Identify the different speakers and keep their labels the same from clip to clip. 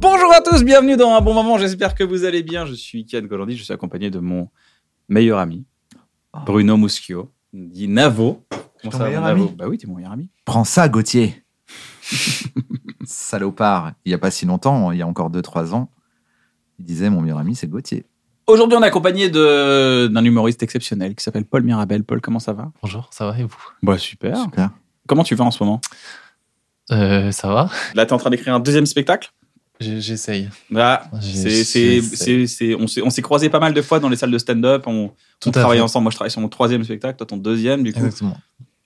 Speaker 1: Bonjour à tous, bienvenue dans Un Bon Moment, j'espère que vous allez bien. Je suis Kian Golandi, je suis accompagné de mon meilleur ami, Bruno Muschio, dit Navo. Comment
Speaker 2: Oh. ton
Speaker 1: va,
Speaker 2: meilleur
Speaker 1: mon Navo
Speaker 2: ami
Speaker 1: Bah oui, t'es mon meilleur ami.
Speaker 2: Prends ça, Gauthier. Salopard. Il n'y a pas si longtemps, il y a encore 2-3 ans, il disait Mon meilleur ami, c'est Gauthier.
Speaker 1: Aujourd'hui, on est accompagné de- d'un humoriste exceptionnel qui s'appelle Paul Mirabel. Paul, comment ça va
Speaker 3: Bonjour, ça va et vous
Speaker 1: Bah super.
Speaker 2: Super.
Speaker 1: Comment tu vas en ce moment
Speaker 3: euh, Ça va
Speaker 1: Là, t'es en train d'écrire un deuxième spectacle
Speaker 3: J- J'essaye.
Speaker 1: Bah, c'est, c'est, c'est, c'est- on s'est, on s'est croisés pas mal de fois dans les salles de stand-up. On,
Speaker 3: Tout
Speaker 1: on
Speaker 3: à fait.
Speaker 1: travaille ensemble. Moi, je travaille sur mon troisième spectacle, toi ton deuxième. Du coup,
Speaker 2: Exactement.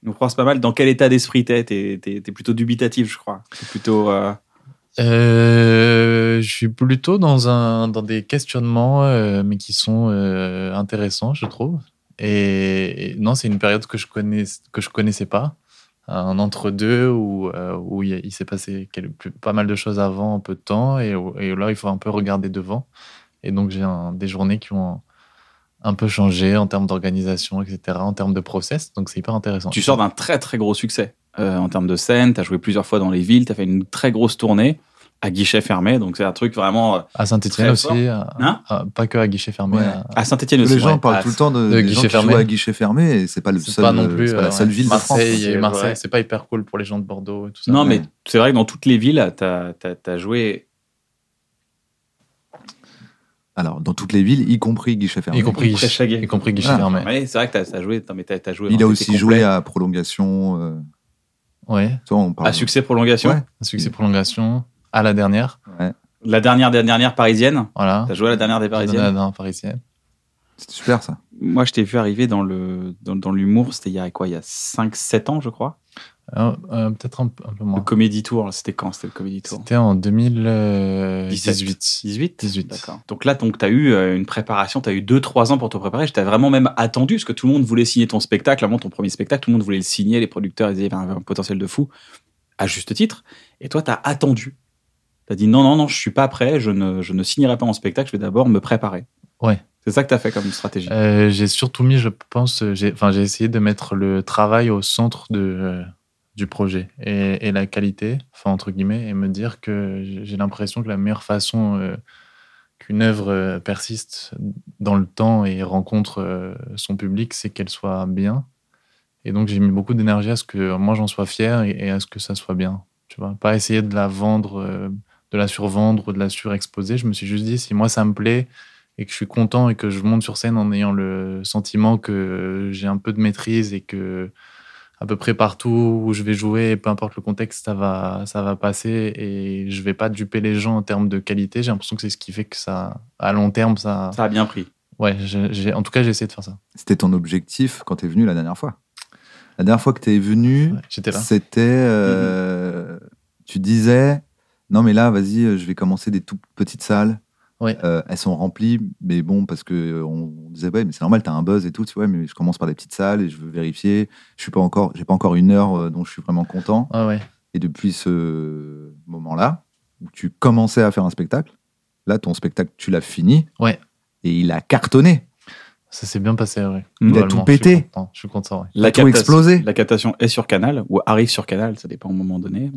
Speaker 1: on croise pas mal. Dans quel état d'esprit t'es t'es, t'es- t'es plutôt dubitatif, je crois. T'es plutôt. euh,
Speaker 3: Euh, je suis plutôt dans, un, dans des questionnements, euh, mais qui sont euh, intéressants, je trouve. Et, et non, c'est une période que je, connais, que je connaissais pas. Un entre-deux où, euh, où il, y a- il s'est passé quel- plus- pas mal de choses avant en peu de temps. Et, où- et là, il faut un peu regarder devant. Et donc, j'ai un- des journées qui ont un peu changé en termes d'organisation, etc., en termes de process. Donc, c'est hyper intéressant.
Speaker 1: Tu sors d'un très très gros succès euh, en termes de scène. T'as joué plusieurs fois dans les villes. T'as fait une très grosse tournée à guichet fermé. Donc c'est un truc vraiment euh,
Speaker 3: À Saint-Etienne
Speaker 1: Très
Speaker 3: aussi,
Speaker 1: fort.
Speaker 3: à-
Speaker 1: Hein
Speaker 3: à- pas que à guichet fermé. euh,
Speaker 2: Ouais.
Speaker 3: à-
Speaker 1: à Saint-Étienne aussi.
Speaker 2: Les gens
Speaker 1: ouais.
Speaker 2: parlent
Speaker 3: ah,
Speaker 2: tout le temps de,
Speaker 3: de
Speaker 2: des gens
Speaker 3: guichet
Speaker 2: qui jouent
Speaker 3: fermé.
Speaker 2: à guichet fermé et c'est pas le
Speaker 3: C'est
Speaker 2: seul,
Speaker 3: pas non plus,
Speaker 2: c'est pas
Speaker 3: euh,
Speaker 2: la seule ville de France.
Speaker 3: Marseille
Speaker 2: C'est-
Speaker 3: et
Speaker 1: c'est
Speaker 3: Marseille,
Speaker 1: vrai.
Speaker 3: c'est pas hyper cool pour les gens de Bordeaux et tout ça.
Speaker 1: Non,
Speaker 2: Ouais.
Speaker 1: mais c'est vrai que dans toutes les villes, t'as as, joué.
Speaker 2: Alors, dans toutes les villes, y compris guichet fermé.
Speaker 3: y compris
Speaker 1: Guichet
Speaker 3: guichet,
Speaker 1: Chaguet.
Speaker 3: y compris guichet
Speaker 2: Ah.
Speaker 3: fermé.
Speaker 1: Ouais, c'est vrai que t'as as joué. non, mais t'as- t'as joué dans-
Speaker 2: Il a
Speaker 1: t'étais
Speaker 2: aussi
Speaker 1: complet.
Speaker 2: joué à prolongation. euh,
Speaker 3: Ouais,
Speaker 2: toi, on parle.
Speaker 1: à succès prolongation.
Speaker 2: Ouais.
Speaker 3: un succès prolongation à la dernière.
Speaker 1: La dernière dernière, dernière parisienne.
Speaker 2: Hein
Speaker 3: Voilà.
Speaker 1: T'as joué à la dernière des
Speaker 3: À la
Speaker 1: parisiennes.
Speaker 3: dernière parisienne.
Speaker 2: C'était super ça.
Speaker 1: Moi, je t'ai vu arriver dans le dans, dans l'humour. C'était il y a quoi Il y a 5-7 ans, je crois.
Speaker 3: Euh, euh, Peut-être un, peu- un peu
Speaker 1: Le
Speaker 3: moins.
Speaker 1: Comedy Tour. C'était quand C'était le Comedy Tour.
Speaker 3: C'était en euh, 2018.
Speaker 1: 18
Speaker 3: 18.
Speaker 1: D'accord. Donc là, donc, tu as eu euh, une préparation, tu as eu 2-3 ans pour te préparer. Je t'ai vraiment même attendu, parce que tout le monde voulait signer ton spectacle, avant ton premier spectacle, tout le monde voulait le signer, les producteurs, ils disaient, il y avait un potentiel de fou, à juste titre. Et toi, tu as attendu. Tu as dit, non, non, non, je suis pas prêt, je ne, je ne signerai pas mon spectacle, je vais d'abord me préparer.
Speaker 3: Ouais.
Speaker 1: C'est ça que tu as fait comme stratégie.
Speaker 3: Euh, j'ai surtout mis, je pense, euh, j'ai enfin, j'ai essayé de mettre le travail au centre de, euh, du projet et, et la qualité, enfin, entre guillemets, et me dire que j'ai j'ai l'impression que la meilleure façon euh, qu'une œuvre euh, persiste dans le temps et rencontre euh, son public, c'est qu'elle soit bien. Et donc, j'ai mis beaucoup d'énergie à ce que moi j'en sois fier et, et à ce que ça soit bien. Tu vois, pas essayer de la vendre, euh, de la survendre ou de la surexposer. Je me suis juste dit, si moi ça me plaît, et que je suis content et que je monte sur scène en ayant le sentiment que j'ai un peu de maîtrise et que à peu près partout où je vais jouer, peu importe le contexte, ça va, ça va passer et je vais pas duper les gens en termes de qualité. J'ai l'impression que c'est ce qui fait que ça, à long terme, ça.
Speaker 1: Ça a bien pris.
Speaker 3: Ouais, j'ai- j'ai- en tout cas, j'ai essayé de faire ça.
Speaker 2: C'était ton objectif quand t'es venu la dernière fois. La dernière fois que t'es venu,
Speaker 3: Ouais, J'étais là. Mhm.
Speaker 2: C'était. euh, Tu disais, non, mais là, vas-y, euh, je vais commencer des toutes petites salles.
Speaker 3: Ouais.
Speaker 2: Euh, elles sont remplies, mais bon, parce que euh, on on disait, ouais, mais c'est normal, t'as un buzz et tout, tu vois, mais je commence par des petites salles et je veux vérifier. Je suis pas encore, j'ai pas encore une heure euh, dont je suis vraiment content.
Speaker 3: Ah Ouais, ouais.
Speaker 2: Et depuis ce moment-là, où tu commençais à faire un spectacle, là, ton spectacle, tu l'as fini.
Speaker 3: Ouais.
Speaker 2: Et il a cartonné.
Speaker 3: Ça s'est bien passé, ouais.
Speaker 1: Il a
Speaker 3: Globalement,
Speaker 2: tout pété.
Speaker 3: Je suis content, je suis content, ouais.
Speaker 2: Il a tout
Speaker 1: captation-
Speaker 2: explosé.
Speaker 1: La captation est sur Canal, ou arrive sur Canal, ça dépend au moment donné.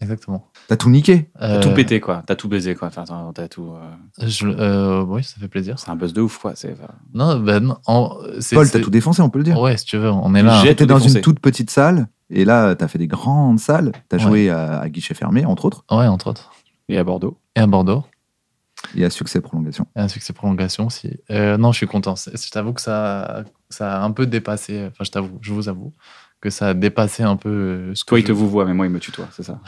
Speaker 3: Exactement.
Speaker 2: T'as tout niqué.
Speaker 1: T'as
Speaker 3: Euh,
Speaker 1: tout pété, quoi. T'as tout baisé, quoi. T'as, t'as- t'as tout, euh,
Speaker 3: je- euh, oui, ça fait plaisir.
Speaker 1: C'est un buzz de ouf, quoi. C'est, euh,
Speaker 3: Non, ben, non, en- c'est-
Speaker 2: Paul,
Speaker 3: c'est-
Speaker 2: t'as tout défoncé, on peut le dire.
Speaker 3: Ouais, si tu veux, on est là.
Speaker 1: J'ai-
Speaker 2: T'étais
Speaker 1: tout
Speaker 2: dans
Speaker 1: défoncé.
Speaker 2: une toute petite salle, et là, t'as fait des grandes salles. T'as
Speaker 3: Ouais.
Speaker 2: joué à, à guichet fermé, entre autres,
Speaker 3: Ouais, entre autres.
Speaker 1: Et à Bordeaux.
Speaker 3: Et à Bordeaux.
Speaker 2: et à succès prolongation.
Speaker 3: Et un succès prolongation aussi. Euh, non, je suis content. C'est- Je t'avoue que ça, ça a un peu dépassé. Enfin, je t'avoue, je vous avoue que que ça a dépassé un peu euh, ce que
Speaker 1: Toi, il
Speaker 3: je-
Speaker 1: te vous voit, mais moi, il me tutoie, c'est ça.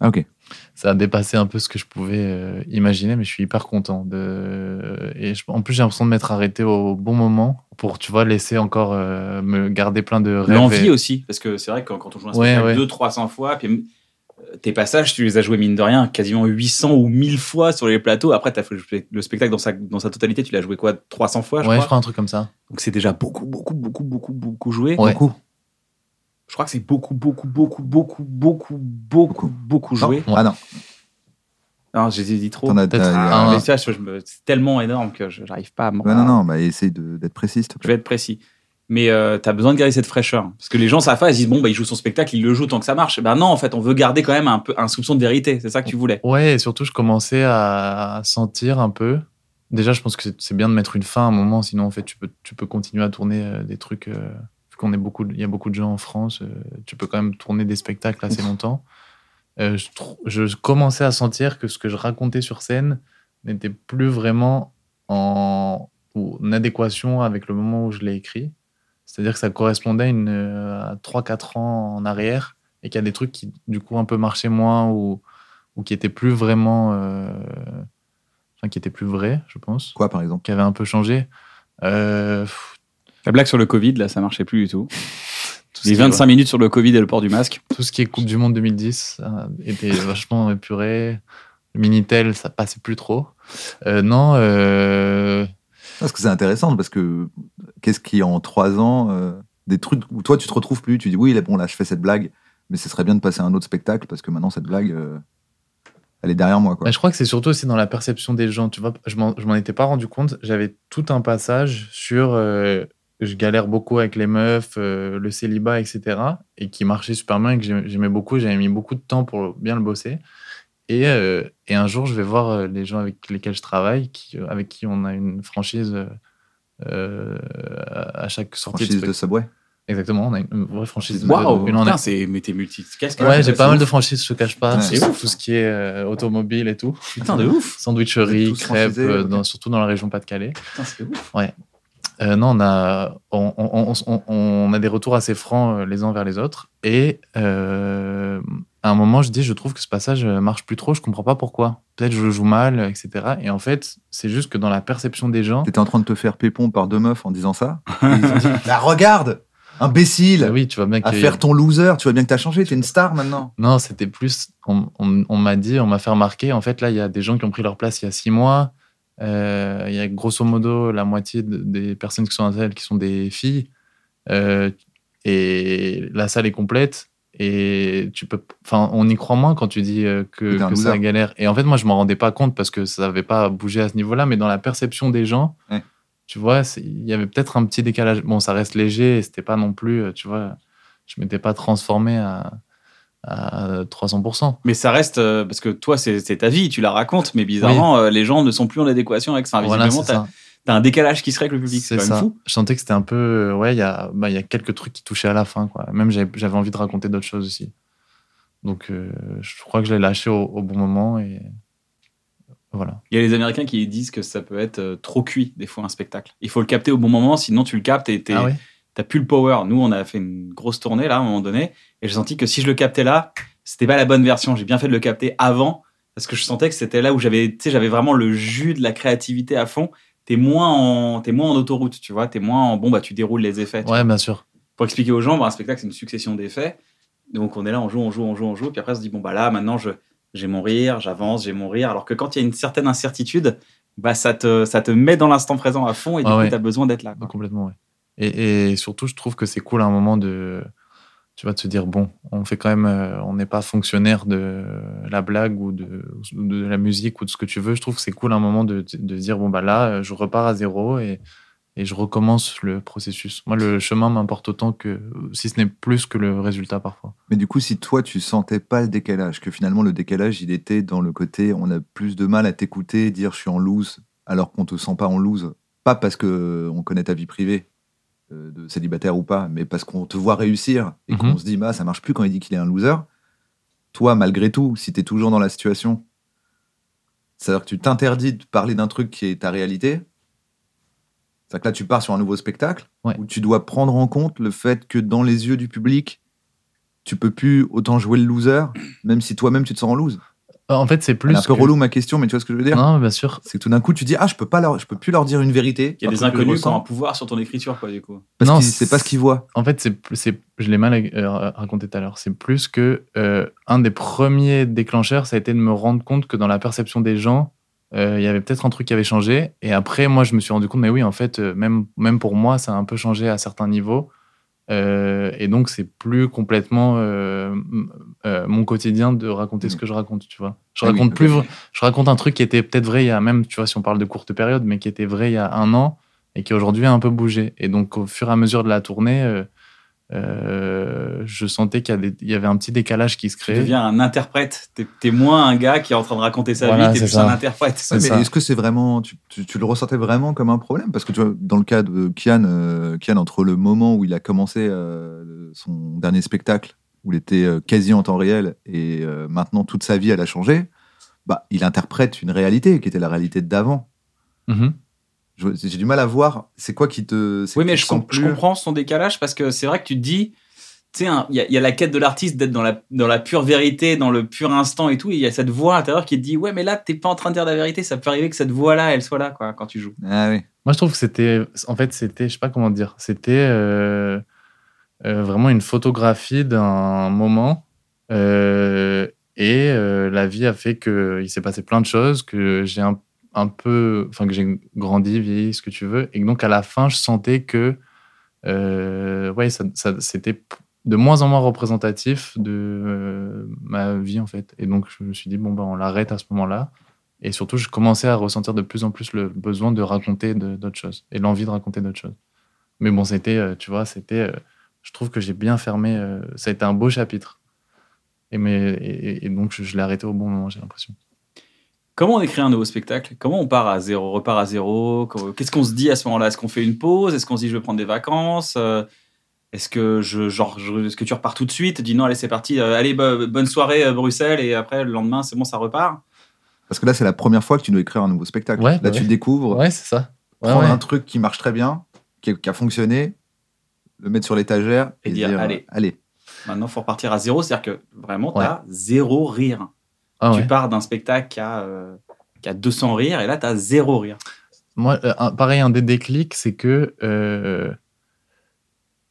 Speaker 2: Ah, ok.
Speaker 3: ça a dépassé un peu ce que je pouvais euh, imaginer, mais je suis hyper content. De... Et je- en plus, j'ai l'impression de m'être arrêté au bon moment pour, tu vois, laisser encore euh, me garder plein de rêves.
Speaker 1: L'envie
Speaker 3: et-
Speaker 1: aussi, hein, parce que c'est vrai que quand, quand on joue un
Speaker 3: Ouais,
Speaker 1: spectacle
Speaker 3: ouais.
Speaker 1: 200-300 fois, puis m- euh, tes passages, tu les as joués mine de rien quasiment 800 ou 1000 fois sur les plateaux. Après, t'as fait le spe- le spectacle dans sa, dans sa totalité, tu l'as joué quoi 300 fois, je
Speaker 3: ouais,
Speaker 1: crois.
Speaker 3: je crois un truc comme ça.
Speaker 1: Donc c'est déjà beaucoup, beaucoup, beaucoup, beaucoup, beaucoup joué.
Speaker 3: Ouais.
Speaker 2: Beaucoup.
Speaker 1: Je crois que c'est beaucoup, beaucoup, beaucoup, beaucoup, beaucoup, beaucoup, beaucoup
Speaker 2: Non
Speaker 1: joué.
Speaker 2: Ah non,
Speaker 1: Non, j'ai dit trop.
Speaker 2: t'en as.
Speaker 3: Oh, Peut-être
Speaker 2: t'as-
Speaker 1: Ah,
Speaker 3: un-
Speaker 1: mais tu vois, je- je me- c'est tellement énorme que je n'arrive pas à m'en.
Speaker 2: Ouais, non, non, bah, essaye de- d'être précis, s'il te
Speaker 1: Je
Speaker 2: plaît.
Speaker 1: vais être précis. Mais euh, tu as besoin de garder cette fraîcheur. Parce que les gens, ça fait, ils disent, bon, bah, il joue son spectacle, il le joue tant que ça marche. Ben non, en fait, on veut garder quand même un, peu, un soupçon de vérité. C'est ça que tu voulais.
Speaker 3: Ouais, et surtout, je commençais à sentir un peu. Déjà, je pense que c'est- c'est bien de mettre une fin à un moment, sinon, en fait, tu peux, tu peux continuer à tourner euh, des trucs. euh, vu qu'on est beaucoup, de- il y a beaucoup de gens en France, euh, tu peux quand même tourner des spectacles assez longtemps. Euh, je, trou- je commençais à sentir que ce que je racontais sur scène n'était plus vraiment en, ou en adéquation avec le moment où je l'ai écrit. C'est-à-dire que ça correspondait à, une, euh, à 3-4 ans en arrière et qu'il y a des trucs qui, du coup, un peu marchaient moins ou, ou qui étaient plus vraiment. euh, enfin, qui étaient plus vrais, je pense,
Speaker 2: Quoi, par exemple
Speaker 3: qui avaient un peu changé. Euh, pff,
Speaker 1: La blague sur le Covid, là, ça marchait plus du tout.
Speaker 3: tout ce
Speaker 1: Les
Speaker 3: qui est-
Speaker 1: 25 minutes sur le Covid et le port du masque.
Speaker 3: tout ce qui est Coupe du Monde 2010 ça euh, était vachement épuré. Le Minitel, ça passait plus trop. Euh, non, euh,
Speaker 2: Parce que c'est intéressant, parce que qu'est-ce qui en trois ans, euh, des trucs où toi tu te retrouves plus, tu dis oui, là, bon là je fais cette blague, mais ce serait bien de passer à un autre spectacle parce que maintenant cette blague, euh, elle est derrière moi quoi.
Speaker 3: bah, je crois que c'est surtout aussi dans la perception des gens. Tu vois, je m'en je m'en étais pas rendu compte. J'avais tout un passage sur euh, je galère beaucoup avec les meufs, euh, le célibat, etc. Et qui marchait super bien et que j'aimais j'aimais beaucoup. J'avais mis beaucoup de temps pour bien le bosser. Et, euh, et un jour, je vais voir euh, les gens avec lesquels je travaille, qui, euh, avec qui on a une franchise euh, euh, à à chaque sortie de
Speaker 2: Franchise
Speaker 3: spectacle.
Speaker 2: de Subway.
Speaker 3: Exactement, on a une une vraie franchise. de-
Speaker 1: Waouh!
Speaker 3: depuis longtemps.
Speaker 1: Putain, c'est. Mais t'es multi. Qu'est-ce que-
Speaker 3: Ouais, j'ai pas mal de franchises, je te cache pas.
Speaker 2: Ouais.
Speaker 3: C'est
Speaker 1: C'est
Speaker 3: tout
Speaker 1: ouf. hein.
Speaker 3: ce qui est euh, automobile et tout.
Speaker 1: Putain, de ouf!
Speaker 3: Sandwicherie,
Speaker 2: Vous êtes tous
Speaker 3: crêpes,
Speaker 2: franchisés,
Speaker 3: euh,
Speaker 2: ok.
Speaker 3: dans- surtout dans la région Pas-de-Calais.
Speaker 1: Putain, c'est ouf!
Speaker 3: Euh, non, on a, on, on- on- on- on a des retours assez francs euh, les uns vers les autres. Et euh, à un moment, je dis, je trouve que ce passage euh, marche plus trop, je comprends pas pourquoi. Peut-être je le joue mal, euh, etc. Et en fait, c'est juste que dans la perception des gens.
Speaker 2: T'étais en train de te faire pépon par deux meufs en disant ça. Et ils ont dit, bah regarde, imbécile,
Speaker 3: Ah oui, tu vois bien
Speaker 2: à
Speaker 3: qu'il y a-
Speaker 2: faire ton loser, tu vois bien que t'as changé, t'es une star maintenant.
Speaker 3: Non, c'était plus. On, on- on m'a dit, on m'a fait remarquer. En fait, là, il y a des gens qui ont pris leur place il y a six mois. Euh, Il y a grosso modo la moitié de- des personnes qui sont à la salle qui sont des filles. Euh, et la salle est complète. Et tu peux. Enfin, on y croit moins quand tu dis euh, que,
Speaker 2: Que t'es un
Speaker 3: que c'est la
Speaker 2: loser.
Speaker 3: galère. Et en fait, moi, je m'en rendais pas compte parce que ça n'avait pas bougé à ce niveau-là. Mais dans la perception des gens,
Speaker 2: Ouais.
Speaker 3: tu vois, c'est- il y avait peut-être un petit décalage. Bon, ça reste léger. et C'était pas non plus. euh, Tu vois, je m'étais pas transformé à à 300%.
Speaker 1: Mais ça reste. euh, parce que toi, c'est c'est ta vie, tu la racontes, mais bizarrement, euh, les gens ne sont plus en adéquation avec ça.
Speaker 3: Voilà,
Speaker 1: Ah, Visiblement,
Speaker 3: c'est
Speaker 1: t'as
Speaker 3: ça.
Speaker 1: t'as un décalage qui serait avec le public. C'est
Speaker 3: C'est
Speaker 1: quand même
Speaker 3: ça.
Speaker 1: fou.
Speaker 3: Je sentais que c'était un peu. euh, Ouais, il y, a- bah, il y a quelques trucs qui touchaient à la fin. Quoi. Même j'avais j'avais envie de raconter d'autres choses aussi. Donc euh, je crois que je l'ai lâché au, au bon moment. Et voilà.
Speaker 1: Il y a les Américains qui disent que ça peut être euh, trop cuit, des fois, un spectacle. Il faut le capter au bon moment, sinon tu le captes et t'es-
Speaker 3: Ah ouais
Speaker 1: t'as plus le power. Nous, on a fait une grosse tournée, là, à un moment donné, et j'ai senti que si je le captais là, c'était pas la bonne version. J'ai bien fait de le capter avant, parce que je sentais que c'était là où j'avais, tu sais, j'avais vraiment le jus de la créativité à fond. T'es moins en, t'es moins en autoroute, tu vois. T'es moins en, bon, bah, tu déroules les effets. tu
Speaker 3: ouais, bien sûr.
Speaker 1: pour expliquer aux gens, bah, un spectacle, c'est une succession d'effets. Donc on est là, on joue, on joue, on joue, on joue. Puis après, on se dit, bon, bah là, maintenant, je, j'ai mon rire, j'avance, j'ai mon rire. Alors que quand il y a une certaine incertitude, bah, ça, te, ça te met dans l'instant présent à fond et du
Speaker 3: Ah
Speaker 1: coup,
Speaker 3: ouais.
Speaker 1: tu as besoin d'être là.
Speaker 3: Ouais,
Speaker 1: quoi.
Speaker 3: Complètement, ouais. Et, et surtout, je trouve que c'est cool à un moment de, tu vois, de se dire bon, on fait quand même, euh, on n'est pas fonctionnaire de la blague ou de, ou de la musique ou de ce que tu veux. Je trouve que c'est cool à un moment de, de se dire bon bah là, euh, je repars à zéro et, et je recommence le processus. Moi, le chemin m'importe autant que, si ce n'est plus que le résultat parfois.
Speaker 2: Mais du coup, si toi tu sentais pas le décalage, que finalement le décalage il était dans le côté on a plus de mal à t'écouter, dire je suis en loose, alors qu'on te sent pas en loose, pas parce que on connaît ta vie privée, euh, de célibataire ou pas, mais parce qu'on te voit réussir et
Speaker 3: Mhm.
Speaker 2: qu'on se dit bah ça marche plus quand il dit qu'il est un loser. Toi, malgré tout, si tu es toujours dans la situation, c'est-à-dire que tu t'interdis de parler d'un truc qui est ta réalité, C'est-à-dire que là, tu pars sur un nouveau spectacle
Speaker 3: Ouais.
Speaker 2: où tu dois prendre en compte le fait que dans les yeux du public, tu peux plus autant jouer le loser, même si toi-même tu te sens en lose.
Speaker 3: En fait, c'est
Speaker 2: C'est
Speaker 3: plus.
Speaker 2: un peu
Speaker 3: que- Hein?
Speaker 2: relou ma question, mais tu vois ce que je veux dire
Speaker 3: Non, bien sûr.
Speaker 2: C'est que tout d'un coup, tu dis ah, je peux pas leur, je peux plus leur dire une vérité.
Speaker 1: Il y a des
Speaker 2: parce que je le
Speaker 1: inconnus qui ont un
Speaker 2: ressens,
Speaker 1: pouvoir sur ton écriture, quoi, du coup.
Speaker 2: parce
Speaker 3: Non,
Speaker 2: qu'ils- c'est pas ce qu'ils voient.
Speaker 3: En fait, c'est, c'est, je l'ai mal euh, raconté tout à l'heure. C'est plus que euh, un des premiers déclencheurs, ça a été de me rendre compte que dans la perception des gens, euh, il y avait peut-être un truc qui avait changé. Et après, moi, je me suis rendu compte, mais oui, en fait, euh, même, même pour moi, ça a un peu changé à certains niveaux. Euh, et donc, c'est plus complètement euh, m- euh, mon quotidien de raconter
Speaker 2: Mm.
Speaker 3: ce que je raconte, tu vois. Je
Speaker 2: Ah oui, tout
Speaker 3: raconte
Speaker 2: à
Speaker 3: plus,
Speaker 2: fait.
Speaker 3: vra- je raconte un truc qui était peut-être vrai il y a même, tu vois, si on parle de courte période, mais qui était vrai il y a un an et qui aujourd'hui a un peu bougé. Et donc, au fur et à mesure de la tournée, euh, euh, je sentais qu'il y, a des- il y avait un petit décalage qui se
Speaker 1: Tu
Speaker 3: créait.
Speaker 1: deviens un interprète. T'es- T'es moins un gars qui est en train de raconter sa
Speaker 3: Voilà,
Speaker 1: vie, t'es
Speaker 3: c'est
Speaker 1: plus
Speaker 3: ça.
Speaker 1: un interprète.
Speaker 3: C'est
Speaker 2: Ouais, mais
Speaker 3: ça.
Speaker 2: est-ce que c'est vraiment, tu, tu- tu le ressentais vraiment comme un problème Parce que tu vois, dans le cas de Kian, euh, Kian, entre le moment où il a commencé euh, son dernier spectacle, où il était euh, quasi en temps réel, et euh, maintenant toute sa vie, elle a changé, bah, il interprète une réalité qui était la réalité d'avant.
Speaker 3: Mhm.
Speaker 2: Je- J'ai du mal à voir, c'est quoi qui te. c'est
Speaker 1: Oui,
Speaker 2: que
Speaker 1: mais je,
Speaker 2: tu te sens
Speaker 1: com- je
Speaker 2: plus-
Speaker 1: comprends son décalage parce que c'est vrai que tu te dis, tu sais, hein, il y, a- il y a la quête de l'artiste d'être dans la, dans la pure vérité, dans le pur instant et tout. et Il y a cette voix à l'intérieur qui te dit, ouais, mais là, t'es pas en train de dire la vérité. Ça peut arriver que cette voix-là, elle soit là, quoi, quand tu joues.
Speaker 2: Ah oui.
Speaker 3: Moi, je trouve que c'était, en fait, c'était, je sais pas comment dire, c'était euh, euh, vraiment une photographie d'un moment. euh, et euh, la vie a fait que il s'est passé plein de choses, que j'ai un, un peu, enfin que j'ai grandi, vieilli, ce que tu veux. Et que donc à la fin, je sentais que, euh, ouais, ça, ça- c'était p- de moins en moins représentatif de euh, ma vie en fait. Et donc je me suis dit bon bah on l'arrête à ce moment-là. Et surtout, je commençais à ressentir de plus en plus le besoin de raconter de- d'autres choses et l'envie de raconter d'autres choses. Mais bon, c'était, euh, tu vois, c'était. euh, Je trouve que j'ai bien fermé. euh, Ça a été un beau chapitre. Et, mais, et, et donc, je, je l'ai arrêté au bon moment, j'ai l'impression.
Speaker 1: Comment on écrit un nouveau spectacle Comment on part à zéro, repart à zéro Qu- Qu'est-ce qu'on se dit à ce moment-là Est-ce qu'on fait une pause Est-ce qu'on se dit je vais prendre des vacances Euh, Est-ce que je, genre, je- est-ce que tu repars tout de suite Tu Dis non, allez, c'est parti. euh, allez, bo- bonne soirée euh, Bruxelles et après le lendemain, c'est bon, ça repart.
Speaker 2: Parce que là, c'est la première fois que tu dois écrire un nouveau spectacle.
Speaker 3: Ouais,
Speaker 2: là,
Speaker 3: bah
Speaker 2: tu
Speaker 3: ouais.
Speaker 2: découvres,
Speaker 3: Ouais, c'est ça. Ouais,
Speaker 2: prendre
Speaker 3: ouais.
Speaker 2: un truc qui marche très bien, qui, qui a fonctionné, le mettre sur l'étagère
Speaker 1: Et dire, allez.
Speaker 2: allez.
Speaker 1: Maintenant, faut repartir à zéro, c'est-à-dire que vraiment,
Speaker 3: Ouais.
Speaker 1: t'as zéro rire.
Speaker 3: Ah
Speaker 1: Tu
Speaker 3: ouais.
Speaker 1: pars d'un spectacle qui a, euh, qui a 200 rires et là, t'as zéro rire.
Speaker 3: Moi, euh, un- pareil, un des déclics, c'est que. euh,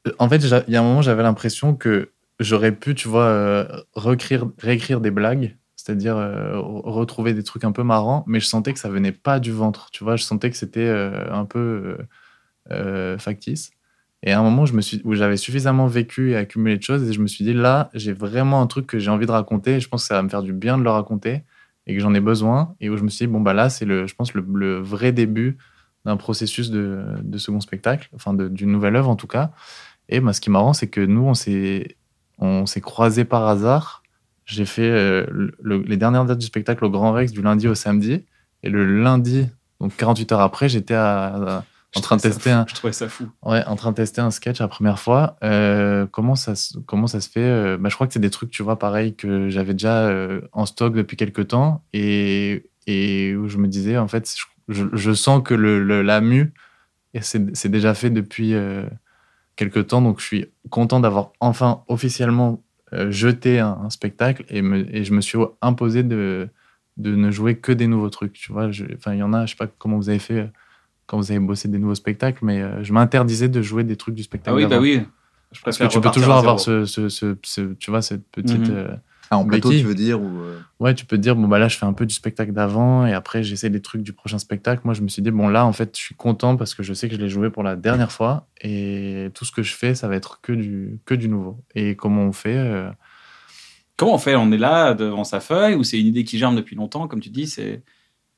Speaker 3: euh, en fait, j'a- il y a un moment, j'avais l'impression que j'aurais pu, tu vois, euh, recréer- réécrire des blagues, c'est-à-dire euh, re- retrouver des trucs un peu marrants, mais je sentais que ça venait pas du ventre, tu vois. Je sentais que c'était euh, un peu euh, euh, factice. Et à un moment je me suis, où j'avais suffisamment vécu et accumulé de choses, et je me suis dit, là, j'ai vraiment un truc que j'ai envie de raconter, et je pense que ça va me faire du bien de le raconter, et que j'en ai besoin, et où je me suis dit, bon, bah là, c'est, le, je pense, le, le vrai début d'un processus de, de second spectacle, enfin de- d'une nouvelle œuvre en tout cas. Et ben, ce qui est marrant, c'est que nous, on s'est on s'est croisés par hasard. J'ai fait euh, le- les dernières dates du spectacle au Grand Rex du lundi au samedi. Et le lundi, donc 48 heures après, j'étais à- à- en, train de tester un,
Speaker 1: Je trouvais ça fou.
Speaker 3: ouais, en train de tester un sketch la première fois. Euh, comment, ça, se- comment ça se fait Euh, bah, Je crois que c'est des trucs, tu vois, pareil, que j'avais déjà euh, en stock depuis quelques temps. Et, et où je me disais, en fait, je, je sens que le, le- la mue, et c'est c'est déjà fait depuis euh, quelques temps. Donc, je suis content d'avoir enfin officiellement euh, jeté un, un spectacle. Et, me- et je me suis imposé de, de ne jouer que des nouveaux trucs. Tu vois, Je- enfin, il y en a, je sais pas comment vous avez fait. euh, quand vous avez bossé des nouveaux spectacles, mais euh, je m'interdisais de jouer des trucs du spectacle.
Speaker 1: Ah oui, bah
Speaker 3: d'avant.
Speaker 1: oui. Je
Speaker 3: Parce que
Speaker 1: préfère
Speaker 3: tu peux
Speaker 1: repartir
Speaker 3: toujours
Speaker 1: à
Speaker 3: avoir
Speaker 1: zéro.
Speaker 3: ce, ce- ce- ce- tu vois, cette petite.
Speaker 1: Mhm.
Speaker 3: euh,
Speaker 2: Ah, en plateau,
Speaker 3: Becky.
Speaker 2: tu veux dire ou, euh,
Speaker 3: ouais, tu peux te dire, bon, bah là, je fais un peu du spectacle d'avant et après, j'essaie des trucs du prochain spectacle. Moi, je me suis dit, bon, là, en fait, je suis content parce que je sais que je l'ai joué pour la dernière fois et tout ce que je fais, ça va être que du, que du nouveau. Et comment on fait euh,
Speaker 1: Comment on fait On est là devant sa feuille ou c'est une idée qui germe depuis longtemps, comme tu dis, c'est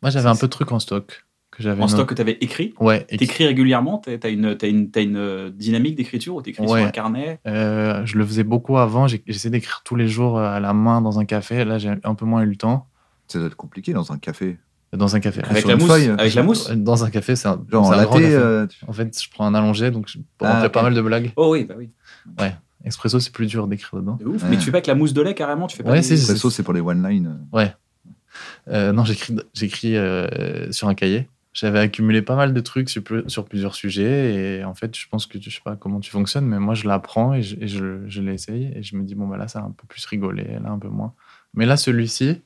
Speaker 3: Moi, j'avais un peu de trucs en stock. Que j'avais
Speaker 1: en
Speaker 3: no-
Speaker 1: stock que tu avais écrit
Speaker 3: Ouais, et qui-
Speaker 1: T'écris régulièrement T'as t'as une, t'as une, t'as une euh, dynamique d'écriture ou t'écris
Speaker 3: Ouais.
Speaker 1: sur un carnet
Speaker 3: Euh, je le faisais beaucoup avant. J'ai- J'essayais d'écrire tous les jours euh, à la main dans un café. Là, j'ai un peu moins eu le temps.
Speaker 2: ça doit être compliqué dans un café.
Speaker 3: Dans un café.
Speaker 1: Avec
Speaker 2: sur
Speaker 1: la
Speaker 2: une
Speaker 1: mousse
Speaker 2: feuille.
Speaker 1: Avec la mousse
Speaker 3: Dans un café, c'est un,
Speaker 2: Genre en
Speaker 3: c'est un
Speaker 2: latte,
Speaker 3: grand café.
Speaker 2: euh, tu-
Speaker 3: En fait, je prends un allongé, donc je peux
Speaker 2: Ah,
Speaker 3: rentrer pas
Speaker 2: ok.
Speaker 3: mal de blagues.
Speaker 1: Oh oui, bah oui.
Speaker 3: Espresso, c'est plus dur d'écrire dedans.
Speaker 1: De ouf.
Speaker 2: Ouais.
Speaker 1: Mais tu fais pas avec la mousse de lait carrément Tu fais pas
Speaker 3: Ouais,
Speaker 1: des-
Speaker 3: si, si.
Speaker 2: Espresso, c'est pour les one-line.
Speaker 3: Euh, non, j'écris, j'écris euh, sur un cahier. j'avais accumulé pas mal de trucs sur, pl- sur plusieurs sujets. Et en fait, je pense que je sais pas comment tu fonctionnes, mais moi, je l'apprends et je, et je, je l'essaye. Et je me dis, bon, bah là, ça a un peu plus rigolé, là, un peu moins. Mais là, celui-ci,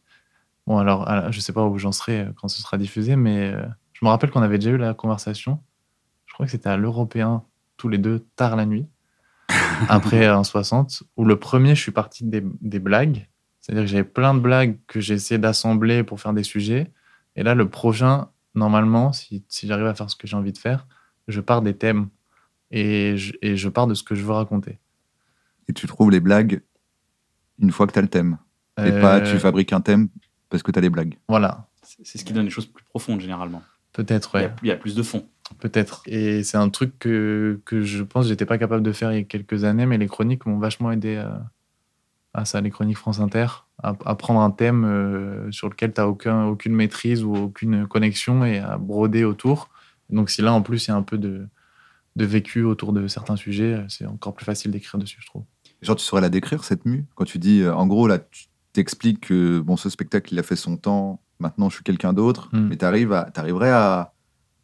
Speaker 3: bon, alors, à la- je sais pas où j'en serai euh, quand ce sera diffusé, mais euh, je me rappelle qu'on avait déjà eu la conversation. Je crois que c'était à l'Européen, tous les deux, tard la nuit, après euh, en 60, où le premier, je suis parti des, des blagues. C'est-à-dire que j'avais plein de blagues que j'ai essayé d'assembler pour faire des sujets. Et là, le prochain, normalement, si, si j'arrive à faire ce que j'ai envie de faire, je pars des thèmes et je, et je pars de ce que je veux raconter.
Speaker 2: Et tu trouves les blagues une fois que tu as le thème. Et
Speaker 3: Euh,
Speaker 2: pas tu fabriques un thème parce que tu as les blagues.
Speaker 3: Voilà,
Speaker 1: C'est c'est ce qui donne les choses plus profondes généralement. Il
Speaker 3: peut-être,
Speaker 1: y
Speaker 3: ouais.
Speaker 1: a- Il y, a plus de fond.
Speaker 3: Peut-être. Et c'est un truc que, que je pense que j'étais pas capable de faire il y a quelques années, mais les chroniques m'ont vachement aidé à, à ça, les chroniques France Inter, à, à prendre un thème euh, sur lequel tu n'as aucun, aucune maîtrise ou aucune connexion et à broder autour. Donc si là, en plus, il y a un peu de, de vécu autour de certains sujets, c'est encore plus facile d'écrire dessus, je trouve.
Speaker 2: Genre, tu saurais la décrire, cette mue Quand tu dis, euh, en gros, là, tu t'expliques que bon, ce spectacle, il a fait son temps, maintenant je suis quelqu'un d'autre,
Speaker 3: Hmm.
Speaker 2: mais tu arriverais à,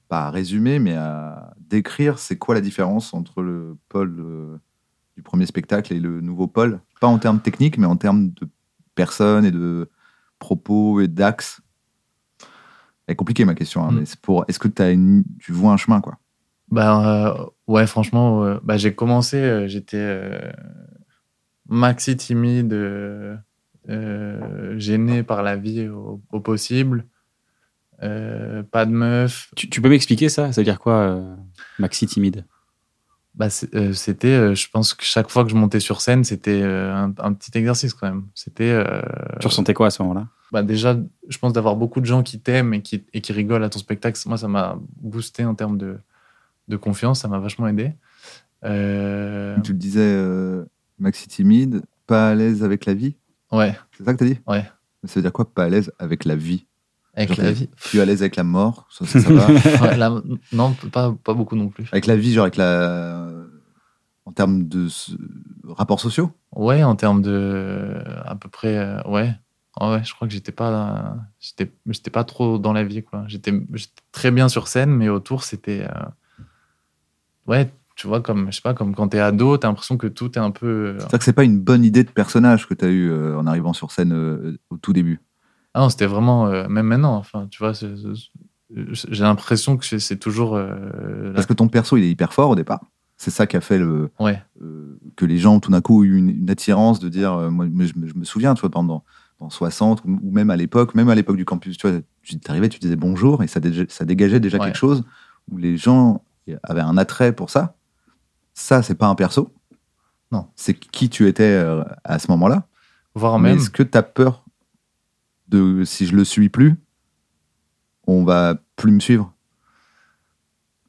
Speaker 2: pas à résumer, mais à décrire c'est quoi la différence entre le Paul euh, du premier spectacle et le nouveau Paul Pas en termes techniques, mais en termes de personnes et de propos et d'axes. C'est compliqué ma question, hein,
Speaker 3: Hmm.
Speaker 2: mais c'est pour. Est-ce que t'as une, tu vois un chemin, quoi
Speaker 3: Ben euh, ouais, franchement, ouais. Bah, j'ai commencé, euh, j'étais euh, maxi timide, euh, euh, gêné par la vie au, au possible, euh, pas de meuf.
Speaker 1: Tu, tu peux m'expliquer ça Ça veut dire quoi, euh, Maxi timide
Speaker 3: Bah, c'est- euh, c'était, euh, je pense que chaque fois que je montais sur scène, c'était euh, un, un petit exercice quand même. C'était euh,
Speaker 1: Tu ressentais quoi à ce moment-là
Speaker 3: bah, déjà, je pense d'avoir beaucoup de gens qui t'aiment et qui, et qui rigolent à ton spectacle, moi, ça m'a boosté en termes de, de confiance, ça m'a vachement aidé. Euh,
Speaker 2: Tu le disais, euh, Maxi timide, pas à l'aise avec la vie
Speaker 3: ouais.
Speaker 2: C'est ça que t'as dit
Speaker 3: Ouais.
Speaker 2: Mais ça veut dire quoi, pas à l'aise avec la vie
Speaker 3: Avec
Speaker 2: Genre,
Speaker 3: la vie.
Speaker 2: Tu es à l'aise avec la mort, ça, ça, ça va.
Speaker 3: Ouais, la- non, pas, pas beaucoup non plus.
Speaker 2: avec la vie, genre avec la. En termes de s- rapports sociaux
Speaker 3: Ouais, en termes de. À peu près. euh, ouais. Ah ouais, je crois que j'étais pas. J'étais, j'étais pas trop dans la vie, quoi. J'étais, j'étais très bien sur scène, mais autour, c'était. euh, ouais, tu vois, comme, je sais pas, comme quand t'es ado, t'as l'impression que tout est un peu. euh,
Speaker 2: C'est vrai que c'est pas une bonne idée de personnage que t'as eu euh, en arrivant sur scène euh, au tout début.
Speaker 3: Ah non, c'était vraiment. euh, même maintenant, enfin, tu vois, c'est- c'est- j'ai l'impression que c'est, c'est toujours. euh, la-
Speaker 2: Parce que ton perso, il est hyper fort au départ. C'est ça qui a fait le,
Speaker 3: Ouais.
Speaker 2: euh, que les gens, tout d'un coup, ont eu une, une attirance de dire. euh, moi, mais je, me- je me souviens, tu vois, pendant dans 60 ou ou même à l'époque, même à l'époque du campus, tu vois, tu t'arrivais, tu disais bonjour et ça, dég- ça dégageait déjà
Speaker 3: Ouais.
Speaker 2: quelque chose où les gens avaient un attrait pour ça. Ça, c'est pas un perso.
Speaker 3: Non.
Speaker 2: C'est qui tu étais euh, à ce moment-là.
Speaker 3: Voire
Speaker 2: Mais
Speaker 3: même.
Speaker 2: est-ce que tu as peur de si je le suis plus, on va plus me suivre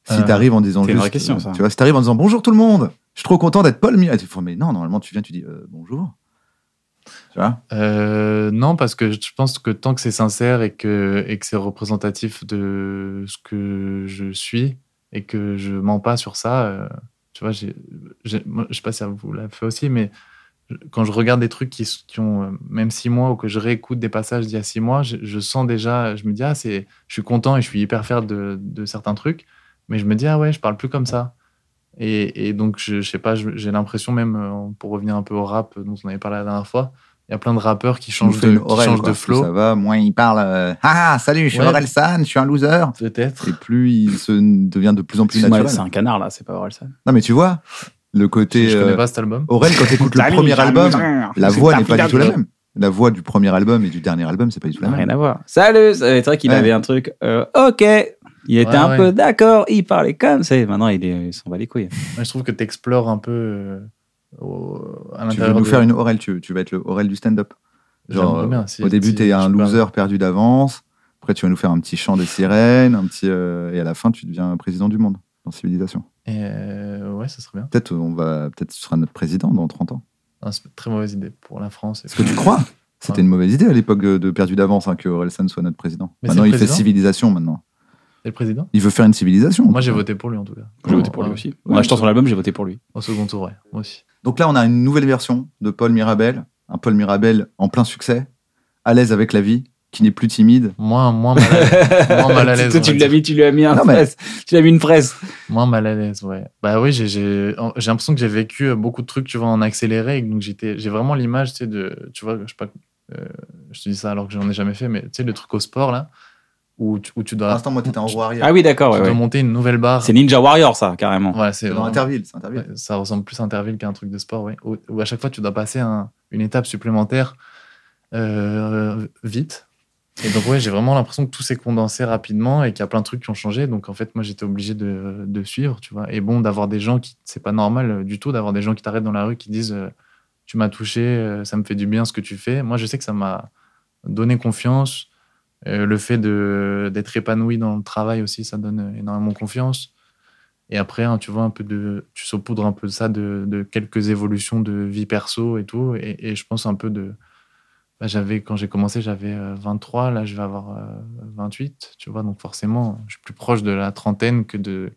Speaker 2: Si
Speaker 3: Euh,
Speaker 2: t'arrives en disant
Speaker 1: c'est une
Speaker 2: juste,
Speaker 1: vraie question,
Speaker 2: euh,
Speaker 1: ça.
Speaker 2: Tu vois, si t'arrives en disant bonjour tout le monde, je suis trop content d'être Paul Mirabel. Mais non, normalement tu viens, tu dis euh, bonjour. Tu vois
Speaker 3: Euh, non, parce que je pense que tant que c'est sincère et que, et que c'est représentatif de ce que je suis et que je mens pas sur ça, euh, tu vois, j'ai- j'ai- moi, je sais pas si ça vous l'a fait aussi, mais je- quand je regarde des trucs qui, s- qui ont euh, même six mois ou que je réécoute des passages d'il y a six mois, je, je sens déjà, je me dis, ah, c'est, je suis content et je suis hyper fier de, de certains trucs, mais je me dis, ah ouais, je parle plus comme ça. Et, et donc, je, je sais pas, je- j'ai l'impression même, euh, pour revenir un peu au rap euh, dont on avait parlé la dernière fois, il y a plein de rappeurs qui
Speaker 2: Tu nous
Speaker 3: changent
Speaker 2: fais
Speaker 3: de,
Speaker 2: une
Speaker 3: qui
Speaker 2: Aurel,
Speaker 3: changent
Speaker 2: quoi.
Speaker 3: de
Speaker 2: Plus
Speaker 3: flow,
Speaker 2: Ça va, moins il parle. euh, ah, salut, je suis
Speaker 3: Ouais.
Speaker 2: Aurel San, je suis un loser.
Speaker 3: peut-être.
Speaker 2: Et plus il se devient de plus en plus
Speaker 1: Excuse-moi,
Speaker 2: naturel.
Speaker 1: C'est un canard là, c'est pas Orelsan.
Speaker 2: Non, mais tu vois, le côté.
Speaker 3: Je, je connais
Speaker 2: euh,
Speaker 3: pas cet album.
Speaker 2: Aurel, quand t'écoutes le premier album, la voix n'est pas du tout la même. La voix du premier album et du dernier album, c'est pas du tout la même.
Speaker 1: Rien à voir. Salut C'est vrai qu'il
Speaker 2: Ouais.
Speaker 1: avait un truc. euh, ok Il était
Speaker 3: Ouais,
Speaker 1: un
Speaker 3: ouais.
Speaker 1: peu d'accord, il parlait comme ça. et Maintenant, il est- il s'en bat les couilles.
Speaker 3: Ouais, je trouve que t'explores un peu euh, au-
Speaker 2: Tu
Speaker 3: à
Speaker 2: veux
Speaker 3: l'intérieur.
Speaker 2: nous
Speaker 3: de-
Speaker 2: faire une Aurel, tu, veux- tu vas être le Aurel du stand-up. Genre, euh,
Speaker 3: J'aimerais bien, si-
Speaker 2: au début,
Speaker 3: si-
Speaker 2: t'es un
Speaker 3: je sais pas.
Speaker 2: loser perdu d'avance. Après, tu vas nous faire un petit chant des sirènes, un petit, euh, et à la fin, tu deviens président du monde dans Civilisation.
Speaker 3: Et, euh, ouais, ça serait bien.
Speaker 2: Peut-être on va, peut-être tu seras notre président dans 30 ans.
Speaker 3: Non, c'est une très mauvaise idée pour la France. et
Speaker 2: Est-ce que
Speaker 3: pour-
Speaker 2: tu crois C'était
Speaker 3: Ouais.
Speaker 2: une mauvaise idée à l'époque de, de perdu d'avance hein, que Aurel San soit notre président.
Speaker 3: Mais
Speaker 2: maintenant,
Speaker 3: c'est
Speaker 2: il
Speaker 3: le
Speaker 2: fait
Speaker 3: président
Speaker 2: Civilisation. Maintenant,
Speaker 3: C'est le président
Speaker 2: il veut faire une civilisation.
Speaker 3: Moi, j'ai voté pour lui en tout cas.
Speaker 1: J'ai voté pour lui
Speaker 3: Ouais.
Speaker 1: aussi. En
Speaker 2: Ouais.
Speaker 1: achetant son album, j'ai voté pour lui.
Speaker 3: Au second tour, ouais. Moi aussi.
Speaker 2: Donc là, on a une nouvelle version de Paul Mirabel, un Paul Mirabel en plein succès, à l'aise avec la vie, qui n'est plus timide.
Speaker 3: Moins, moins mal à l'aise. moins mal à l'aise.
Speaker 1: Toi,
Speaker 3: on
Speaker 1: tu
Speaker 3: va
Speaker 1: lui as
Speaker 3: dire.
Speaker 1: mis, tu lui as mis un
Speaker 2: Non, mais-
Speaker 1: presse. Tu lui as mis une presse.
Speaker 3: Moins mal à l'aise, ouais. Bah oui, j'ai j'ai- j'ai l'impression que j'ai vécu euh, beaucoup de trucs, tu vois, en accéléré. et que Donc j'étais- j'ai vraiment l'image, tu sais, de. Tu vois, je sais pas. euh, je te dis ça alors que j'en ai jamais fait, mais tu sais, le truc au sport, là, où tu, où tu
Speaker 2: Pour
Speaker 3: dois,
Speaker 2: l'instant, moi, t'étais en roue arrière.
Speaker 1: Ah oui, d'accord.
Speaker 3: tu
Speaker 1: ouais,
Speaker 3: dois
Speaker 1: ouais.
Speaker 3: monter une nouvelle barre.
Speaker 1: C'est Ninja Warrior, ça, carrément.
Speaker 3: Ouais, c'est
Speaker 2: C'est dans
Speaker 3: vraiment-
Speaker 2: Interville, c'est Interville.
Speaker 3: Ouais, ça ressemble plus à Interville qu'à un truc de sport, oui. Où, où à chaque fois, tu dois passer un- une étape supplémentaire euh, vite. Et donc, ouais, j'ai vraiment l'impression que tout s'est condensé rapidement et qu'il y a plein de trucs qui ont changé. Donc, en fait, moi, j'étais obligé de, de suivre, tu vois. Et bon, d'avoir des gens qui. C'est pas normal euh, du tout d'avoir des gens qui t'arrêtent dans la rue qui disent euh, Tu m'as touché, euh, ça me fait du bien ce que tu fais. Moi, je sais que ça m'a donné confiance. Euh, le fait de- d'être épanoui dans le travail aussi, ça donne énormément confiance. Et après, hein, tu vois, un peu de, tu saupoudres un peu de ça, de, de quelques évolutions de vie perso et tout. Et, et je pense un peu de. bah, j'avais Quand j'ai commencé, j'avais euh, 23, là je vais avoir euh, 28, tu vois. Donc forcément, je suis plus proche de la trentaine que de.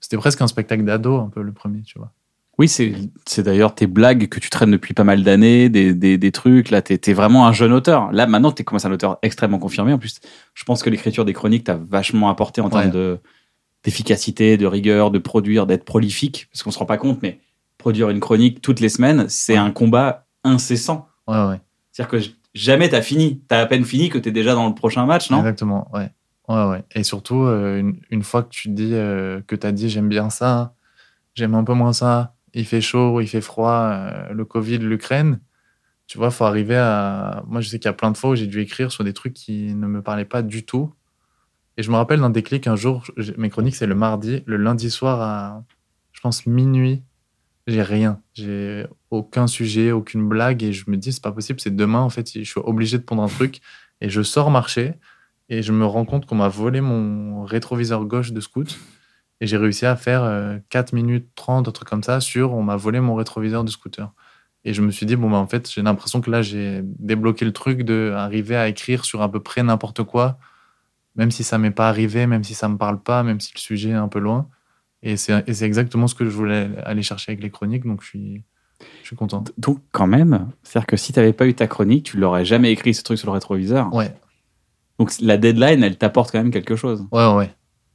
Speaker 3: C'était presque un spectacle d'ado, un peu le premier, tu vois.
Speaker 1: Oui, c'est c'est d'ailleurs tes blagues que tu traînes depuis pas mal d'années, des, des, des trucs. Là, t'es es vraiment un jeune auteur. Là, maintenant, t'es commencé un auteur extrêmement confirmé. En plus, je pense que l'écriture des chroniques t'a vachement apporté en termes
Speaker 3: Ouais.
Speaker 1: de d'efficacité, de rigueur, de produire, d'être prolifique. Parce qu'on se rend pas compte, mais produire une chronique toutes les semaines, c'est un combat incessant.
Speaker 3: Ouais, ouais.
Speaker 1: C'est-à-dire que j- jamais t'as fini. T'as à peine fini que t'es déjà dans le prochain match, non
Speaker 3: Exactement, ouais. Ouais, ouais. Et surtout, euh, une, une fois que tu dis euh, que tu as dit j'aime bien ça, j'aime un peu moins ça, il fait chaud, il fait froid, euh, le Covid, l'Ukraine, tu vois, faut arriver à. Moi, je sais qu'il y a plein de fois où j'ai dû écrire sur des trucs qui ne me parlaient pas du tout. Et je me rappelle d'un déclic un jour, j'ai- mes chroniques, c'est le mardi, le lundi soir à, je pense, minuit, j'ai rien. J'ai aucun sujet, aucune blague. Et je me dis, c'est pas possible, c'est demain, en fait, je suis obligé de prendre un truc. Et je sors marcher et je me rends compte qu'on m'a volé mon rétroviseur gauche de scout. Et j'ai réussi à faire euh, 4 minutes 30, un truc comme ça, sur on m'a volé mon rétroviseur de scooter. Et je me suis dit, bon, bah, en fait, j'ai l'impression que là, j'ai débloqué le truc de arriver à écrire sur à peu près n'importe quoi, même si ça m'est pas arrivé, même si ça me parle pas, même si le sujet est un peu loin. Et c'est et c'est exactement ce que je voulais aller chercher avec les chroniques, donc je suis, je suis content.
Speaker 1: Donc, quand même, c'est-à-dire que si t'avais pas eu ta chronique, tu l'aurais jamais écrit ce truc sur le rétroviseur.
Speaker 3: Ouais,
Speaker 1: Donc, la deadline, elle t'apporte quand même quelque chose.
Speaker 3: Ouais, ouais.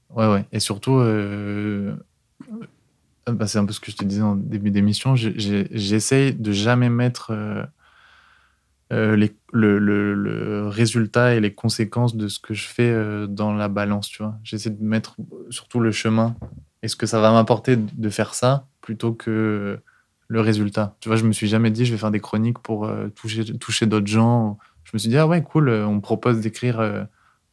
Speaker 3: Ouais, ouais. Et surtout, euh, euh, bah, c'est un peu ce que je te disais en début d'émission, j'ai- j'ai- j'essaye de jamais mettre euh, euh, les- le, le- le résultat et les conséquences de ce que je fais euh, dans la balance, tu vois. J'essaie de mettre surtout le chemin et ce que ça va m'apporter de faire ça plutôt que le résultat. Tu vois, je me suis jamais dit je vais faire des chroniques pour euh, toucher, toucher d'autres gens. Je me suis dit, ah ouais, cool, euh, on me propose d'écrire... euh,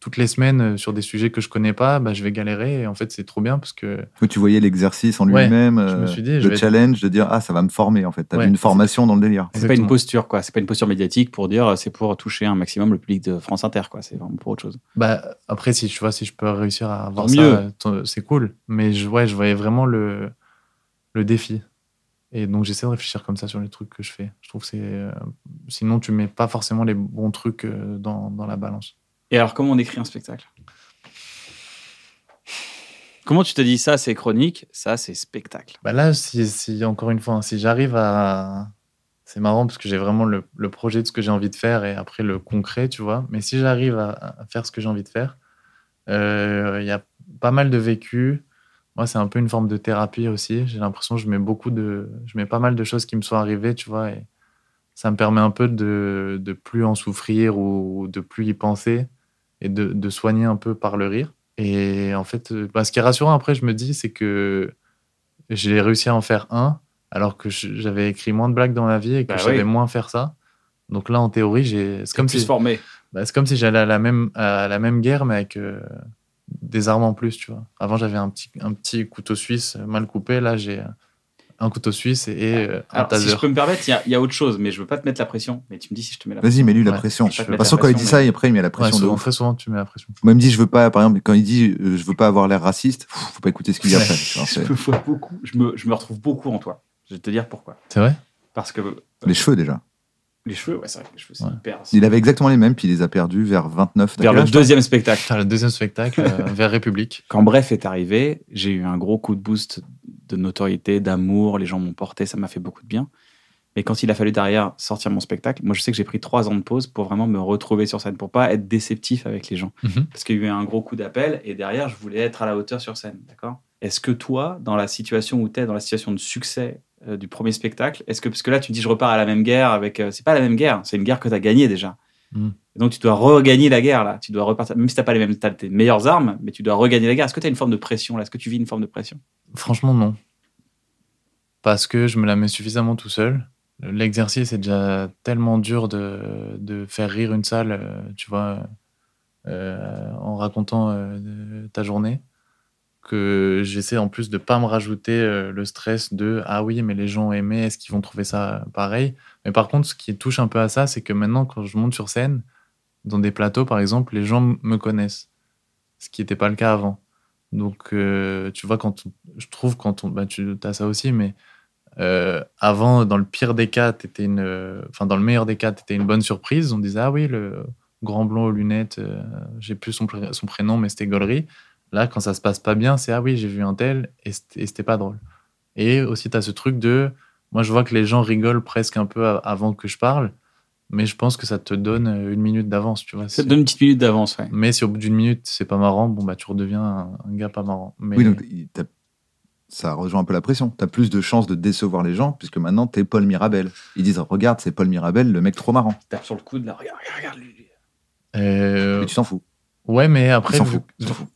Speaker 3: toutes les semaines euh, sur des sujets que je connais pas, bah, je vais galérer. Et en fait, c'est trop bien parce que
Speaker 2: Où tu voyais l'exercice en
Speaker 3: Ouais,
Speaker 2: lui-même,
Speaker 3: je me
Speaker 2: euh,
Speaker 3: suis dit, je
Speaker 2: le
Speaker 3: vais-
Speaker 2: challenge de dire Ah, ça va me former en fait. T'avais
Speaker 3: Ouais.
Speaker 2: une formation dans le délire.
Speaker 1: C'est pas une
Speaker 3: Exactement.
Speaker 1: posture, quoi. C'est pas une posture médiatique pour dire euh, c'est pour toucher un maximum le public de France Inter, quoi. C'est vraiment pour autre chose.
Speaker 3: bah, après, si tu vois, si je peux réussir à avoir
Speaker 1: Tant
Speaker 3: ça,
Speaker 1: mieux.
Speaker 3: euh, tant- c'est cool. Mais je, ouais, je voyais vraiment le, le défi. Et donc, j'essaie de réfléchir comme ça sur les trucs que je fais. Je trouve que c'est. euh, sinon, tu mets pas forcément les bons trucs euh, dans, dans la balance.
Speaker 1: Et alors, comment on écrit un spectacle Comment tu te dis ça, c'est chronique, ça, c'est spectacle
Speaker 3: Bah là, si, si- encore une fois, hein, si j'arrive à. C'est marrant parce que j'ai vraiment le, le projet de ce que j'ai envie de faire et après le concret, tu vois. Mais si j'arrive à, à faire ce que j'ai envie de faire, euh, il y a pas mal de vécu. Moi, c'est un peu une forme de thérapie aussi. J'ai l'impression que je mets beaucoup de. Je mets pas mal de choses qui me sont arrivées, tu vois. Et ça me permet un peu de, de plus en souffrir ou de plus y penser et de, de soigner un peu par le rire. Et en fait, euh, bah, ce qui est rassurant après, je me dis, c'est que j'ai réussi à en faire un, alors que je- j'avais écrit moins de blagues dans ma vie et que
Speaker 1: Bah
Speaker 3: je savais
Speaker 1: oui.
Speaker 3: moins faire ça. Donc là, en théorie, j'ai. C'est comme
Speaker 1: Plus
Speaker 3: si.
Speaker 1: formé.
Speaker 3: Bah, c'est comme si j'allais à la même à la même guerre mais avec euh, des armes en plus, tu vois. Avant j'avais un petit un petit couteau suisse euh, mal coupé, là j'ai euh, un couteau suisse et, et, euh, un
Speaker 1: Alors, si
Speaker 3: taser.
Speaker 1: je peux me permettre, il y a- il y, a autre chose, mais je veux pas te mettre la pression. Mais tu me dis si je te mets la pression.
Speaker 2: Vas-y, mets-lui la
Speaker 3: Ouais,
Speaker 2: pression.
Speaker 1: je
Speaker 2: De
Speaker 1: vais
Speaker 2: toute
Speaker 1: mettre la
Speaker 2: façon, quand il dit
Speaker 1: pression,
Speaker 2: ça, et après, il met la
Speaker 3: Ouais,
Speaker 2: pression de
Speaker 3: souvent,
Speaker 2: ouf.
Speaker 3: très souvent tu mets la pression.
Speaker 2: Moi, il me dit Je veux pas, par exemple, quand il dit euh, Je veux pas avoir l'air raciste, pff, faut pas écouter ce qu'il dit
Speaker 3: Ouais.
Speaker 2: après. Genre, c'est-
Speaker 1: Je me, vois beaucoup, je, me, je me retrouve beaucoup en toi. Je vais te dire pourquoi.
Speaker 3: C'est vrai
Speaker 1: Parce que euh,
Speaker 2: Les cheveux déjà.
Speaker 1: les cheveux, ouais, c'est vrai que les cheveux, c'est
Speaker 3: Ouais.
Speaker 1: hyper.
Speaker 2: Il avait exactement les mêmes, puis il les a perdus vers 29. T'as
Speaker 1: Vers
Speaker 2: quel
Speaker 1: le
Speaker 2: âge, toi
Speaker 1: deuxième spectacle.
Speaker 3: Putain, le deuxième spectacle euh, vers République.
Speaker 1: Quand Bref est arrivé, j'ai eu un gros coup de boost de notoriété, d'amour, les gens m'ont porté, ça m'a fait beaucoup de bien. Mais quand il a fallu derrière sortir mon spectacle, moi je sais que j'ai pris trois ans de pause pour vraiment me retrouver sur scène, pour pas être déceptif avec les gens.
Speaker 3: Mhm.
Speaker 1: Parce qu'il y a eu un gros coup d'appel et derrière je voulais être à la hauteur sur scène, d'accord Est-ce que toi, dans la situation où tu es, dans la situation de succès euh, du premier spectacle, est-ce que, parce que là tu dis je repars à la même guerre avec. euh, c'est pas la même guerre, c'est une guerre que tu as gagnée déjà.
Speaker 3: Mhm.
Speaker 1: Et Donc tu dois regagner la guerre là, tu dois repartir, même si t'as pas les mêmes, t'as tes meilleures armes, mais tu dois regagner la guerre. Est-ce que tu as une forme de pression là Est-ce que tu vis une forme de pression
Speaker 3: Franchement, non. Parce que je me la mets suffisamment tout seul. L'exercice est déjà tellement dur de, de faire rire une salle, euh, tu vois, euh, en racontant euh, de- ta journée, que j'essaie en plus de pas me rajouter euh, le stress de ah oui, mais les gens ont aimé, est-ce qu'ils vont trouver ça pareil Mais par contre, ce qui touche un peu à ça, c'est que maintenant, quand je monte sur scène, dans des plateaux par exemple, les gens m- me connaissent, ce qui n'était pas le cas avant. Donc, euh, tu vois, quand on- je trouve quand on, bah, tu as ça aussi, mais euh, avant, dans le pire des cas, t'étais une, euh, enfin dans le meilleur des cas, t'étais une bonne surprise. On disait ah oui, le grand blond aux lunettes, euh, j'ai plus son, pré- son prénom, mais c'était Gollery. Là, quand ça se passe pas bien, c'est ah oui, j'ai vu un tel et c'était et c'était pas drôle. Et aussi, t'as ce truc de, moi, je vois que les gens rigolent presque un peu a- avant que je parle, mais je pense que ça te donne euh, une minute d'avance, tu vois.
Speaker 1: Ça
Speaker 3: c'est-
Speaker 1: te donne une petite minute d'avance, ouais.
Speaker 3: mais si au bout d'une minute, c'est pas marrant, bon, bah, tu redeviens un, un gars pas marrant. Mais
Speaker 2: Oui, donc il- t'as- ça rejoint un peu la pression. Tu as plus de chances de décevoir les gens, puisque maintenant, tu es Paul Mirabel. Ils disent Regarde, c'est Paul Mirabel, le mec trop marrant.
Speaker 1: Tu tapes sur le coude là, regarde, regarde, regarde. lui.
Speaker 3: Euh,
Speaker 2: Mais tu t'en fous.
Speaker 3: ouais, mais après,
Speaker 2: Il s'en
Speaker 3: vu-
Speaker 2: fout. Il s'en fout.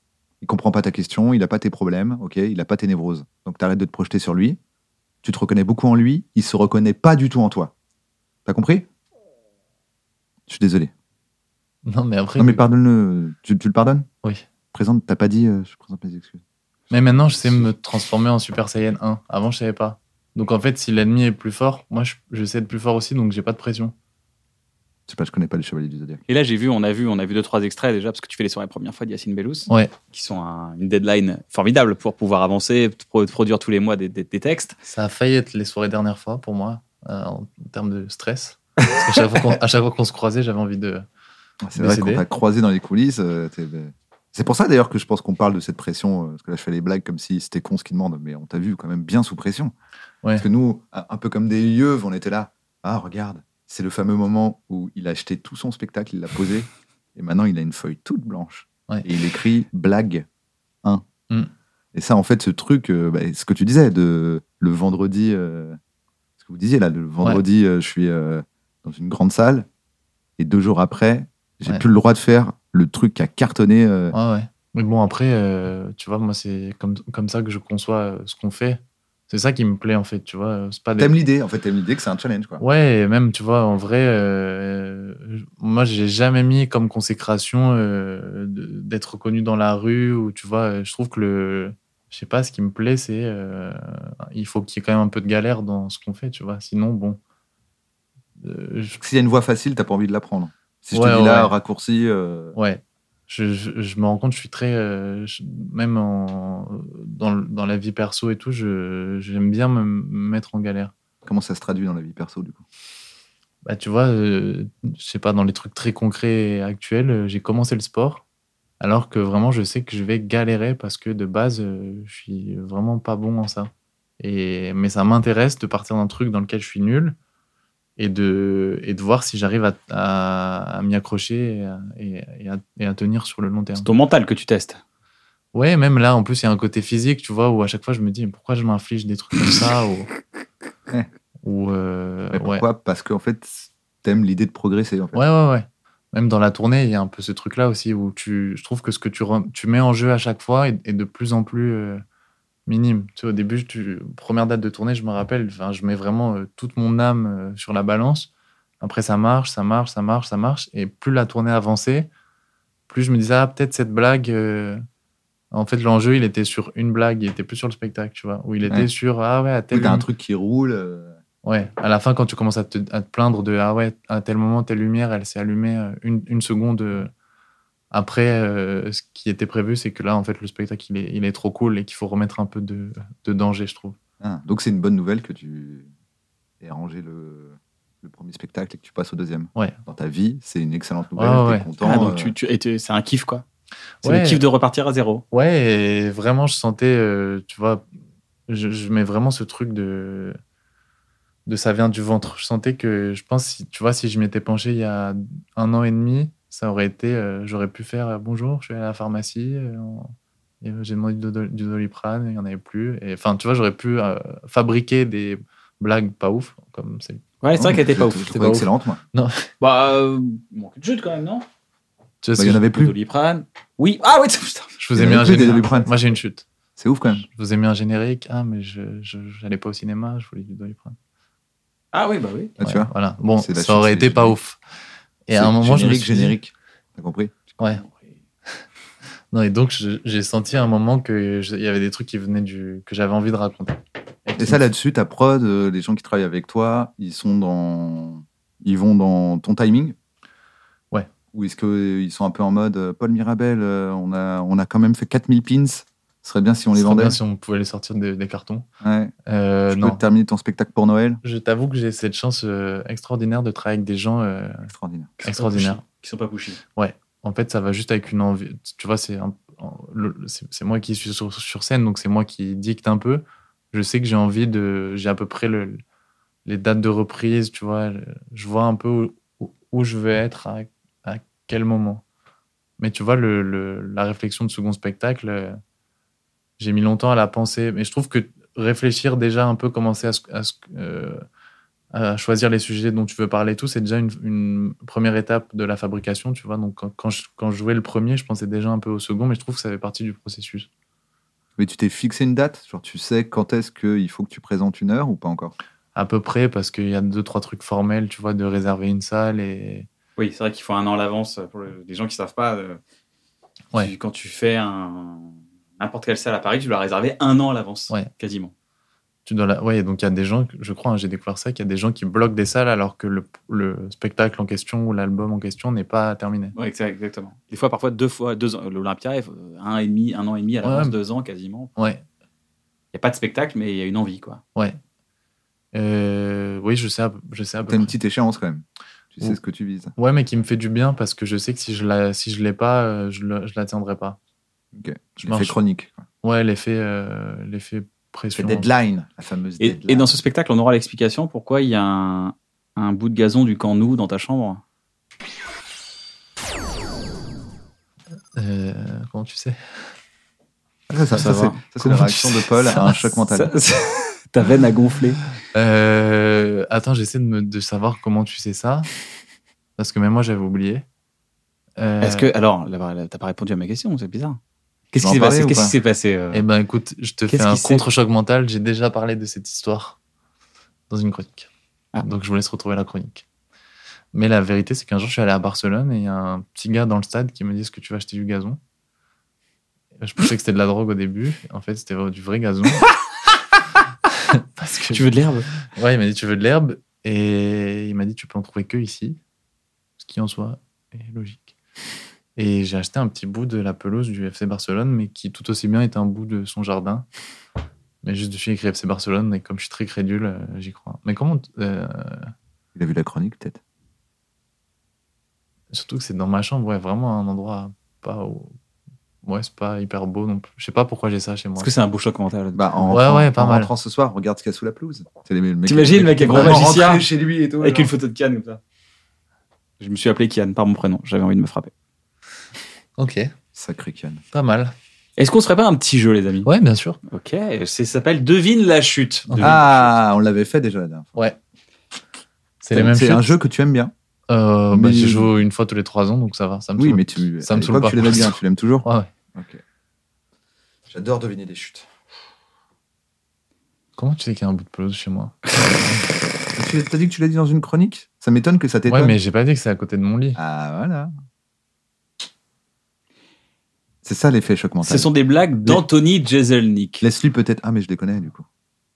Speaker 2: Il comprend pas ta question, il a pas tes problèmes, ok, il a pas tes névroses. Donc t'arrêtes de te projeter sur lui. Tu te reconnais beaucoup en lui, il se reconnaît pas du tout en toi. T'as compris Je suis désolé.
Speaker 3: non, mais après,
Speaker 2: Non mais pardonne-le. Tu, tu le pardonnes
Speaker 3: Oui.
Speaker 2: Présente, t'as pas dit. euh, je présente mes excuses.
Speaker 3: mais maintenant, je sais me transformer en Super Saiyan 1. Avant, je savais pas. Donc en fait, si l'ennemi est plus fort, moi, je, je sais être plus fort aussi, donc j'ai pas de pression.
Speaker 2: Je sais pas, je connais pas les chevaliers du zodiaque.
Speaker 1: Et là, j'ai vu, on a vu, on a vu deux trois extraits déjà parce que tu fais les soirées première fois de Yacine Bellous,
Speaker 3: Ouais.
Speaker 1: qui sont un- une deadline formidable pour pouvoir avancer, pro- produire tous les mois des, des- des textes.
Speaker 3: Ça a failli être les soirées dernières fois pour moi, euh, en termes de stress. Parce qu'à chaque fois qu'on- à chaque fois qu'on se croisait, j'avais envie de.
Speaker 2: C'est vrai
Speaker 3: Décédé.
Speaker 2: qu'on t'a croisé dans les coulisses. euh, t'es- euh, c'est pour ça d'ailleurs que je pense qu'on parle de cette pression. euh, Parce que là, je fais les blagues comme si c'était con ce qu'ils demandent, mais on t'a vu quand même bien sous pression.
Speaker 3: Ouais.
Speaker 2: Parce que nous, un un peu comme des yeux, on était là. Ah, regarde, c'est le fameux moment où il a acheté tout son spectacle, il l'a posé, et maintenant il a une feuille toute blanche.
Speaker 3: Ouais.
Speaker 2: Et il écrit blague 1.
Speaker 3: Mm.
Speaker 2: Et ça, en fait, ce truc, euh, bah, ce que tu disais, de le vendredi, euh, ce que vous disiez là, le vendredi, euh, je suis euh, dans une grande salle, et deux jours après, j'ai
Speaker 3: Ouais. Ah,
Speaker 2: plus le droit de faire le truc qui a cartonné. euh,
Speaker 3: Ouais, ouais. Mais bon, après, euh, tu vois, moi, c'est comme, comme ça que je conçois euh, ce qu'on fait. C'est ça qui me plaît, en fait, tu vois. euh, C'est pas des-
Speaker 2: T'aimes l'idée, en fait, t'aimes l'idée que c'est un challenge, quoi.
Speaker 3: Ouais, et même, tu vois, en vrai, euh, je- moi, j'ai jamais mis comme consécration euh, de- d'être reconnu dans la rue ou, tu vois, euh, je trouve que le. Je sais pas, ce qui me plaît, c'est. euh, il faut qu'il y ait quand même un peu de galère dans ce qu'on fait, tu vois. Sinon, bon. euh, je-
Speaker 2: S'il y a une voie facile, t'as pas envie de la prendre. Si je
Speaker 3: Ouais,
Speaker 2: te dis là,
Speaker 3: ouais.
Speaker 2: raccourci. euh,
Speaker 3: Ouais. Je, je- je me rends compte, je suis très. euh, je- même en, dans, le- dans la vie perso et tout, je- j'aime bien me me mettre en galère.
Speaker 2: Comment ça se traduit dans la vie perso du coup
Speaker 3: Bah, tu vois, euh, je sais pas, dans les trucs très concrets et actuels, euh, j'ai commencé le sport, alors que vraiment, je sais que je vais galérer parce que de base, euh, je suis vraiment pas bon en ça. Et, mais ça m'intéresse de partir d'un truc dans lequel je suis nul et de, et de voir si j'arrive à, à- à m'y accrocher et à, et- et à- et à tenir sur le long terme.
Speaker 1: C'est ton mental que tu testes.
Speaker 3: Ouais, même là, en plus, il y a un côté physique, tu vois, où à chaque fois, je me dis, pourquoi je m'inflige des trucs comme ça ou...
Speaker 2: Ouais.
Speaker 3: ou euh,
Speaker 2: Mais
Speaker 3: ouais.
Speaker 2: Pourquoi Parce qu'en fait, t'aimes l'idée de progresser. En fait.
Speaker 3: ouais, ouais, ouais. Même dans la tournée, il y a un peu ce truc-là aussi, où tu... je trouve que ce que tu, rem- tu mets en jeu à chaque fois est, est de plus en plus euh, minime. Tu sais, au début, tu... première date de tournée, je me rappelle, enfin, je mets vraiment euh, toute mon âme euh, sur la balance. Après, ça marche, ça marche, ça marche, ça marche. Et plus la tournée avançait, plus je me disais, ah, peut-être cette blague. euh, En fait, l'enjeu, il était sur une blague, il était plus sur le spectacle, tu vois. Ou il était
Speaker 2: Ouais.
Speaker 3: sur, ah ouais, à
Speaker 2: Oui,
Speaker 3: tel
Speaker 2: T'as un truc qui roule. euh,
Speaker 3: Ouais, à la fin, quand tu commences à te, à te plaindre de ah ouais, à tel moment, telle lumière, elle s'est allumée euh, une, une seconde euh, après, euh, ce qui était prévu, c'est que là, en fait, le spectacle, il est, il est trop cool et qu'il faut remettre un peu de, de danger, je trouve.
Speaker 2: ah, donc c'est une bonne nouvelle que tu aies rangé le, le premier spectacle et que tu passes au deuxième.
Speaker 3: Ouais.
Speaker 2: Dans ta vie, c'est une excellente nouvelle.
Speaker 3: Ouais,
Speaker 2: t'es
Speaker 3: ouais.
Speaker 2: content.
Speaker 1: Ah, donc
Speaker 2: euh,
Speaker 1: tu, tu- et tu- c'est un kiff quoi. C'est
Speaker 3: Ouais.
Speaker 1: le kiff de repartir à zéro.
Speaker 3: Ouais, et vraiment, je sentais, euh, tu vois, je, je mets vraiment ce truc de de ça vient du ventre. Je sentais que, je pense, si, tu vois, si je m'étais penché il y a un an et demi, ça aurait été, euh, j'aurais pu faire euh, bonjour, je suis allé à la pharmacie, euh, on- et, euh, j'ai demandé du, do- du doliprane, il n'y en avait plus. Et Enfin, tu vois, j'aurais pu euh, fabriquer des blagues pas ouf, comme c'est.
Speaker 1: Ouais, c'est vrai qu'elle
Speaker 2: était
Speaker 1: était pas ouf.
Speaker 2: Je
Speaker 1: c'était
Speaker 2: trouvais
Speaker 1: pas ouf.
Speaker 2: excellente, moi.
Speaker 1: Bah, euh, manque de jus quand même, non
Speaker 3: Tu vois,
Speaker 2: Bah,
Speaker 3: c'est-
Speaker 2: il y en avait
Speaker 1: Le
Speaker 2: plus.
Speaker 1: Doliprane. Oui. Ah oui, putain.
Speaker 3: Je vous
Speaker 2: il y
Speaker 3: ai
Speaker 2: en
Speaker 3: mis
Speaker 2: avait plus
Speaker 3: un
Speaker 2: des
Speaker 3: générique.
Speaker 2: Doliprane.
Speaker 3: Moi, j'ai une chute.
Speaker 2: C'est ouf quand même.
Speaker 3: Je vous ai mis un générique. Ah, mais je je- j'allais pas au cinéma, je voulais du doliprane.
Speaker 1: Ah oui, bah oui.
Speaker 2: Ah, tu
Speaker 3: Ouais,
Speaker 2: vois
Speaker 3: Voilà. Bon,
Speaker 2: C'est la
Speaker 3: ça aurait
Speaker 2: chute,
Speaker 3: été
Speaker 2: c'est
Speaker 3: pas
Speaker 2: générique.
Speaker 3: ouf. Et à un
Speaker 2: C'est
Speaker 3: moment, je me
Speaker 2: générique,
Speaker 3: suis dit-
Speaker 2: générique. T'as compris
Speaker 3: Ouais. Non, et donc, je- j'ai senti à un moment que je- il y avait des trucs qui venaient du. que j'avais envie de raconter.
Speaker 2: Et ça, là-dessus, ta prod, euh, les gens qui travaillent avec toi, ils sont dans. Ils vont dans ton timing
Speaker 3: Ouais.
Speaker 2: Ou est-ce qu'ils sont un peu en mode euh, Paul Mirabel, euh, on a, on a quand même fait 4000 pins, ce serait bien si on
Speaker 3: Ce
Speaker 2: les
Speaker 3: serait
Speaker 2: vendait.
Speaker 3: bien si on pouvait les sortir des, des cartons.
Speaker 2: Ouais.
Speaker 3: Euh,
Speaker 2: tu
Speaker 3: non.
Speaker 2: peux terminer ton spectacle pour Noël
Speaker 3: Je t'avoue que j'ai cette chance euh, extraordinaire de travailler avec des gens euh,
Speaker 2: Extraordinaire.
Speaker 3: extraordinaires.
Speaker 1: Qui sont pas pushy.
Speaker 3: En fait, ça va juste avec une envie. Tu vois, c'est un- en- le- c'est c'est moi qui suis sur, sur scène, donc c'est moi qui dicte un peu. Je sais que j'ai envie de. J'ai à peu près le, les dates de reprise, tu vois. Je vois un peu où- où, où je vais être, à, à quel moment. Mais tu vois, le, le- la réflexion de second spectacle, euh, j'ai mis longtemps à la penser. Mais je trouve que réfléchir déjà un peu, commencer à, se- à se- euh, à choisir les sujets dont tu veux parler, et tout, c'est déjà une, une première étape de la fabrication, tu vois. Donc, quand, quand je, quand je jouais le premier, je pensais déjà un peu au second, mais je trouve que ça fait partie du processus.
Speaker 2: Mais tu t'es fixé une date Genre, tu sais quand est-ce qu'il faut que tu présentes une heure ou pas encore
Speaker 3: À peu près, parce qu'il y a deux, trois trucs formels, tu vois, de réserver une salle et.
Speaker 1: Oui, c'est vrai qu'il faut un an à l'avance pour le- les gens qui savent pas. euh,
Speaker 3: Ouais.
Speaker 1: tu- quand tu fais un n'importe quelle salle à Paris, tu dois réserver un an à l'avance,
Speaker 3: Ouais.
Speaker 1: quasiment.
Speaker 3: Tu dois la- Ouais, donc il y a des gens, je crois, hein, j'ai découvert ça, qu'il y a des gens qui bloquent des salles alors que le, le spectacle en question ou l'album en question n'est pas terminé.
Speaker 1: Oui, exactement. Des fois, parfois deux fois, deux ans. L'Olympia, euh, un et demi, un an et demi à l'avance,
Speaker 3: Ouais.
Speaker 1: deux ans quasiment.
Speaker 3: Ouais,
Speaker 1: Il y a pas de spectacle, mais il y a une envie, quoi.
Speaker 3: ouais. Euh, Oui, je sais, à peu- je sais à peu
Speaker 2: T'as une
Speaker 3: près.
Speaker 2: petite échéance quand même. Tu sais
Speaker 3: Ouh.
Speaker 2: ce que tu vises.
Speaker 3: Ouais, mais qui me fait du bien parce que je sais que si je la, si je l'ai pas, euh, je ne l'atteindrai pas.
Speaker 2: Ok.
Speaker 3: Je
Speaker 2: L'effet
Speaker 3: marche.
Speaker 2: chronique. quoi.
Speaker 3: Ouais, l'effet, euh, l'effet
Speaker 2: C'est
Speaker 3: pression. hein.
Speaker 2: deadline, la fameuse
Speaker 1: Et,
Speaker 2: deadline.
Speaker 1: et dans ce spectacle, on aura l'explication pourquoi il y a un, un bout de gazon du camp nous dans ta chambre.
Speaker 3: Euh, comment tu sais
Speaker 2: Ah, ça,
Speaker 1: Ça
Speaker 2: ça, ça,
Speaker 1: va.
Speaker 2: c'est- ça, c'est la
Speaker 3: Comment
Speaker 2: réaction
Speaker 3: tu-
Speaker 2: de Paul à un choc mental.
Speaker 1: Ça- ça- ta veine a gonflé.
Speaker 3: Euh, Attends, j'essaie de, me- de savoir comment tu sais ça. Parce que même moi, j'avais oublié. Euh,
Speaker 1: Est-ce que alors, là, là, t'as pas répondu à ma question, c'est bizarre. Qu'est-ce qui
Speaker 2: veux en
Speaker 1: s'est
Speaker 2: parler
Speaker 1: passé
Speaker 2: ou
Speaker 1: Qu'est-ce
Speaker 2: pas
Speaker 1: qui s'est passé euh,
Speaker 3: Eh ben écoute, je te fais
Speaker 1: Qu'est-ce
Speaker 3: un
Speaker 1: qui c'est
Speaker 3: contre-choc mental. J'ai déjà parlé de cette histoire dans une chronique.
Speaker 1: Ah.
Speaker 3: Donc je vous laisse retrouver la chronique. Mais la vérité, c'est qu'un jour, je suis allé à Barcelone et il y a un petit gars dans le stade qui me dit Est-ce que tu vas acheter du gazon Je pensais que c'était de la drogue au début. En fait, c'était du vrai gazon. Parce que
Speaker 1: Tu veux de l'herbe
Speaker 3: Ouais, il m'a dit tu veux de l'herbe et il m'a dit tu peux en trouver que ici, ce qui en soi est logique. Et j'ai acheté un petit bout de la pelouse du FC Barcelone, mais qui tout aussi bien est un bout de son jardin. Mais juste dessus il y a écrit FC Barcelone et comme je suis très crédule, euh, j'y crois. Mais comment t- euh,
Speaker 2: Il a vu la chronique peut-être.
Speaker 3: Surtout que c'est dans ma chambre, ouais, vraiment un endroit pas. au- Ouais, c'est pas hyper beau non plus. Je sais pas pourquoi j'ai ça chez moi.
Speaker 1: Est-ce que c'est un beau choc mental
Speaker 2: Bah, en
Speaker 3: Ouais,
Speaker 2: rentrant,
Speaker 3: ouais, pas
Speaker 2: en
Speaker 3: mal.
Speaker 2: rentrant ce soir, regarde ce qu'il y a sous la pelouse. C'est les- le mec-
Speaker 1: T'imagines, le mec est gros
Speaker 2: vraiment
Speaker 1: magicien.
Speaker 2: rentré chez lui et tout.
Speaker 1: Avec
Speaker 2: genre.
Speaker 1: une photo de Kian comme ça. Je me suis appelé Kian par mon prénom, j'avais envie de me frapper.
Speaker 3: Ok,
Speaker 2: Sacré Kian.
Speaker 3: pas mal.
Speaker 1: Est-ce qu'on se ferait pas un petit jeu, les amis
Speaker 3: Ouais, bien sûr.
Speaker 1: Ok, c'est- ça s'appelle Devine la chute. Devine la
Speaker 2: Ah, on l'avait fait déjà la dernière fois.
Speaker 3: C'est les mêmes
Speaker 2: C'est un
Speaker 3: choses.
Speaker 2: jeu que tu aimes bien.
Speaker 3: Euh, bah,
Speaker 2: Mais-
Speaker 3: j'y joue une fois tous les trois ans, donc ça va. Ça me
Speaker 2: Oui,
Speaker 3: saoule.
Speaker 2: mais tu,
Speaker 3: ça
Speaker 2: à
Speaker 3: me saoule
Speaker 2: l'époque,
Speaker 3: pas.
Speaker 2: tu l'aimais bien, tu l'aimes toujours.
Speaker 3: Ouais, ouais.
Speaker 2: J'adore deviner des chutes.
Speaker 3: Comment tu sais qu'il y a un bout de pelouse chez moi
Speaker 2: Tu as dit que tu l'as dit dans une chronique Ça m'étonne que ça t'étonne.
Speaker 3: Ouais, mais j'ai pas dit que c'est à côté de mon lit.
Speaker 2: Ah, voilà. C'est ça l'effet choc
Speaker 1: chute. Ah. Ce
Speaker 2: mental.
Speaker 1: sont des blagues d'Anthony Jeselnik.
Speaker 2: Laisse-lui peut-être. Ah, mais je les connais du coup.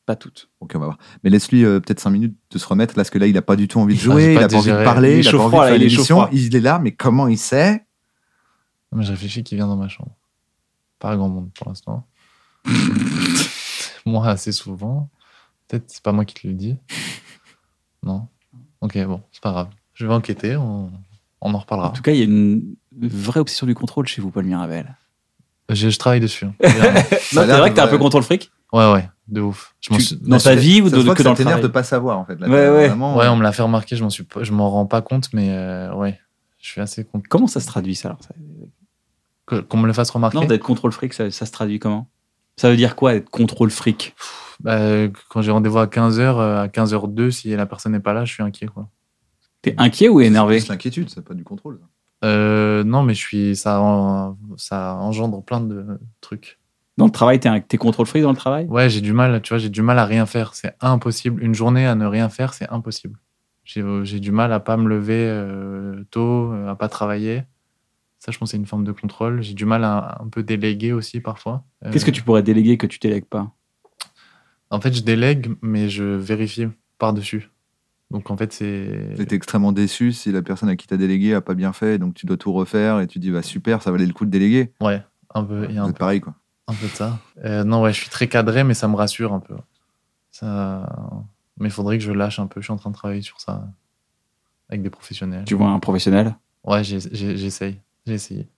Speaker 1: Pas toutes.
Speaker 2: Ok, on va voir. Mais laisse-lui euh, peut-être 5 minutes de se remettre. Là, parce que là, il n'a pas du tout envie de
Speaker 3: Ah, j'ai
Speaker 2: jouer, il
Speaker 3: pas
Speaker 2: n'a pas envie de
Speaker 3: digéré.
Speaker 2: parler,
Speaker 1: Il est
Speaker 2: il n'a
Speaker 1: chaud
Speaker 2: pas envie de
Speaker 1: froid, là,
Speaker 2: faire
Speaker 1: il est chaud
Speaker 2: l'émission.
Speaker 1: froid.
Speaker 2: Il est là, mais comment il sait
Speaker 3: Non, Ah, mais je réfléchis qu'il vient dans ma chambre. Pas grand monde pour l'instant. moi, assez souvent. Peut-être c'est pas moi qui te le dis. Non. Ok, bon, c'est pas grave. Je vais enquêter, on, on en
Speaker 1: En
Speaker 3: reparlera.
Speaker 1: tout cas, il y a une vraie obsession du contrôle chez vous, Paul Mirabel.
Speaker 3: Je, je travaille dessus. hein. Bien.
Speaker 1: Non,
Speaker 2: a
Speaker 1: c'est
Speaker 2: l'air
Speaker 1: vrai
Speaker 2: de
Speaker 1: que t'es un peu
Speaker 2: vrai.
Speaker 1: contrôle fric
Speaker 3: ouais, ouais. de ouf. Je m'en
Speaker 1: Tu-
Speaker 3: suis-
Speaker 1: Dans ta vie ou
Speaker 2: Ça se
Speaker 1: de-
Speaker 2: voit
Speaker 1: que dans
Speaker 2: ça
Speaker 1: le
Speaker 2: t'énerve
Speaker 1: travail
Speaker 2: de pas savoir en fait. Là,
Speaker 1: Ouais,
Speaker 2: t'as
Speaker 1: ouais.
Speaker 2: vraiment-
Speaker 3: Ouais, on me l'a fait remarquer, je m'en suis pas- je m'en rends pas compte, mais euh, ouais, je suis assez content
Speaker 1: Comment ça se traduit ça, alors, ça
Speaker 3: que- qu'on me le fasse remarquer.
Speaker 1: Non, d'être contrôle fric, ça, ça se traduit comment Ça veut dire quoi être contrôle fric
Speaker 3: Bah, euh, quand j'ai rendez-vous à 15h, à 15h02, si la personne n'est pas là, je suis inquiet. Quoi.
Speaker 1: T'es inquiet ou énervé
Speaker 2: C'est l'inquiétude, c'est pas du contrôle. ça.
Speaker 3: Euh, non, mais je suis, ça, en- ça engendre plein de trucs.
Speaker 1: Dans le travail, t'es, un- t'es contrôle fric dans le travail
Speaker 3: Ouais, j'ai du mal, tu vois, j'ai du mal à rien faire. C'est impossible. Une journée à ne rien faire, c'est impossible. J'ai j'ai du mal à pas me lever euh, tôt, euh, à pas travailler. Ça, je pense, que c'est une forme de contrôle. J'ai du mal à un peu déléguer aussi parfois. Euh,
Speaker 1: Qu'est-ce que tu pourrais déléguer que tu délègues pas
Speaker 3: En fait, je délègue, mais je vérifie par-dessus. Donc, en fait, c'est.
Speaker 2: T'es extrêmement déçu si la personne à qui t'as délégué a pas bien fait, donc tu dois tout refaire et tu dis bah super, ça valait le coup de déléguer.
Speaker 3: Ouais, un peu. il y a un
Speaker 2: C'est
Speaker 3: peu-
Speaker 2: pareil quoi.
Speaker 3: Un peu de ça. Euh, non, ouais, je suis très cadré, mais ça me rassure un peu. Ça... Mais il faudrait que je lâche un peu. Je suis en train de travailler sur ça avec des professionnels.
Speaker 1: Tu vois un professionnel
Speaker 3: Ouais, j'ai- j'ai- j'essaye. J'ai essayé.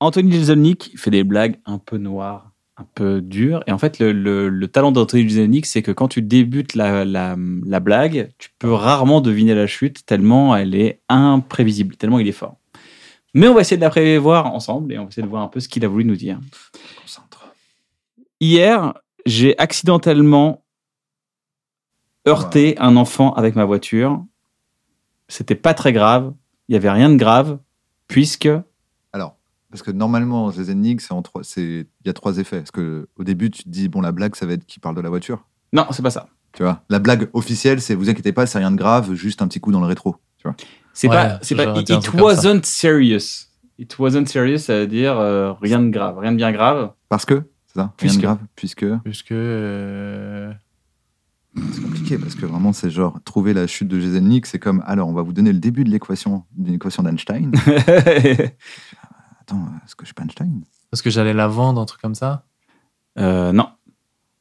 Speaker 1: Anthony Jeselnik fait des blagues un peu noires, un peu dures. Et en fait, le, le- le talent d'Anthony Jeselnik, c'est que quand tu débutes la, la- la blague, tu peux rarement deviner la chute, tellement elle est imprévisible, tellement il est fort. Mais on va essayer de la prévoir ensemble et on va essayer de voir un peu ce qu'il a voulu nous dire.
Speaker 2: Concentre.
Speaker 1: Hier, j'ai accidentellement heurté un enfant avec ma voiture. C'était pas très grave. Il y avait rien de grave, puisque
Speaker 2: Alors, parce que normalement, les énigmes, c'est en trois, c'est il y a trois effets. Parce que au début, tu te dis bon, la blague, ça va être qui parle de la voiture.
Speaker 1: non, c'est pas ça.
Speaker 2: Tu vois, la blague officielle, c'est vous inquiétez pas, c'est rien de grave, juste un petit coup dans le rétro. Tu vois.
Speaker 1: C'est
Speaker 3: Ouais,
Speaker 1: pas, c'est pas.
Speaker 3: j'aurais
Speaker 1: It,
Speaker 3: dit un
Speaker 1: it
Speaker 3: truc comme
Speaker 1: wasn't serious. It wasn't serious, ça veut dire euh, rien de grave, rien de bien grave.
Speaker 2: Parce que, c'est ça, rien
Speaker 1: Puisque.
Speaker 2: de grave, puisque.
Speaker 3: Puisque. euh,
Speaker 2: C'est compliqué parce que vraiment, c'est genre trouver la chute de Jeselnik, c'est comme alors on va vous donner le début de l'équation d'une équation d'Einstein. Attends, est-ce que je suis pas Einstein
Speaker 3: Parce que j'allais la vendre, un truc comme ça.
Speaker 1: Euh, non,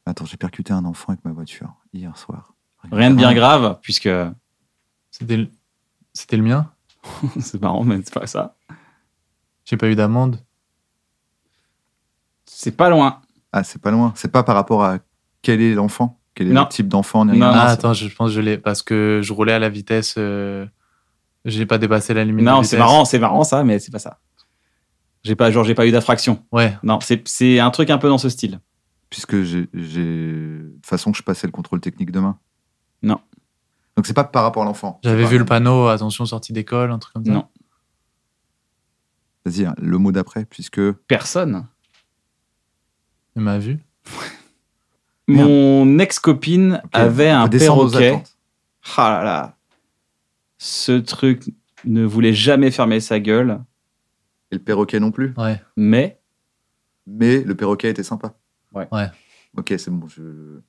Speaker 2: Attends, j'ai percuté un enfant avec ma voiture hier soir. Ah,
Speaker 1: rien de bien grave, puisque
Speaker 3: C'était le... c'était le mien.
Speaker 1: c'est marrant, mais c'est pas ça.
Speaker 3: J'ai pas eu d'amende.
Speaker 1: C'est pas loin.
Speaker 2: Ah, c'est pas loin. C'est pas par rapport à quel est l'enfant, quel est
Speaker 1: Non.
Speaker 2: le type d'enfant. ni
Speaker 1: Non,
Speaker 2: rien.
Speaker 1: non,
Speaker 3: ah,
Speaker 1: c'est-
Speaker 3: attends, je pense que je l'ai. Parce que je roulais à la vitesse. euh, J'ai pas dépassé la limite. de
Speaker 1: non, c'est
Speaker 3: vitesse.
Speaker 1: marrant, c'est marrant ça, mais c'est pas ça. J'ai pas, genre, j'ai pas eu d'affraction.
Speaker 3: Ouais,
Speaker 1: Non, c'est- c'est un truc un peu dans ce style.
Speaker 2: Puisque j'ai. j'ai- De toute façon, je passais le contrôle technique demain.
Speaker 1: Non.
Speaker 2: Donc c'est pas par rapport à l'enfant.
Speaker 3: j'avais
Speaker 2: C'est pas-
Speaker 3: vu le panneau, attention, sortie d'école, un truc comme ça.
Speaker 1: Non.
Speaker 2: Vas-y, hein, le mot d'après, puisque.
Speaker 1: Personne.
Speaker 3: Il m'a vu.
Speaker 2: Merde.
Speaker 1: Mon ex-copine avait
Speaker 2: on
Speaker 1: un
Speaker 2: peut descendre aux
Speaker 1: perroquet.
Speaker 2: attentes.
Speaker 1: Ah là là. Ce truc ne voulait jamais fermer sa gueule,
Speaker 2: Et le perroquet non plus.
Speaker 3: Ouais.
Speaker 1: mais
Speaker 2: Mais le perroquet était sympa.
Speaker 1: Ouais.
Speaker 3: Ouais.
Speaker 2: Ok, c'est bon. Je,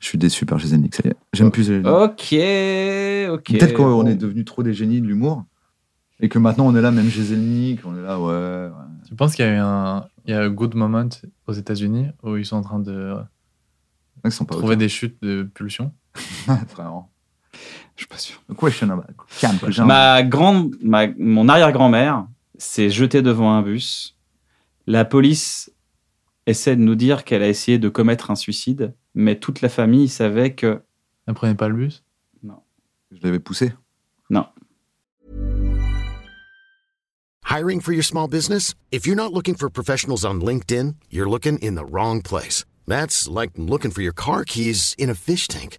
Speaker 2: je suis déçu par Jason X. J'aime plus Jason X.
Speaker 1: Ok, ok.
Speaker 2: Peut-être qu'on est devenu trop des génies de l'humour. Et que maintenant, on est là, même Jezelnik, on est là, ouais. ouais.
Speaker 3: Tu penses qu'il y a eu un, il y a un good moment aux États-Unis où ils sont en train de
Speaker 2: Ils sont pas
Speaker 3: trouver des chutes de pulsion
Speaker 2: autant. Vraiment.
Speaker 1: Je suis pas sûr.
Speaker 2: Question about. Calme, que j'ai un-
Speaker 1: Ma grande, ma, mon arrière-grand-mère s'est jetée devant un bus. La police essaie de nous dire qu'elle a essayé de commettre un suicide, mais toute la famille savait que.
Speaker 3: Ne prenez pas le bus
Speaker 2: Je l'avais poussé.
Speaker 4: Hiring for your small business? If you're not looking for professionals on LinkedIn, you're looking in the wrong place. That's like looking for your car keys in a fish tank.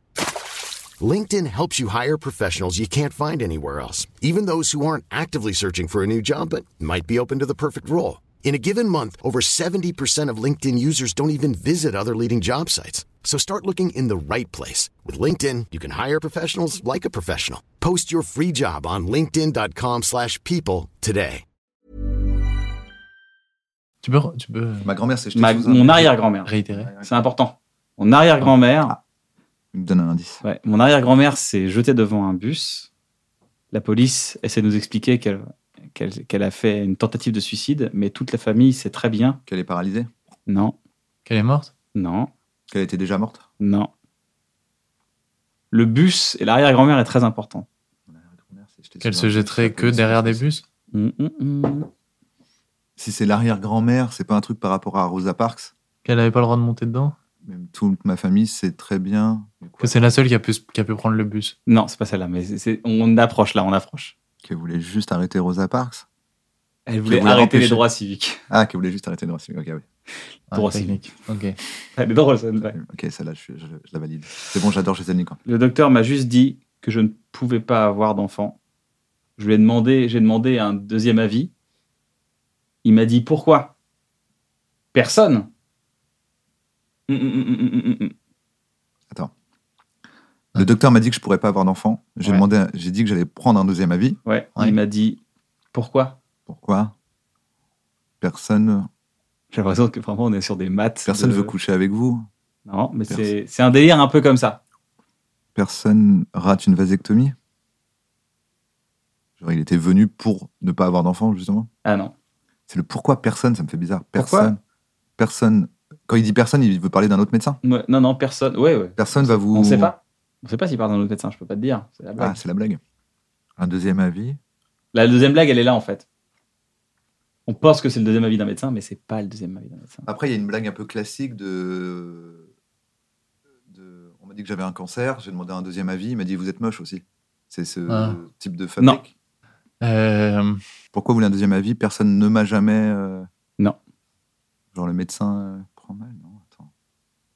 Speaker 4: LinkedIn helps you hire professionals you can't find anywhere else, even those who aren't actively searching for a new job but might be open to the perfect role. In a given month, over 70% of LinkedIn users don't even visit other leading job sites. So start looking in the right place. With LinkedIn, you can hire professionals like a professional. Post your free job on linkedin.com/people slash people today.
Speaker 3: Tu peux, tu peux
Speaker 2: Ma grand-mère s'est jetée
Speaker 1: Ma,
Speaker 2: sous un-
Speaker 1: mon arrière-grand-mère.
Speaker 3: réitérer
Speaker 1: C'est important. Mon arrière-grand-mère.
Speaker 2: Ah. Il me donne un indice.
Speaker 1: Ouais, mon arrière-grand-mère s'est jetée devant un bus. La police essaie de nous expliquer qu'elle qu'elle- qu'elle a fait une tentative de suicide, mais toute la famille sait très bien.
Speaker 2: Qu'elle est paralysée.
Speaker 1: Non,
Speaker 3: qu'elle est morte
Speaker 1: non,
Speaker 2: Qu'elle était déjà morte.
Speaker 1: non. Le bus et l'arrière-grand-mère est très important.
Speaker 2: Mon arrière-grand-mère s'est jetée
Speaker 3: Qu'elle
Speaker 2: sous
Speaker 3: se
Speaker 2: un-
Speaker 3: jetterait que derrière des bus
Speaker 1: Hum, hum, hum.
Speaker 2: Si c'est l'arrière-grand-mère, c'est pas un truc par rapport à Rosa Parks
Speaker 3: Qu'elle n'avait pas le droit de monter dedans
Speaker 2: Même toute ma famille sait très bien.
Speaker 3: Que c'est la seule qui a, pu, qui a pu prendre le bus.
Speaker 1: Non, c'est pas celle-là, mais c'est- c'est- on approche là, on approche.
Speaker 2: Qu'elle voulait juste arrêter Rosa Parks.
Speaker 1: Elle voulait
Speaker 2: voulait
Speaker 1: arrêter les
Speaker 2: empêcher.
Speaker 1: droits civiques.
Speaker 2: Ah, qu'elle voulait juste arrêter de Ok, oui.
Speaker 1: Droit
Speaker 3: hein, technique. Ok.
Speaker 1: Elle est drôle, celle-là.
Speaker 2: Ok, celle-là, je, je- je la valide. C'est bon, j'adore Gisèle Nicole.
Speaker 1: Le docteur m'a juste dit que je ne pouvais pas avoir d'enfant. Je lui ai demandé, j'ai demandé un deuxième avis. Il m'a dit pourquoi Personne. Mm, mm, mm, mm, mm, mm, mm.
Speaker 2: Le docteur m'a dit que je pourrais pas avoir d'enfant. J'ai
Speaker 1: Ouais.
Speaker 2: demandé, à- j'ai dit que j'allais prendre un deuxième avis.
Speaker 1: Ouais,
Speaker 3: Ouais.
Speaker 1: il m'a dit pourquoi
Speaker 2: Pourquoi Personne,
Speaker 1: J'ai l'impression que vraiment on est sur des maths.
Speaker 2: personne
Speaker 1: de-
Speaker 2: veut coucher avec vous.
Speaker 1: Non, mais
Speaker 2: Personne.
Speaker 1: c'est c'est un délire un peu comme ça.
Speaker 2: Personne rate une vasectomie. Genre, il était venu pour ne pas avoir d'enfant, justement.
Speaker 1: Ah non.
Speaker 2: C'est le pourquoi personne, ça me fait bizarre.
Speaker 1: Pourquoi
Speaker 2: Personne. personne. Quand il dit personne, il veut parler d'un autre médecin.
Speaker 1: Ouais, Non, non, personne. Ouais, ouais.
Speaker 2: Personne va vous.
Speaker 1: On sait pas. On sait pas s'il part dans l'autre médecin, je peux pas te dire. C'est la blague.
Speaker 2: Ah, c'est la blague. Un deuxième avis.
Speaker 1: La deuxième blague, elle est là en fait. On pense que c'est le deuxième avis d'un médecin, mais c'est pas le deuxième avis d'un médecin.
Speaker 2: Après, il y a une blague un peu classique de. de- On m'a dit que j'avais un cancer, j'ai demandé un deuxième avis, il m'a dit Vous êtes moche aussi. C'est ce
Speaker 3: Ah.
Speaker 2: type de fabrique.
Speaker 1: Non.
Speaker 3: Euh,
Speaker 2: Pourquoi vous voulez un deuxième avis Personne ne m'a jamais. euh,
Speaker 1: Non.
Speaker 2: Genre le médecin euh, prend mal, non Attends.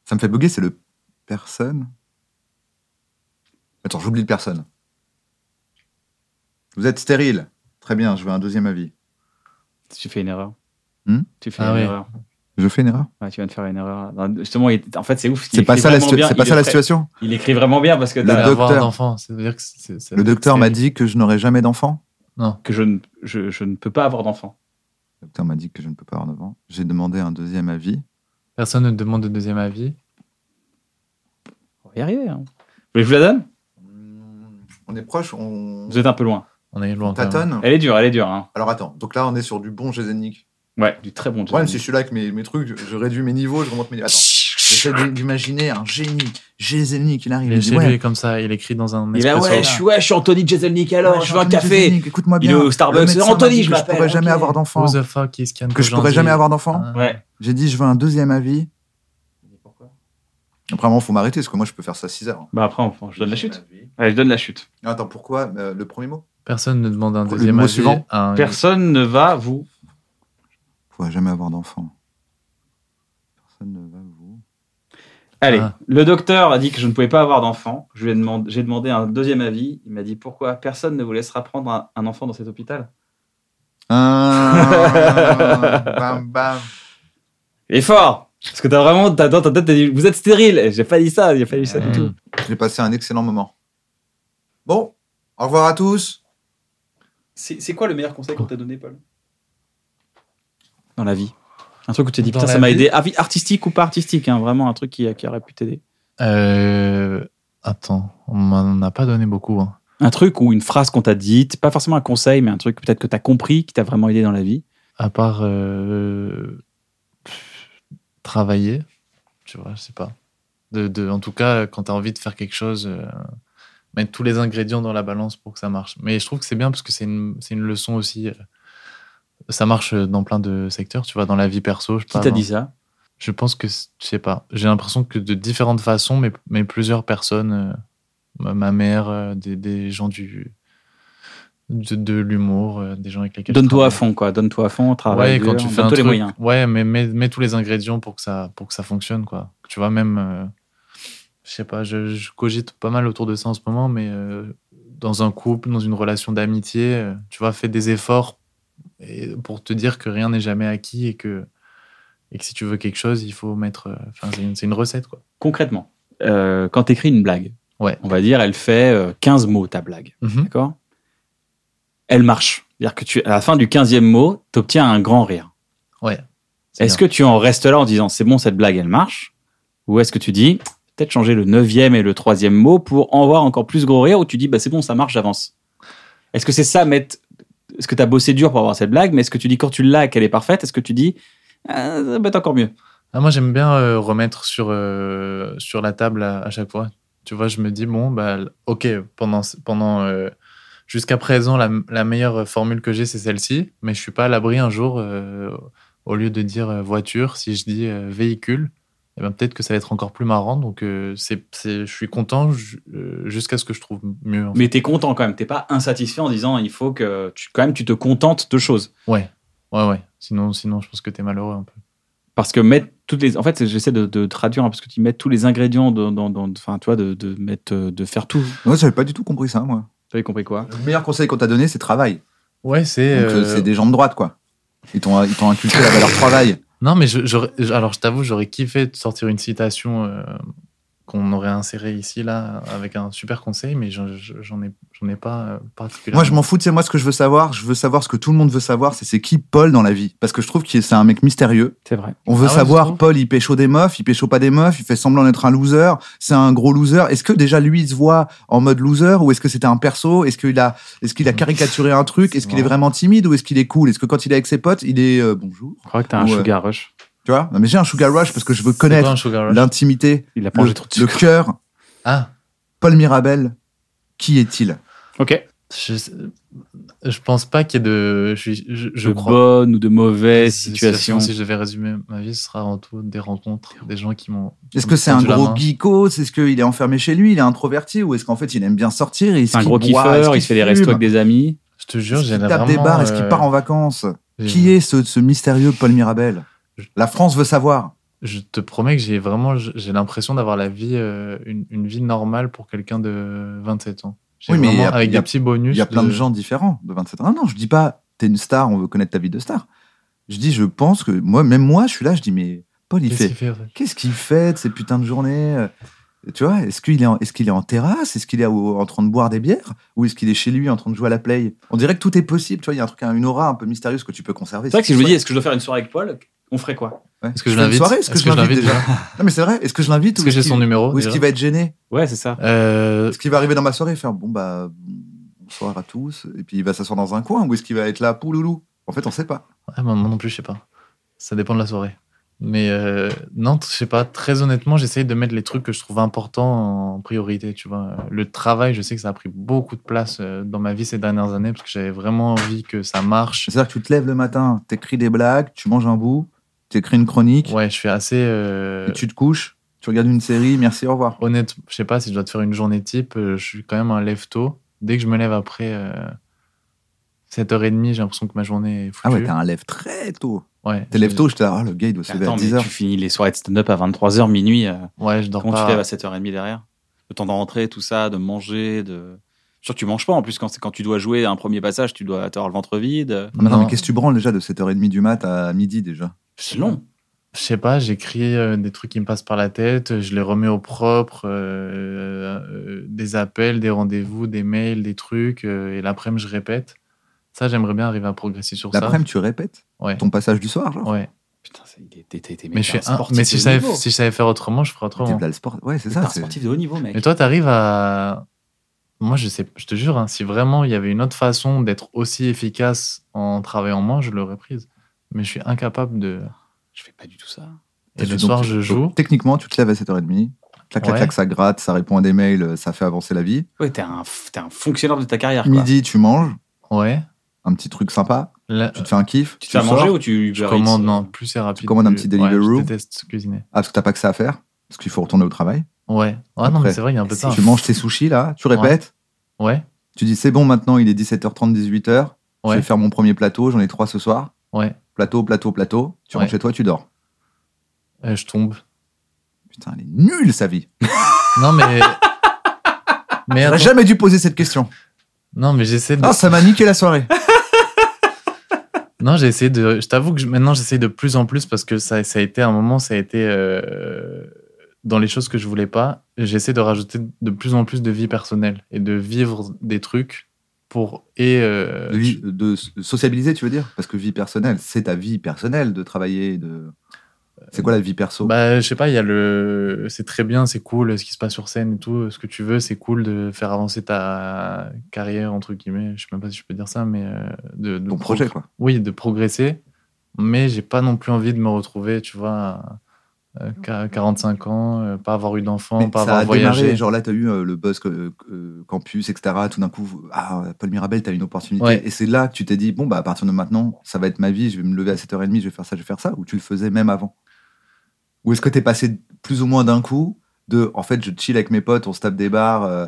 Speaker 2: Ça me fait bugger, c'est le personne. Attends, j'oublie le personne. Vous êtes stérile. Très bien, je veux un deuxième avis.
Speaker 1: Tu fais une erreur.
Speaker 2: Hmm
Speaker 1: tu fais
Speaker 3: Ah
Speaker 1: une
Speaker 3: ouais.
Speaker 1: erreur.
Speaker 2: Je fais une erreur
Speaker 1: Ouais, tu viens de faire une erreur. Non, Justement, il- en fait, c'est ouf. il
Speaker 2: C'est pas
Speaker 1: écrit
Speaker 2: ça la,
Speaker 1: vraiment
Speaker 2: situa-
Speaker 1: bien,
Speaker 2: c'est pas
Speaker 1: il
Speaker 2: ça la
Speaker 1: le fait-
Speaker 2: situation.
Speaker 1: Il écrit vraiment bien parce que,
Speaker 2: Le
Speaker 3: le
Speaker 1: t'as-
Speaker 2: doc-
Speaker 3: avoir
Speaker 2: docteur.
Speaker 3: d'enfant, c'est veut dire que c'est- c'est-
Speaker 2: Le docteur m'a
Speaker 3: c'est-
Speaker 2: dit que je n'aurai jamais d'enfant.
Speaker 1: que je, ne, je, je ne peux pas avoir d'enfant.
Speaker 2: Le docteur m'a dit que je ne peux pas avoir d'enfant. J'ai demandé un deuxième avis.
Speaker 3: Personne ne demande de deuxième avis.
Speaker 1: On va y arriver. hein. Vous voulez que je vous la donne
Speaker 2: On est proche, on
Speaker 1: Vous êtes un peu loin.
Speaker 3: On est loin. quand même.
Speaker 2: tâtonne.
Speaker 1: Elle est dure, elle est dure. hein.
Speaker 2: Alors attends, donc là on est sur du bon Gézénic.
Speaker 1: Ouais, du très bon
Speaker 2: Même
Speaker 1: Jason.
Speaker 2: si je suis là avec mes, mes trucs, je- je réduis mes niveaux, je remonte mes niveaux. Attends, j'essaie d'i- d'imaginer un génie. Gézénic, il arrive.
Speaker 3: Il
Speaker 2: Il
Speaker 3: est
Speaker 2: dit,
Speaker 3: chez
Speaker 2: ouais,
Speaker 3: lui comme ça, il écrit dans un
Speaker 1: Il est là,
Speaker 3: espresso.
Speaker 1: ouais, je suis, ouais, je suis Anthony Jeselnik alors,
Speaker 2: ouais,
Speaker 1: je veux un
Speaker 2: Anthony
Speaker 1: café.
Speaker 2: Jeselnik, Écoute-moi
Speaker 1: Il
Speaker 2: bien.
Speaker 1: est au
Speaker 2: Le
Speaker 1: Starbucks.
Speaker 2: médecin m'a
Speaker 1: Anthony,
Speaker 2: dit
Speaker 1: je
Speaker 2: que je
Speaker 1: m'appelle.
Speaker 2: pourrais jamais
Speaker 1: ok.
Speaker 2: avoir d'enfant.
Speaker 3: Who the fuck is Ken
Speaker 2: Que je pourrais
Speaker 3: Kojandi
Speaker 2: jamais avoir d'enfant.
Speaker 3: Ah.
Speaker 1: Ouais.
Speaker 2: J'ai dit, je veux un deuxième avis. Après, il faut m'arrêter parce que moi je peux faire ça 6 heures.
Speaker 1: Bah après, on- je donne la chute. Allez, je donne la chute.
Speaker 2: Attends, pourquoi euh, le premier mot
Speaker 3: Personne ne demande un
Speaker 2: Le
Speaker 3: deuxième
Speaker 2: mot
Speaker 3: avis.
Speaker 2: suivant.
Speaker 3: à un-
Speaker 1: Personne ne va vous.
Speaker 2: Je pourrais jamais avoir d'enfant. Personne ne va vous.
Speaker 1: Allez,
Speaker 3: Ah.
Speaker 1: le docteur a dit que je ne pouvais pas avoir d'enfant. Je lui ai demandé, j'ai demandé un deuxième avis. Il m'a dit pourquoi personne ne vous laissera prendre un, un enfant dans cet hôpital.
Speaker 2: Ah, bam, bam.
Speaker 1: Et fort, parce que t'as vraiment t'as- dans ta tête t'as dit vous êtes stérile. Et J'ai pas dit ça, j'ai pas dit ça du
Speaker 3: Mm.
Speaker 1: tout.
Speaker 2: J'ai passé un excellent moment. Bon, au revoir à tous.
Speaker 1: C'est quoi le meilleur conseil qu'on t'a donné, Paul Dans la vie. Un truc où tu t'es dit
Speaker 3: Dans
Speaker 1: putain
Speaker 3: la
Speaker 1: ça m'a
Speaker 3: vie
Speaker 1: aidé, Avis artistique ou pas artistique, hein, vraiment un truc qui, qui aurait pu t'aider.
Speaker 3: Euh, Attends, on m'en a pas donné beaucoup. hein.
Speaker 1: Un truc ou une phrase qu'on t'a dite, pas forcément un conseil, mais un truc peut-être que t'as compris qui t'a vraiment aidé dans la vie.
Speaker 3: À part euh, pff, travailler, tu vois, je sais pas. De, de- en tout cas, quand tu as envie de faire quelque chose, euh, mettre tous les ingrédients dans la balance pour que ça marche. Mais je trouve que c'est bien parce que c'est une, c'est une leçon aussi. euh, Ça marche dans plein de secteurs, tu vois, dans la vie perso. Je sais
Speaker 1: Qui
Speaker 3: pas,
Speaker 1: t'a
Speaker 3: dans-
Speaker 1: dit ça
Speaker 3: Je pense que, c'est- je sais pas, j'ai l'impression que de différentes façons, mais, mais plusieurs personnes, euh, ma, ma mère, euh, des, des gens du, de, de l'humour, euh, des gens avec lesquels. je
Speaker 1: Donne-toi à
Speaker 3: travaille.
Speaker 1: fond, quoi. Donne-toi à fond, travaille.
Speaker 3: Ouais, quand tu fais un
Speaker 1: tous les
Speaker 3: truc,
Speaker 1: moyens.
Speaker 3: Ouais, mais mets, mets tous les ingrédients pour que ça, pour que ça fonctionne, quoi. Tu vois, même, euh, je sais pas, je, je cogite pas mal autour de ça en ce moment, mais euh, dans un couple, dans une relation d'amitié, euh, tu vois, fais des efforts et- pour te dire que rien n'est jamais acquis et que, et que si tu veux quelque chose, il faut mettre. euh, Enfin, c'est une, c'est une recette, quoi.
Speaker 1: Concrètement, euh, quand t'écris une blague,
Speaker 3: Ouais.
Speaker 1: on va dire, elle fait euh, 15 mots ta blague,
Speaker 3: Mhm.
Speaker 1: d'accord Elle marche. C'est-à-dire que tu, à la fin du 15e mot, t'obtiens un grand rire.
Speaker 3: Ouais. C'est
Speaker 1: Est-ce
Speaker 3: bien.
Speaker 1: que tu en restes là en disant c'est bon, cette blague, elle marche Ou est-ce que tu dis peut-être changer le 9e et le 3e mot pour en voir encore plus gros rire ou tu dis bah, c'est bon, ça marche, j'avance Est-ce que c'est ça, mettre. Est-ce que t'as bossé dur pour avoir cette blague, mais est-ce que tu dis quand tu l'as qu'elle est parfaite, est-ce que tu dis ah, ça peut être encore mieux
Speaker 3: Ah, moi, j'aime bien euh, remettre sur, euh, sur la table à, à chaque fois. Tu vois, je me dis, bon, bah, ok, pendant, pendant, euh, jusqu'à présent, la, la meilleure formule que j'ai, c'est celle-ci, mais je suis pas à l'abri un jour euh, au lieu de dire euh, voiture, si je dis euh, véhicule, eh ben, peut-être que ça va être encore plus marrant. Donc, euh, c'est, c'est- je suis content ju- euh, jusqu'à ce que je trouve mieux. en fait.
Speaker 1: Mais t'es content quand même, t'es pas insatisfait en disant il faut que tu, quand même tu te contentes de choses.
Speaker 3: Ouais, ouais, ouais. Sinon, sinon, je pense que t'es malheureux un peu.
Speaker 1: Parce que mettre toutes les. En fait, j'essaie de, de traduire, hein, parce que tu mets tous les ingrédients dans. dans- dans- Enfin, tu vois, de, de, mettre, euh, de faire tout.
Speaker 2: Moi, j'avais pas du tout compris ça, moi.
Speaker 1: T'avais compris quoi
Speaker 2: Le meilleur conseil qu'on t'a donné, c'est travail.
Speaker 3: Ouais, c'est.
Speaker 2: Donc, euh,
Speaker 3: euh,
Speaker 2: c'est des gens de droite, quoi. Ils t'ont ils t'ont inculqué la valeur travail.
Speaker 3: Non, mais je, j'aurais- je- alors je t'avoue, j'aurais kiffé de sortir une citation euh, qu'on aurait insérée ici, là, avec un super conseil, mais j'en, je- j'en ai, j'en ai pas euh, particulièrement.
Speaker 2: Moi, je m'en fous, tu sais, moi, ce que je veux savoir, je veux savoir ce que tout le monde veut savoir, c'est c'est qui Paul dans la vie. Parce que je trouve que c'est un mec mystérieux.
Speaker 1: C'est vrai.
Speaker 2: On veut
Speaker 3: Ah ouais, tu
Speaker 2: savoir,
Speaker 3: trouves
Speaker 2: Paul, il pécho des meufs, il pécho pas des meufs, il fait semblant d'être un loser, c'est un gros loser. Est-ce que déjà lui, il se voit en mode loser ou est-ce que c'était un perso Est-ce qu'il a, est-ce
Speaker 3: Mmh.
Speaker 2: qu'il a caricaturé un truc Est-ce qu'il est
Speaker 3: marrant.
Speaker 2: vraiment timide ou est-ce qu'il est cool Est-ce que quand il est avec ses potes, il est euh, bonjour
Speaker 1: Je crois que t'as un
Speaker 2: Ouais.
Speaker 1: sugar rush.
Speaker 2: Tu vois Non, mais j'ai un sugar rush parce que je veux
Speaker 3: C'est quoi
Speaker 2: connaître
Speaker 3: un sugar rush
Speaker 2: l'intimité,
Speaker 1: Il a
Speaker 2: le,
Speaker 1: mangé trop de
Speaker 2: le
Speaker 1: sucre.
Speaker 2: cœur.
Speaker 3: Ah,
Speaker 2: Paul Mirabel, qui est-il
Speaker 1: Ok.
Speaker 3: je, sais- je pense pas qu'il y ait de. Je, suis- je, je
Speaker 1: de
Speaker 3: crois.
Speaker 1: bonne ou de mauvaise
Speaker 3: Si-
Speaker 1: situation.
Speaker 3: Si je devais résumer ma vie, ce sera avant tout des rencontres, des gens qui m'ont.
Speaker 2: Est-ce
Speaker 3: qui
Speaker 2: que
Speaker 3: m'ont
Speaker 2: c'est un
Speaker 3: tendu la
Speaker 2: gros
Speaker 1: hein.
Speaker 3: main.
Speaker 2: geeko Est-ce qu'il est enfermé chez lui Il est introverti Ou est-ce qu'en fait il aime bien sortir et est-ce
Speaker 1: C'est un
Speaker 2: qu'il
Speaker 1: gros
Speaker 2: boit Est-ce
Speaker 1: kiffeur, il
Speaker 2: qu'il
Speaker 1: se fait des
Speaker 2: fume
Speaker 1: restos avec des amis.
Speaker 3: Je te jure,
Speaker 2: Est-ce
Speaker 3: j'ai
Speaker 2: qu'il
Speaker 3: la
Speaker 2: tape des bars
Speaker 3: euh,
Speaker 2: Est-ce qu'il part en vacances Qui est ce, ce mystérieux Paul Mirabel La France veut savoir.
Speaker 3: je te promets que j'ai vraiment je- j'ai l'impression d'avoir la vie euh, une, une vie normale pour quelqu'un de 27 ans. J'ai
Speaker 2: Oui, mais
Speaker 3: vraiment-
Speaker 2: il y a-
Speaker 3: avec
Speaker 2: il y a-
Speaker 3: des petits bonus.
Speaker 2: Il y a plein de gens différents de 27 ans. Ah non, je dis pas, t'es une star, on veut connaître ta vie de star. Je dis, je pense que moi, même moi, je suis là, je dis, mais Paul, il
Speaker 3: Qu'est-ce qu'il
Speaker 2: fait.
Speaker 3: fait en fait
Speaker 2: Qu'est-ce qu'il fait de ces putains de journées euh, Tu vois, est-ce qu'il est, en- est-ce qu'il est en terrasse Est-ce qu'il est au- en train de boire des bières Ou est-ce qu'il est chez lui en train de jouer à la play On dirait que tout est possible. Tu vois, il y a un truc, une aura un peu mystérieuse que tu peux conserver.
Speaker 1: C'est vrai que si je me dis, est-ce que je dois faire une soirée avec Paul On ferait quoi
Speaker 2: Ouais.
Speaker 3: Est-ce que
Speaker 2: Tu
Speaker 3: je
Speaker 2: fais une
Speaker 3: l'invite
Speaker 2: soirée Est-ce que je l'invite déjà Non, mais c'est vrai. Est-ce que je l'invite
Speaker 3: Est-ce
Speaker 2: ou
Speaker 3: que
Speaker 2: est-ce
Speaker 3: j'ai
Speaker 2: qu'il-
Speaker 3: son numéro
Speaker 2: Ou est-ce
Speaker 3: déjà
Speaker 2: qu'il va être gêné
Speaker 1: Ouais, c'est ça.
Speaker 3: Euh,
Speaker 2: Est-ce qu'il va arriver dans ma soirée et faire bon bah bonsoir à tous et puis il va s'asseoir dans un coin ou est-ce qu'il va être là pouloulou En fait, on sait pas.
Speaker 3: ouais, ah, moi moi non plus, je sais pas. Ça dépend de la soirée. Mais euh, non, t- je sais pas. Très honnêtement, j'essaye de mettre les trucs que je trouve importants en priorité. Tu vois, le travail, je sais que ça a pris beaucoup de place euh, dans ma vie ces dernières années parce que j'avais vraiment envie que ça marche.
Speaker 2: C'est-à-dire que tu te lèves le matin, t'écris des blagues, tu manges un bout, t'écris une chronique,
Speaker 3: Ouais, je suis assez. euh,
Speaker 2: puis tu te couches, tu regardes une série, merci, au revoir.
Speaker 3: honnête, je sais pas si je dois te faire une journée type, euh, je suis quand même un lève tôt. Dès que je me lève après euh, 7h30, j'ai l'impression que ma journée est foutue.
Speaker 2: Ah ouais, t'as un lève très tôt.
Speaker 3: ouais,
Speaker 2: T'es
Speaker 3: je-
Speaker 2: lève tôt, je te dis, ah, le gars, il doit se lever à
Speaker 1: Attends, mais
Speaker 2: 10h.
Speaker 1: tu finis les soirées de stand-up à 23h minuit. euh,
Speaker 3: Ouais, je dors
Speaker 1: Comment
Speaker 3: pas.
Speaker 1: tu fais à 7h30 derrière Le temps de rentrer, tout ça, de manger, de. Sûr, tu manges pas en plus quand, c'est- quand tu dois jouer un premier passage, tu dois avoir le ventre vide.
Speaker 2: Ah, mais non,
Speaker 3: Non.
Speaker 2: mais qu'est-ce que tu branles déjà de 7h30 du mat à midi déjà
Speaker 1: C'est long.
Speaker 3: Je sais pas, j'écris euh, des trucs qui me passent par la tête, je les remets au propre, euh, euh, des appels, des rendez-vous, des mails, des trucs, euh, et l'après-midi, je répète. Ça, j'aimerais bien arriver à progresser sur ça.
Speaker 2: L'après-midi, tu répètes
Speaker 3: Ouais.
Speaker 2: ton passage du soir, genre
Speaker 3: Ouais.
Speaker 1: Putain, c'est- t'es- t'es- t'es- t'es-
Speaker 3: Mais, je
Speaker 1: t'es
Speaker 3: suis
Speaker 1: un
Speaker 3: un-
Speaker 1: sportif
Speaker 3: mais si,
Speaker 1: de
Speaker 3: je savais,
Speaker 1: haut niveau.
Speaker 3: si je savais faire autrement, je ferais
Speaker 2: T'es
Speaker 3: autrement.
Speaker 2: de la sport. Ouais, c'est
Speaker 1: T'es un
Speaker 2: ça. c'est-
Speaker 1: sportif de haut niveau, mec.
Speaker 3: Mais toi, t'arrives à. Moi, je sais, je te jure, hein, si vraiment il y avait une autre façon d'être aussi efficace en travaillant moins, je l'aurais prise. Mais je suis incapable de.
Speaker 1: Je fais pas du tout ça.
Speaker 3: Et le
Speaker 2: Donc,
Speaker 3: soir,
Speaker 2: tu-
Speaker 3: je
Speaker 2: donc,
Speaker 3: joue.
Speaker 2: Techniquement, tu te lèves à 7h30. Clac, clac,
Speaker 3: Ouais.
Speaker 2: clac, ça gratte, ça répond à des mails, euh, ça fait avancer la vie.
Speaker 1: Ouais, t'es un, f- t'es un fonctionnaire de ta
Speaker 3: Ah,
Speaker 1: carrière. quoi.
Speaker 2: Midi, tu manges,
Speaker 3: Ouais.
Speaker 2: un petit truc sympa,
Speaker 3: Là,
Speaker 2: tu te fais un kiff,
Speaker 1: Tu te fais à manger
Speaker 2: sors.
Speaker 1: ou tu
Speaker 3: je
Speaker 1: Uber Eats,
Speaker 3: commande,
Speaker 1: euh,
Speaker 3: non, plus c'est rapide.
Speaker 2: commandes un
Speaker 3: plus-
Speaker 2: petit
Speaker 3: Ouais,
Speaker 2: Deliveroo.
Speaker 3: je déteste cuisiner.
Speaker 2: Ah, parce que t'as pas que ça à faire, parce qu'il faut retourner au travail.
Speaker 3: Ouais. Ah non,
Speaker 2: Après,
Speaker 3: mais c'est vrai, il y a un peu de ça.
Speaker 2: Tu manges tes sushis là, tu répètes,
Speaker 3: Ouais.
Speaker 2: tu dis c'est bon maintenant, il est 17h30, 18h, je
Speaker 3: Ouais.
Speaker 2: vais faire mon premier plateau, j'en ai trois ce soir.
Speaker 3: Ouais.
Speaker 2: Plateau, plateau, plateau, tu rentres
Speaker 3: Ouais.
Speaker 2: chez toi, tu dors.
Speaker 3: Euh, je tombe.
Speaker 2: Putain, elle est nulle sa vie.
Speaker 3: Non, mais. mais
Speaker 2: J'aurais
Speaker 3: attends.
Speaker 2: jamais dû poser cette question.
Speaker 3: Non, mais j'essaie de.
Speaker 2: Ah, ça m'a niqué la soirée.
Speaker 3: Non, j'ai essayé de. Je t'avoue que je- maintenant, j'essaie de plus en plus parce que ça, ça a été un moment, ça a été euh, dans les choses que je voulais pas. J'essaie de rajouter de plus en plus de vie personnelle et de vivre des trucs pour. Et. euh,
Speaker 2: De, vie- de s- sociabiliser, tu veux dire Parce que vie personnelle, c'est ta vie personnelle de travailler. de. C'est quoi la vie perso
Speaker 3: Euh, Bah, je sais pas, il y a le. C'est très bien, c'est cool ce qui se passe sur scène et tout, ce que tu veux, c'est cool de faire avancer ta carrière, entre guillemets. Je sais même pas si je peux dire ça, mais. euh, de, de
Speaker 2: Ton projet, quoi.
Speaker 3: oui, de progresser, mais j'ai pas non plus envie de me retrouver, tu vois, euh, qua- 45 ans, euh, pas avoir eu d'enfant,
Speaker 2: Mais
Speaker 3: pas
Speaker 2: ça
Speaker 3: avoir
Speaker 2: a démarré,
Speaker 3: voyagé.
Speaker 2: genre là, tu as eu euh, le buzz euh, euh, campus, etc. Tout d'un coup, ah, Paul Mirabel, tu as une opportunité.
Speaker 3: Ouais.
Speaker 2: Et c'est là que tu t'es dit, bon, bah, à partir de maintenant, ça va être ma vie, je vais me lever à 7h30, je vais faire ça, je vais faire ça, ou tu le faisais même avant Ou est-ce que tu es passé plus ou moins d'un coup de, en fait, je chill avec mes potes, on se tape des bars, euh,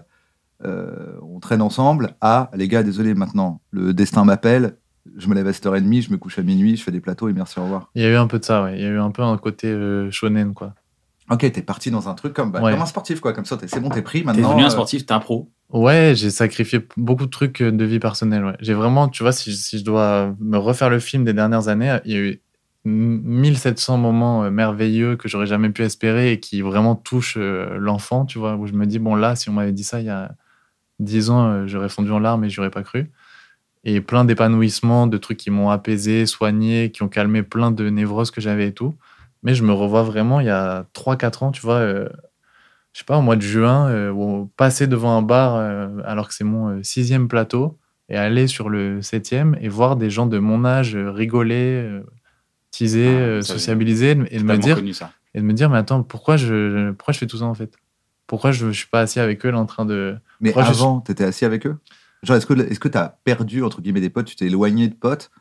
Speaker 2: euh, on traîne ensemble, à, les gars, désolé, maintenant, le destin m'appelle, je me lève à 7h30, je me couche à minuit, je fais des plateaux et merci, au revoir.
Speaker 3: Il y a eu un peu de ça, ouais. Il y a eu un peu un côté euh, shonen, quoi.
Speaker 2: Ok, t'es parti dans un truc comme, bah,
Speaker 3: Ouais.
Speaker 2: comme un sportif, quoi, comme ça, t'es- c'est bon, t'es pris
Speaker 1: T'es
Speaker 2: maintenant.
Speaker 1: devenu un
Speaker 2: euh,
Speaker 1: sportif, t'es un pro.
Speaker 3: Ouais, j'ai sacrifié p- beaucoup de trucs euh, de vie personnelle. Ouais. J'ai vraiment, tu vois, si, si je dois me refaire le film des dernières années, il y a eu m- 1700 moments euh, merveilleux que j'aurais jamais pu espérer et qui vraiment touchent euh, l'enfant, tu vois, où je me dis, bon, là, si on m'avait dit ça il y a 10 ans, euh, j'aurais fondu en larmes et j'aurais pas cru. Et plein d'épanouissements, de trucs qui m'ont apaisé, soigné, qui ont calmé plein de névroses que j'avais et tout. Mais je me revois vraiment il y a 3-4 ans, tu vois, euh, je sais pas, au mois de juin, euh, ou passer devant un bar euh, alors que c'est mon euh, sixième plateau et aller sur le septième et voir des gens de mon âge euh, rigoler, euh, teaser,
Speaker 1: Ah,
Speaker 3: euh,
Speaker 1: ça,
Speaker 3: sociabiliser et de me
Speaker 1: Totalement
Speaker 3: dire,
Speaker 1: connu ça.
Speaker 3: et de me dire, mais attends, pourquoi je, pourquoi je fais tout ça en fait Pourquoi je, je suis pas assis avec eux là en train de.
Speaker 2: Mais
Speaker 3: Moi, je
Speaker 2: avant, t'étais assis avec eux Genre, est-ce que est-ce que t'as perdu, entre guillemets, des potes Tu t'es éloigné de potes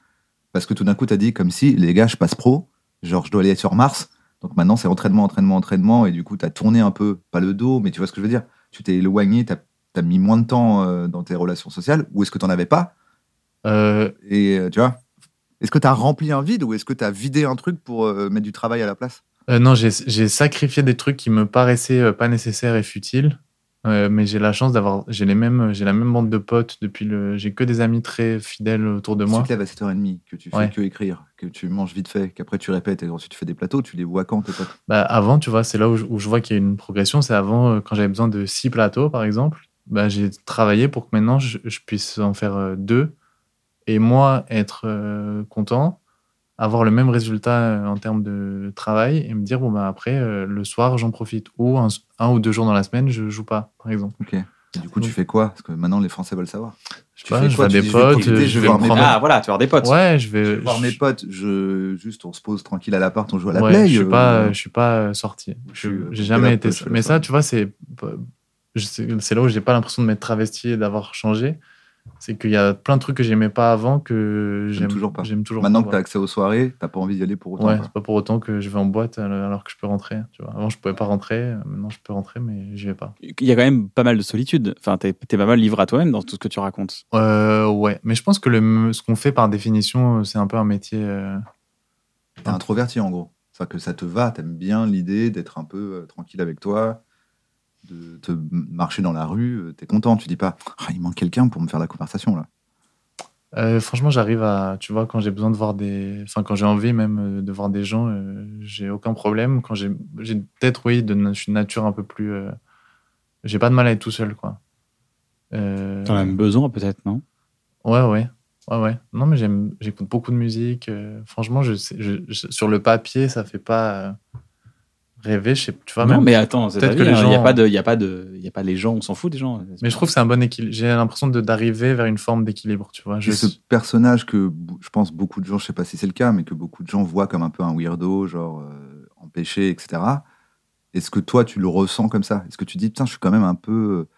Speaker 2: Parce que tout d'un coup, t'as dit, comme si, les gars, je passe pro, genre, je dois aller sur Mars. Donc maintenant, c'est entraînement, entraînement, entraînement. Et du coup, t'as tourné un peu, pas le dos, mais tu vois ce que je veux dire Tu t'es éloigné, t'as as mis moins de temps euh, dans tes relations sociales, ou est-ce que t'en avais pas
Speaker 3: Euh,
Speaker 2: Et euh, tu vois Est-ce que t'as rempli un vide, ou est-ce que t'as vidé un truc pour euh, mettre du travail à la place
Speaker 3: Euh, non, j'ai j'ai sacrifié des trucs qui me paraissaient euh, pas nécessaires et futiles. Euh, mais j'ai la chance d'avoir, j'ai les mêmes, j'ai la même bande de potes depuis le, j'ai que des amis très fidèles autour de
Speaker 2: Si tu
Speaker 3: moi.
Speaker 2: te lèves à 7h30, que tu fais
Speaker 3: Ouais.
Speaker 2: que écrire, que tu manges vite fait, qu'après tu répètes et ensuite tu fais des plateaux, tu les vois quand tes potes
Speaker 3: Bah, avant, tu vois, c'est là où je, où je vois qu'il y a une progression. C'est avant, euh, quand j'avais besoin de six plateaux, par exemple, bah, j'ai travaillé pour que maintenant je, je puisse en faire euh, deux et moi être euh, content, avoir le même résultat euh, en termes de travail et me dire, bon, bah, après, euh, le soir, j'en profite. Ou un, un ou deux jours dans la semaine, je joue pas, par exemple.
Speaker 2: Ok. Et du coup, tu fais quoi Parce que maintenant, les Français veulent savoir.
Speaker 3: Je sais
Speaker 2: Tu
Speaker 3: pas,
Speaker 2: fais
Speaker 3: je
Speaker 2: quoi
Speaker 3: vois
Speaker 2: Tu dis, je vais profiter,
Speaker 3: des potes, euh,
Speaker 2: je vais
Speaker 3: je vais
Speaker 2: voir
Speaker 3: me
Speaker 2: mes
Speaker 3: prendre.
Speaker 1: Ah, voilà, tu vas avoir des potes.
Speaker 3: Ouais, je vais.
Speaker 2: Je vais voir
Speaker 3: Euh, je-
Speaker 2: mes potes, je... juste on se pose tranquille à l'appart, on joue à la
Speaker 3: ouais,
Speaker 2: play.
Speaker 3: Je suis
Speaker 2: euh,
Speaker 3: pas, euh, je suis pas euh, sorti.
Speaker 2: je
Speaker 3: Je-
Speaker 2: suis, euh,
Speaker 3: J'ai jamais
Speaker 2: là,
Speaker 3: été.
Speaker 2: je fais la
Speaker 3: Mais ça,
Speaker 2: soirée.
Speaker 3: tu vois, c'est, euh, je sais- c'est là où j'ai pas l'impression de m'être travesti et d'avoir changé. C'est qu'il y a plein de trucs que j'aimais pas avant que j'aime
Speaker 2: toujours pas.
Speaker 3: J'aime toujours
Speaker 2: Maintenant
Speaker 3: pas,
Speaker 2: que tu as accès aux soirées, t'as pas envie d'y aller pour autant.
Speaker 3: Ouais,
Speaker 2: quoi.
Speaker 3: c'est pas pour autant que je vais en boîte alors alors que je peux rentrer. Tu vois. Avant, je pouvais pas rentrer. euh, Maintenant, je peux rentrer, mais j'y vais pas.
Speaker 1: Il y a quand même pas mal de solitude. Enfin, t'es t'es pas mal livré à toi-même dans tout ce que tu racontes.
Speaker 3: Euh, ouais, mais je pense que le, ce qu'on fait par définition, euh, c'est un peu un métier. euh,
Speaker 2: T'es introverti en gros. C'est-à-dire que ça te va, t'aimes bien l'idée d'être un peu euh, tranquille avec toi, de te m- marcher dans la rue, euh, t'es content, tu dis pas Ah, il manque quelqu'un pour me faire la conversation là.
Speaker 3: Euh, franchement, j'arrive à, tu vois, quand j'ai besoin de voir des, enfin, quand j'ai envie même euh, de voir des gens, euh, j'ai aucun problème. Quand j'ai, j'ai peut-être, oui, de, na- je suis de nature un peu plus, euh, j'ai pas de mal à être tout seul, quoi. Euh,
Speaker 1: T'en as même besoin, peut-être, non
Speaker 3: Ouais, ouais, ouais, ouais. Non, mais j'aime, j'écoute beaucoup de musique. euh, franchement, je, sais- je- je- sur le papier, ça fait pas euh, rêver. Je sais, tu vois,
Speaker 1: Non,
Speaker 3: même-
Speaker 1: mais attends, c'est
Speaker 3: peut-être
Speaker 1: peut-être que
Speaker 3: que les
Speaker 1: Il n'y a
Speaker 3: gens-
Speaker 1: pas de, il y a pas de, il y a pas les gens, on s'en fout des gens.
Speaker 3: mais je trouve que c'est un bon équilibre. J'ai l'impression de d'arriver vers une forme d'équilibre, tu vois. Je,
Speaker 2: Et ce personnage que bou- je pense beaucoup de gens, je sais pas si c'est le cas, mais que beaucoup de gens voient comme un peu un weirdo, genre euh, empêché, etc. Est-ce que toi, tu le ressens comme ça Est-ce que tu dis, putain, je suis quand même un peu euh,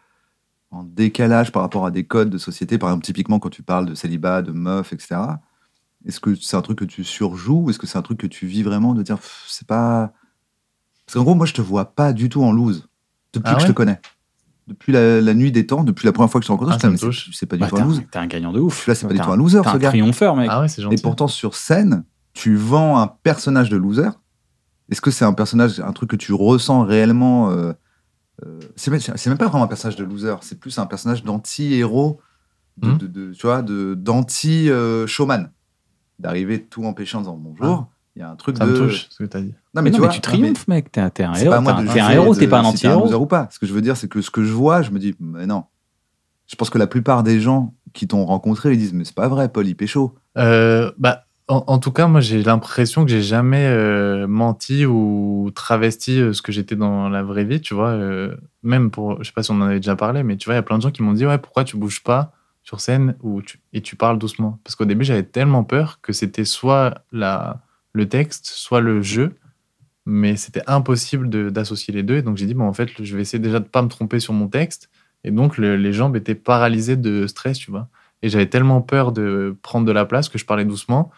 Speaker 2: en décalage par rapport à des codes de société Par exemple, typiquement, quand tu parles de célibat, de meuf, etc. Est-ce que c'est un truc que tu surjoues ou Est-ce que c'est un truc que tu vis vraiment de dire, Pff, c'est pas. Parce qu'en gros, moi, je te vois pas du tout en loose depuis
Speaker 3: Ah
Speaker 2: que je
Speaker 3: ouais
Speaker 2: te connais. Depuis la, la nuit des temps, depuis la première fois que je te rencontre,
Speaker 3: Ah,
Speaker 2: je
Speaker 3: ça
Speaker 2: dis,
Speaker 3: me
Speaker 2: mais c'est-
Speaker 3: touche.
Speaker 2: c'est pas du
Speaker 1: Bah,
Speaker 2: tout
Speaker 1: t'es
Speaker 2: un
Speaker 1: un,
Speaker 2: loose.
Speaker 1: t'es un gagnant de ouf.
Speaker 2: Celui-là, c'est pas du
Speaker 1: T'es
Speaker 2: tout un loser,
Speaker 1: T'es
Speaker 2: ce
Speaker 1: un
Speaker 2: gars.
Speaker 1: triompheur, mec.
Speaker 3: Ah ouais, c'est
Speaker 2: Et
Speaker 3: gentil.
Speaker 2: pourtant, sur scène, tu vends un personnage de loser. Est-ce que c'est un personnage, un truc que tu ressens réellement euh, euh, C'est même, c'est même pas vraiment un personnage de loser, c'est plus un personnage d'anti-héros, de,
Speaker 1: Hmm.
Speaker 3: Mhm.
Speaker 2: de- de- tu vois, de- d'anti-showman. D'arriver tout empêché en disant
Speaker 1: Ah.
Speaker 2: bonjour, il y a un truc
Speaker 3: ça
Speaker 2: de.
Speaker 3: me touche ce que t'as dit.
Speaker 2: Non,
Speaker 1: Mais non,
Speaker 2: vois,
Speaker 1: mais tu triomphes, mec. T'es un t'es un
Speaker 2: c'est pas à
Speaker 1: héros.
Speaker 2: moi
Speaker 1: t'es un-
Speaker 2: de
Speaker 1: T'es un
Speaker 2: juger
Speaker 1: héros,
Speaker 2: de
Speaker 1: t'es pas un
Speaker 2: si t'es un
Speaker 1: anti-héros.
Speaker 2: loser ou pas. Ce que je veux dire, c'est que ce que je vois, je me dis, mais non. Je pense que la plupart des gens qui t'ont rencontré, ils disent, mais c'est pas vrai, Paul, il pécho.
Speaker 3: Euh, bah, en, en tout cas, moi, j'ai l'impression que j'ai jamais euh, menti ou travesti euh, ce que j'étais dans la vraie vie, tu vois. euh, même pour, je sais pas si on en avait déjà parlé, mais tu vois, il y a plein de gens qui m'ont dit, ouais, pourquoi tu bouges pas sur scène ou tu, et tu parles doucement Parce qu'au début, j'avais tellement peur que c'était soit la, le texte, soit le jeu, mais c'était impossible de- d'associer les deux. Et donc j'ai dit, bon, en fait, je vais essayer déjà de pas me tromper sur mon texte. Et donc le- les jambes étaient paralysées de stress, tu vois. Et j'avais tellement peur de prendre de la place que je parlais doucement.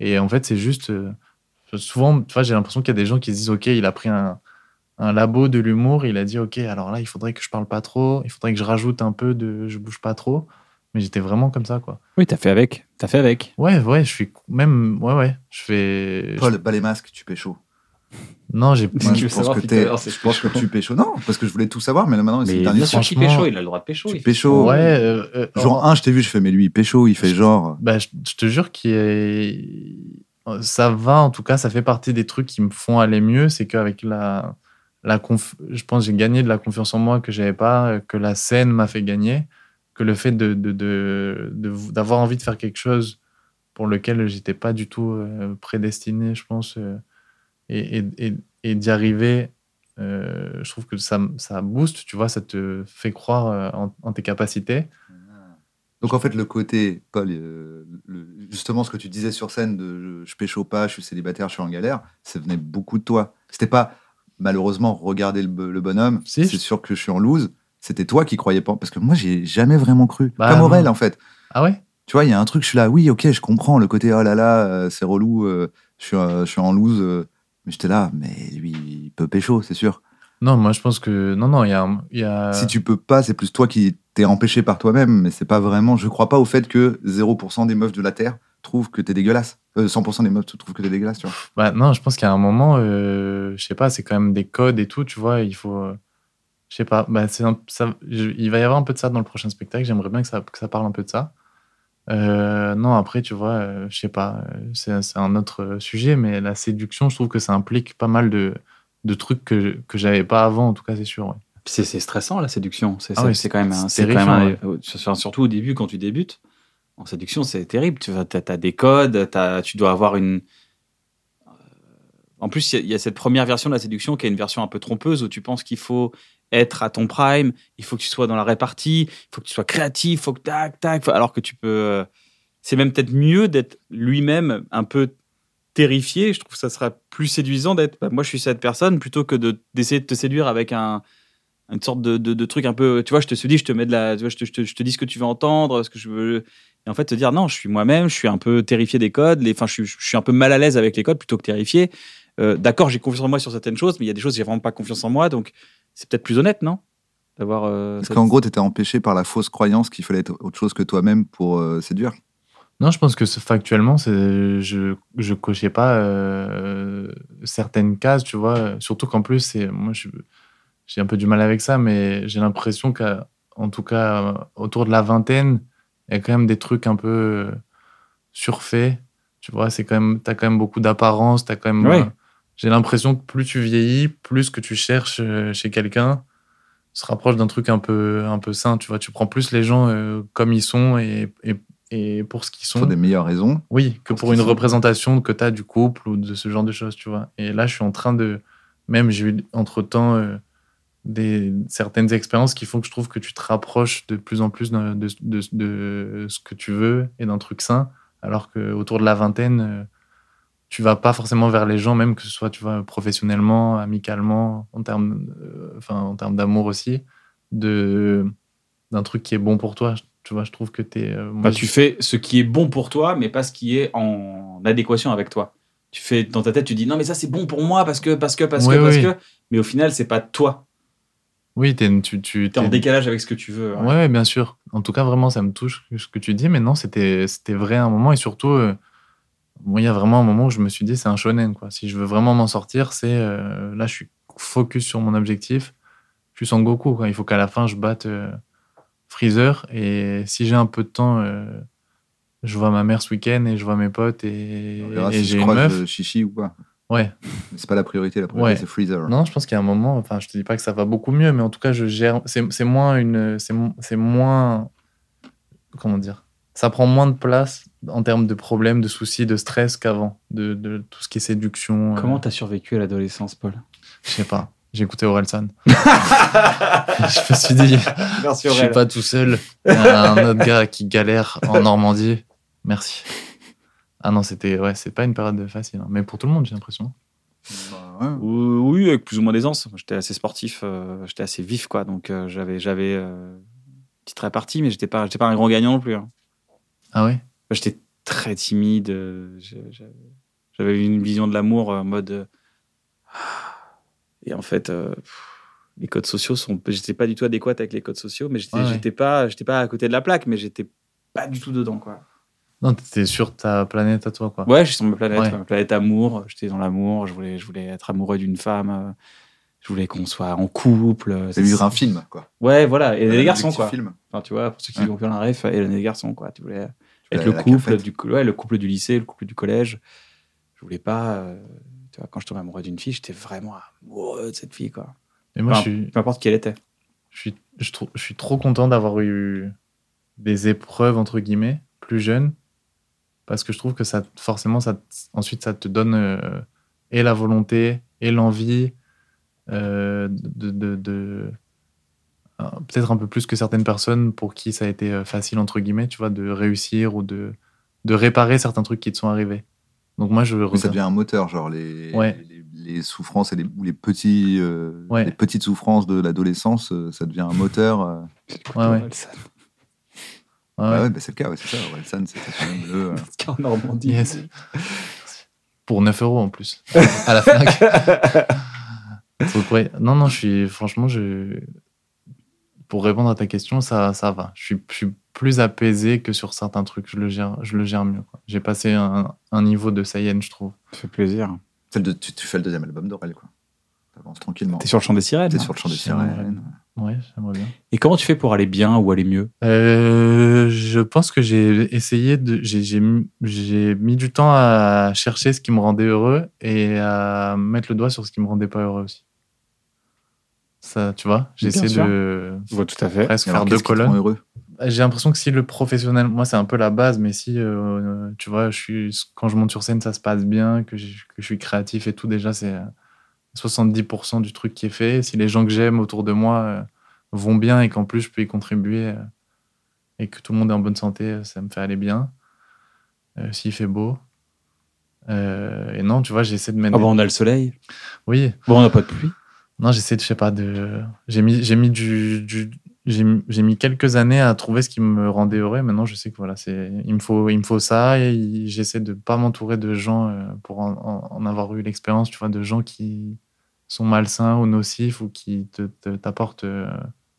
Speaker 3: Et en fait, c'est juste. euh, souvent, tu vois, j'ai l'impression qu'il y a des gens qui se disent, OK, il a pris un, un labo de l'humour, il a dit, OK, alors là, il faudrait que je parle pas trop, il faudrait que je rajoute un peu de je bouge pas trop. Mais j'étais vraiment comme ça, quoi.
Speaker 1: Oui, t'as fait avec. T'as fait avec.
Speaker 3: Ouais, ouais, je suis même. Ouais, ouais, je fais. je-
Speaker 2: Paul, pas les masques, tu pécho.
Speaker 3: Non, j'ai.
Speaker 1: Si
Speaker 2: Ouais,
Speaker 1: tu veux
Speaker 2: je pense
Speaker 1: savoir
Speaker 2: que
Speaker 1: depuis tout à
Speaker 2: t'es-
Speaker 1: l'heure, c'est
Speaker 2: je pense que
Speaker 1: pécho.
Speaker 2: tu pécho. Non, parce que je voulais tout savoir, mais là maintenant, c'est le
Speaker 1: Mais
Speaker 2: dernier
Speaker 1: bien
Speaker 2: soir.
Speaker 1: sûr qu'il
Speaker 3: franchement,
Speaker 1: pécho, il a le droit de pécho.
Speaker 2: Tu
Speaker 1: il-
Speaker 2: pécho.
Speaker 3: Ouais, euh, euh,
Speaker 2: Genre, un, je t'ai vu, je fais, mais lui, il pécho, il fait genre. euh.
Speaker 3: Bah, je, je te jure qu'il est... ça va, en tout cas, ça fait partie des trucs qui me font aller mieux. C'est qu'avec la, la conf... je pense que j'ai gagné de la confiance en moi que j'avais pas, que la scène m'a fait gagner, que le fait de, de, de- de- d'avoir envie de faire quelque chose pour lequel j'étais pas du tout euh, prédestiné, je pense, euh, et, et, et, et d'y arriver. euh, je trouve que ça, ça booste, tu vois, ça te fait croire euh, en, en tes capacités.
Speaker 2: Donc en fait, le côté, Paul, euh, le- justement ce que tu disais sur scène de je, je pécho pas, je suis célibataire, je suis en galère, ça venait beaucoup de toi. C'était pas, malheureusement, regarder le, bo- le bonhomme,
Speaker 3: Si,
Speaker 2: c'est
Speaker 3: je-
Speaker 2: sûr que je suis en loose, c'était toi qui croyais pas. Parce que moi, j'ai jamais vraiment cru.
Speaker 3: Bah,
Speaker 2: Comme
Speaker 3: non.
Speaker 2: Aurel, en fait.
Speaker 3: Ah ouais
Speaker 2: Tu vois, il y a un truc, je suis là, oui, ok, je comprends, le côté, oh là là, euh, c'est relou, euh, je, suis, euh, je suis en loose. euh, mais j'étais là, mais lui, il peut pécho, c'est sûr.
Speaker 3: Non, moi je pense que. Non, non, il y a. un- il Y a...
Speaker 2: Si tu peux pas, c'est plus toi qui t'es empêché par toi-même, mais c'est pas vraiment. Je crois pas au fait que 0% des meufs de la Terre trouvent que t'es dégueulasse. Euh, 100% des meufs trouvent que t'es dégueulasse, tu vois.
Speaker 3: Bah, non, je pense qu'à un moment, euh, je sais pas, c'est quand même des codes et tout, tu vois, il faut. euh, Je sais pas, bah, c'est un- ça, je- il va y avoir un peu de ça dans le prochain spectacle, j'aimerais bien que ça, que ça parle un peu de ça. Euh, non, après, tu vois, euh, je sais pas, euh, c'est c'est un autre euh, sujet, mais la séduction, je trouve que ça implique pas mal de, de trucs que, je- que j'avais pas avant, en tout cas, c'est sûr. ouais.
Speaker 1: C'est c'est stressant la séduction. C'est
Speaker 3: Ah
Speaker 1: c'est-
Speaker 3: ouais,
Speaker 1: c'est quand même, un-
Speaker 3: c'est
Speaker 1: c'est quand même
Speaker 3: terrifiant,
Speaker 1: un- euh, sur- surtout au début quand tu débutes en séduction, c'est terrible. Tu as, des codes, t'as- tu dois avoir une. euh, En plus, il y a- il y, a cette première version de la séduction qui est une version un peu trompeuse où tu penses qu'il faut être à ton prime, il faut que tu sois dans la répartie, il faut que tu sois créatif, il faut que tac tac. faut- Alors que tu peux, euh, c'est même peut-être mieux d'être lui-même un peu terrifié. Je trouve que ça sera plus séduisant d'être. bah, moi, je suis cette personne plutôt que de d'essayer de te séduire avec un une sorte de, de, de truc un peu tu vois je te suis dit je te mets de la tu vois, je, te, je, te, je te dis ce que tu veux entendre ce que je veux et en fait te dire non je suis moi-même je suis un peu terrifié des codes les enfin je, suis- je suis un peu mal à l'aise avec les codes plutôt que terrifié Euh, d'accord j'ai confiance en moi sur certaines choses mais il y a des choses j'ai vraiment pas confiance en moi donc c'est peut-être plus honnête non d'avoir euh,
Speaker 2: Parce
Speaker 1: cette-
Speaker 2: qu'en gros, t'étais empêché par la fausse croyance qu'il fallait être autre chose que toi-même pour euh, séduire.
Speaker 3: Non, je pense que ce- factuellement, c'est- je je cochais pas euh, certaines cases, tu vois. Surtout qu'en plus, c'est moi, je- j'ai un peu du mal avec ça, mais j'ai l'impression qu'à en tout cas euh, autour de la vingtaine, il y a quand même des trucs un peu euh, surfaits, tu vois. C'est quand même, t'as quand même beaucoup d'apparence, t'as quand même.
Speaker 1: Ouais.
Speaker 3: euh, j'ai l'impression que plus tu vieillis, plus ce que tu cherches euh, chez quelqu'un se rapproche d'un truc un peu un peu sain, tu vois. Tu prends plus les gens euh, comme ils sont et, et et pour ce qu'ils sont.
Speaker 2: Pour des meilleures raisons.
Speaker 3: Oui, que
Speaker 2: Parce
Speaker 3: pour
Speaker 2: qu'ils
Speaker 3: une
Speaker 2: sont-
Speaker 3: représentation que tu as du couple ou de ce genre de choses, tu vois. Et là, je suis en train de. Même, j'ai eu entre-temps euh, des... certaines expériences qui font que je trouve que tu te rapproches de plus en plus d'un- de, de- de ce que tu veux et d'un truc sain, alors que autour de la vingtaine, euh, tu vas pas forcément vers les gens, même que ce soit, tu vois, professionnellement, amicalement, en termes euh, enfin, en termes d'amour aussi, de d'un truc qui est bon pour toi. Tu vois, je trouve que tu es.
Speaker 1: Enfin, Bah, tu fais ce qui est bon pour toi mais pas ce qui est en adéquation avec toi tu fais dans ta tête tu dis non mais ça c'est bon pour moi parce que parce que parce
Speaker 3: Oui,
Speaker 1: que parce
Speaker 3: oui.
Speaker 1: que mais au final c'est pas toi
Speaker 3: Oui, t'es une- tu, tu
Speaker 1: t'es en
Speaker 3: t'es-
Speaker 1: décalage avec ce que tu veux hein.
Speaker 2: hein.
Speaker 3: Ouais, ouais, bien sûr. En tout cas, vraiment, ça me touche ce que tu dis. Mais non, c'était c'était vrai à un moment. Et surtout, euh, bon, il y a vraiment un moment où je me suis dit, c'est un shonen. Quoi. Si je veux vraiment m'en sortir, c'est euh, là, je suis focus sur mon objectif. Je suis sans Goku. Quoi. Il faut qu'à la fin, je batte euh, Freezer. Et si j'ai un peu de temps, euh, je vois ma mère ce week-end et je vois mes potes et,
Speaker 2: On verra
Speaker 3: et
Speaker 2: si
Speaker 3: j'ai
Speaker 2: je
Speaker 3: une
Speaker 2: croise
Speaker 3: meuf.
Speaker 2: le chichi ou pas.
Speaker 3: Ouais.
Speaker 2: Mais c'est pas la priorité, la priorité,
Speaker 3: Ouais.
Speaker 2: c'est Freezer.
Speaker 3: Non, je pense qu'il y a un moment, enfin, je te dis pas que ça va beaucoup mieux, mais en tout cas, je gère. C'est c'est moins une. C'est mo- c'est moins. Comment dire Ça prend moins de place en termes de problèmes, de soucis, de stress qu'avant, de, de tout ce qui est séduction. euh,
Speaker 1: comment t'as survécu à l'adolescence Paul
Speaker 3: Je sais pas. J'ai écouté Orelsan. je me suis dit,
Speaker 1: Merci
Speaker 3: je suis pas tout seul. Il y a un autre gars qui galère en Normandie. Merci. Ah non, c'était. Ouais, c'est pas une période facile. hein. Mais pour tout le monde, j'ai l'impression.
Speaker 2: Bah, Ouais.
Speaker 1: Euh, Oui, avec plus ou moins d'aisance. Moi, J'étais assez sportif, euh, j'étais assez vif, quoi. Donc euh, j'avais j'avais euh, une petite répartie, mais j'étais pas j'étais pas un grand gagnant non plus. hein.
Speaker 3: Ah ouais
Speaker 1: J'étais très timide. euh, je- je- J'avais une vision de l'amour euh, en mode. euh, Et en fait, euh, pff, les codes sociaux sont. J'étais pas du tout adéquat avec les codes sociaux, mais j'étais
Speaker 3: Ouais, ouais.
Speaker 1: j'étais pas j'étais pas à côté de la plaque, mais j'étais pas du tout dedans, quoi.
Speaker 3: Non, t'étais sur ta planète à toi, quoi.
Speaker 1: Ouais, j'étais sur ma planète,
Speaker 3: Ouais.
Speaker 1: ma planète amour. J'étais dans l'amour. Je voulais, je voulais être amoureux d'une femme. euh, Je voulais qu'on soit en couple. euh,
Speaker 2: C'est vivre un film, quoi.
Speaker 1: Ouais, voilà. Et les
Speaker 2: Un
Speaker 1: garçons,
Speaker 2: petit
Speaker 1: quoi.
Speaker 2: film.
Speaker 1: Enfin, tu vois, pour ceux qui
Speaker 2: Ouais.
Speaker 1: ont plus un ref, et les garçons, quoi. Tu voulais
Speaker 2: voulais
Speaker 1: être
Speaker 2: aller
Speaker 1: le
Speaker 2: à la
Speaker 1: couple,
Speaker 2: cafette.
Speaker 1: du, cou- ouais, le couple du lycée, le couple du collège. Je voulais pas. euh, tu vois, quand je tombais amoureux d'une fille, j'étais vraiment amoureux de cette fille, quoi.
Speaker 3: Et moi,
Speaker 1: Enfin,
Speaker 3: je suis,
Speaker 1: Peu importe qui elle était.
Speaker 3: je suis, je trou- je suis trop content d'avoir eu des épreuves, entre guillemets, plus jeunes, parce que je trouve que ça, forcément, ça, te- ensuite, ça te donne euh, et la volonté et l'envie euh, de. de- de- euh, Peut-être un peu plus que certaines personnes pour qui ça a été euh, facile, entre guillemets, tu vois, de réussir ou de, de réparer certains trucs qui te sont arrivés. Donc, moi, je
Speaker 2: Oui, ça
Speaker 3: reviens-
Speaker 2: devient un moteur, genre les,
Speaker 3: Ouais.
Speaker 2: les, les souffrances et les, ou les, petits, euh,
Speaker 3: Ouais.
Speaker 2: les petites souffrances de l'adolescence, euh, ça devient un moteur. euh.
Speaker 3: Ouais, ouais. Ouais, ouais.
Speaker 2: Ah ouais, bah, c'est le cas, ouais, c'est ça. Orelsan, c'est c'est quand même le. euh,
Speaker 1: Car en Normandie.
Speaker 3: Yes. Pour 9 euros en plus, à la FNAC. Donc, ouais. Non, non, je suis, franchement, je... pour répondre à ta question, ça, ça va. Je suis, je suis plus apaisé que sur certains trucs. Je le gère, je le gère mieux. quoi. J'ai passé un, un niveau de Saiyan, je trouve.
Speaker 1: Ça fait plaisir.
Speaker 2: celle de- tu, tu fais le deuxième album d'Aurel, quoi. T'avances tranquillement.
Speaker 1: T'es sur le champ des sirènes.
Speaker 2: T'es
Speaker 1: hein.
Speaker 2: sur le champ des
Speaker 3: C'est vrai.
Speaker 2: sirènes.
Speaker 3: Ouais, j'aimerais bien.
Speaker 1: Et comment tu fais pour aller bien ou aller mieux
Speaker 3: Euh, je pense que j'ai essayé de. J'ai, j'ai, mis- j'ai mis du temps à chercher ce qui me rendait heureux et à mettre le doigt sur ce qui me rendait pas heureux aussi. Ça, tu vois, j'ai
Speaker 1: Bien
Speaker 3: essayé
Speaker 1: sûr.
Speaker 3: de
Speaker 1: vois tout à fait.
Speaker 3: presque
Speaker 2: Et alors,
Speaker 3: faire deux
Speaker 2: qu'est-ce qui te rend
Speaker 3: colonnes.
Speaker 2: heureux
Speaker 3: J'ai l'impression que si le professionnel, moi c'est un peu la base, mais si, euh, tu vois, je suis, quand je monte sur scène, ça se passe bien, que je, que je suis créatif et tout, déjà c'est euh, 70% du truc qui est fait. Si les gens que j'aime autour de moi euh, vont bien et qu'en plus je peux y contribuer euh, et que tout le monde est en bonne santé, euh, ça me fait aller bien. Euh, S'il fait beau. Euh, et non, tu vois, j'essaie de
Speaker 1: Ah
Speaker 3: mettre.
Speaker 1: bah on a le soleil.
Speaker 3: Oui,
Speaker 1: Bon, on n'a pas de pluie.
Speaker 3: non, j'essaie de, je sais pas, de. J'ai mis, j'ai mis du. du- j'ai j'ai mis quelques années à trouver ce qui me rendait heureux. Maintenant, je sais que voilà, c'est il me faut il me faut ça et il- j'essaie de pas m'entourer de gens euh, pour en, en- en avoir eu l'expérience, tu vois, de gens qui sont malsains ou nocifs ou qui te te- t'apportent euh,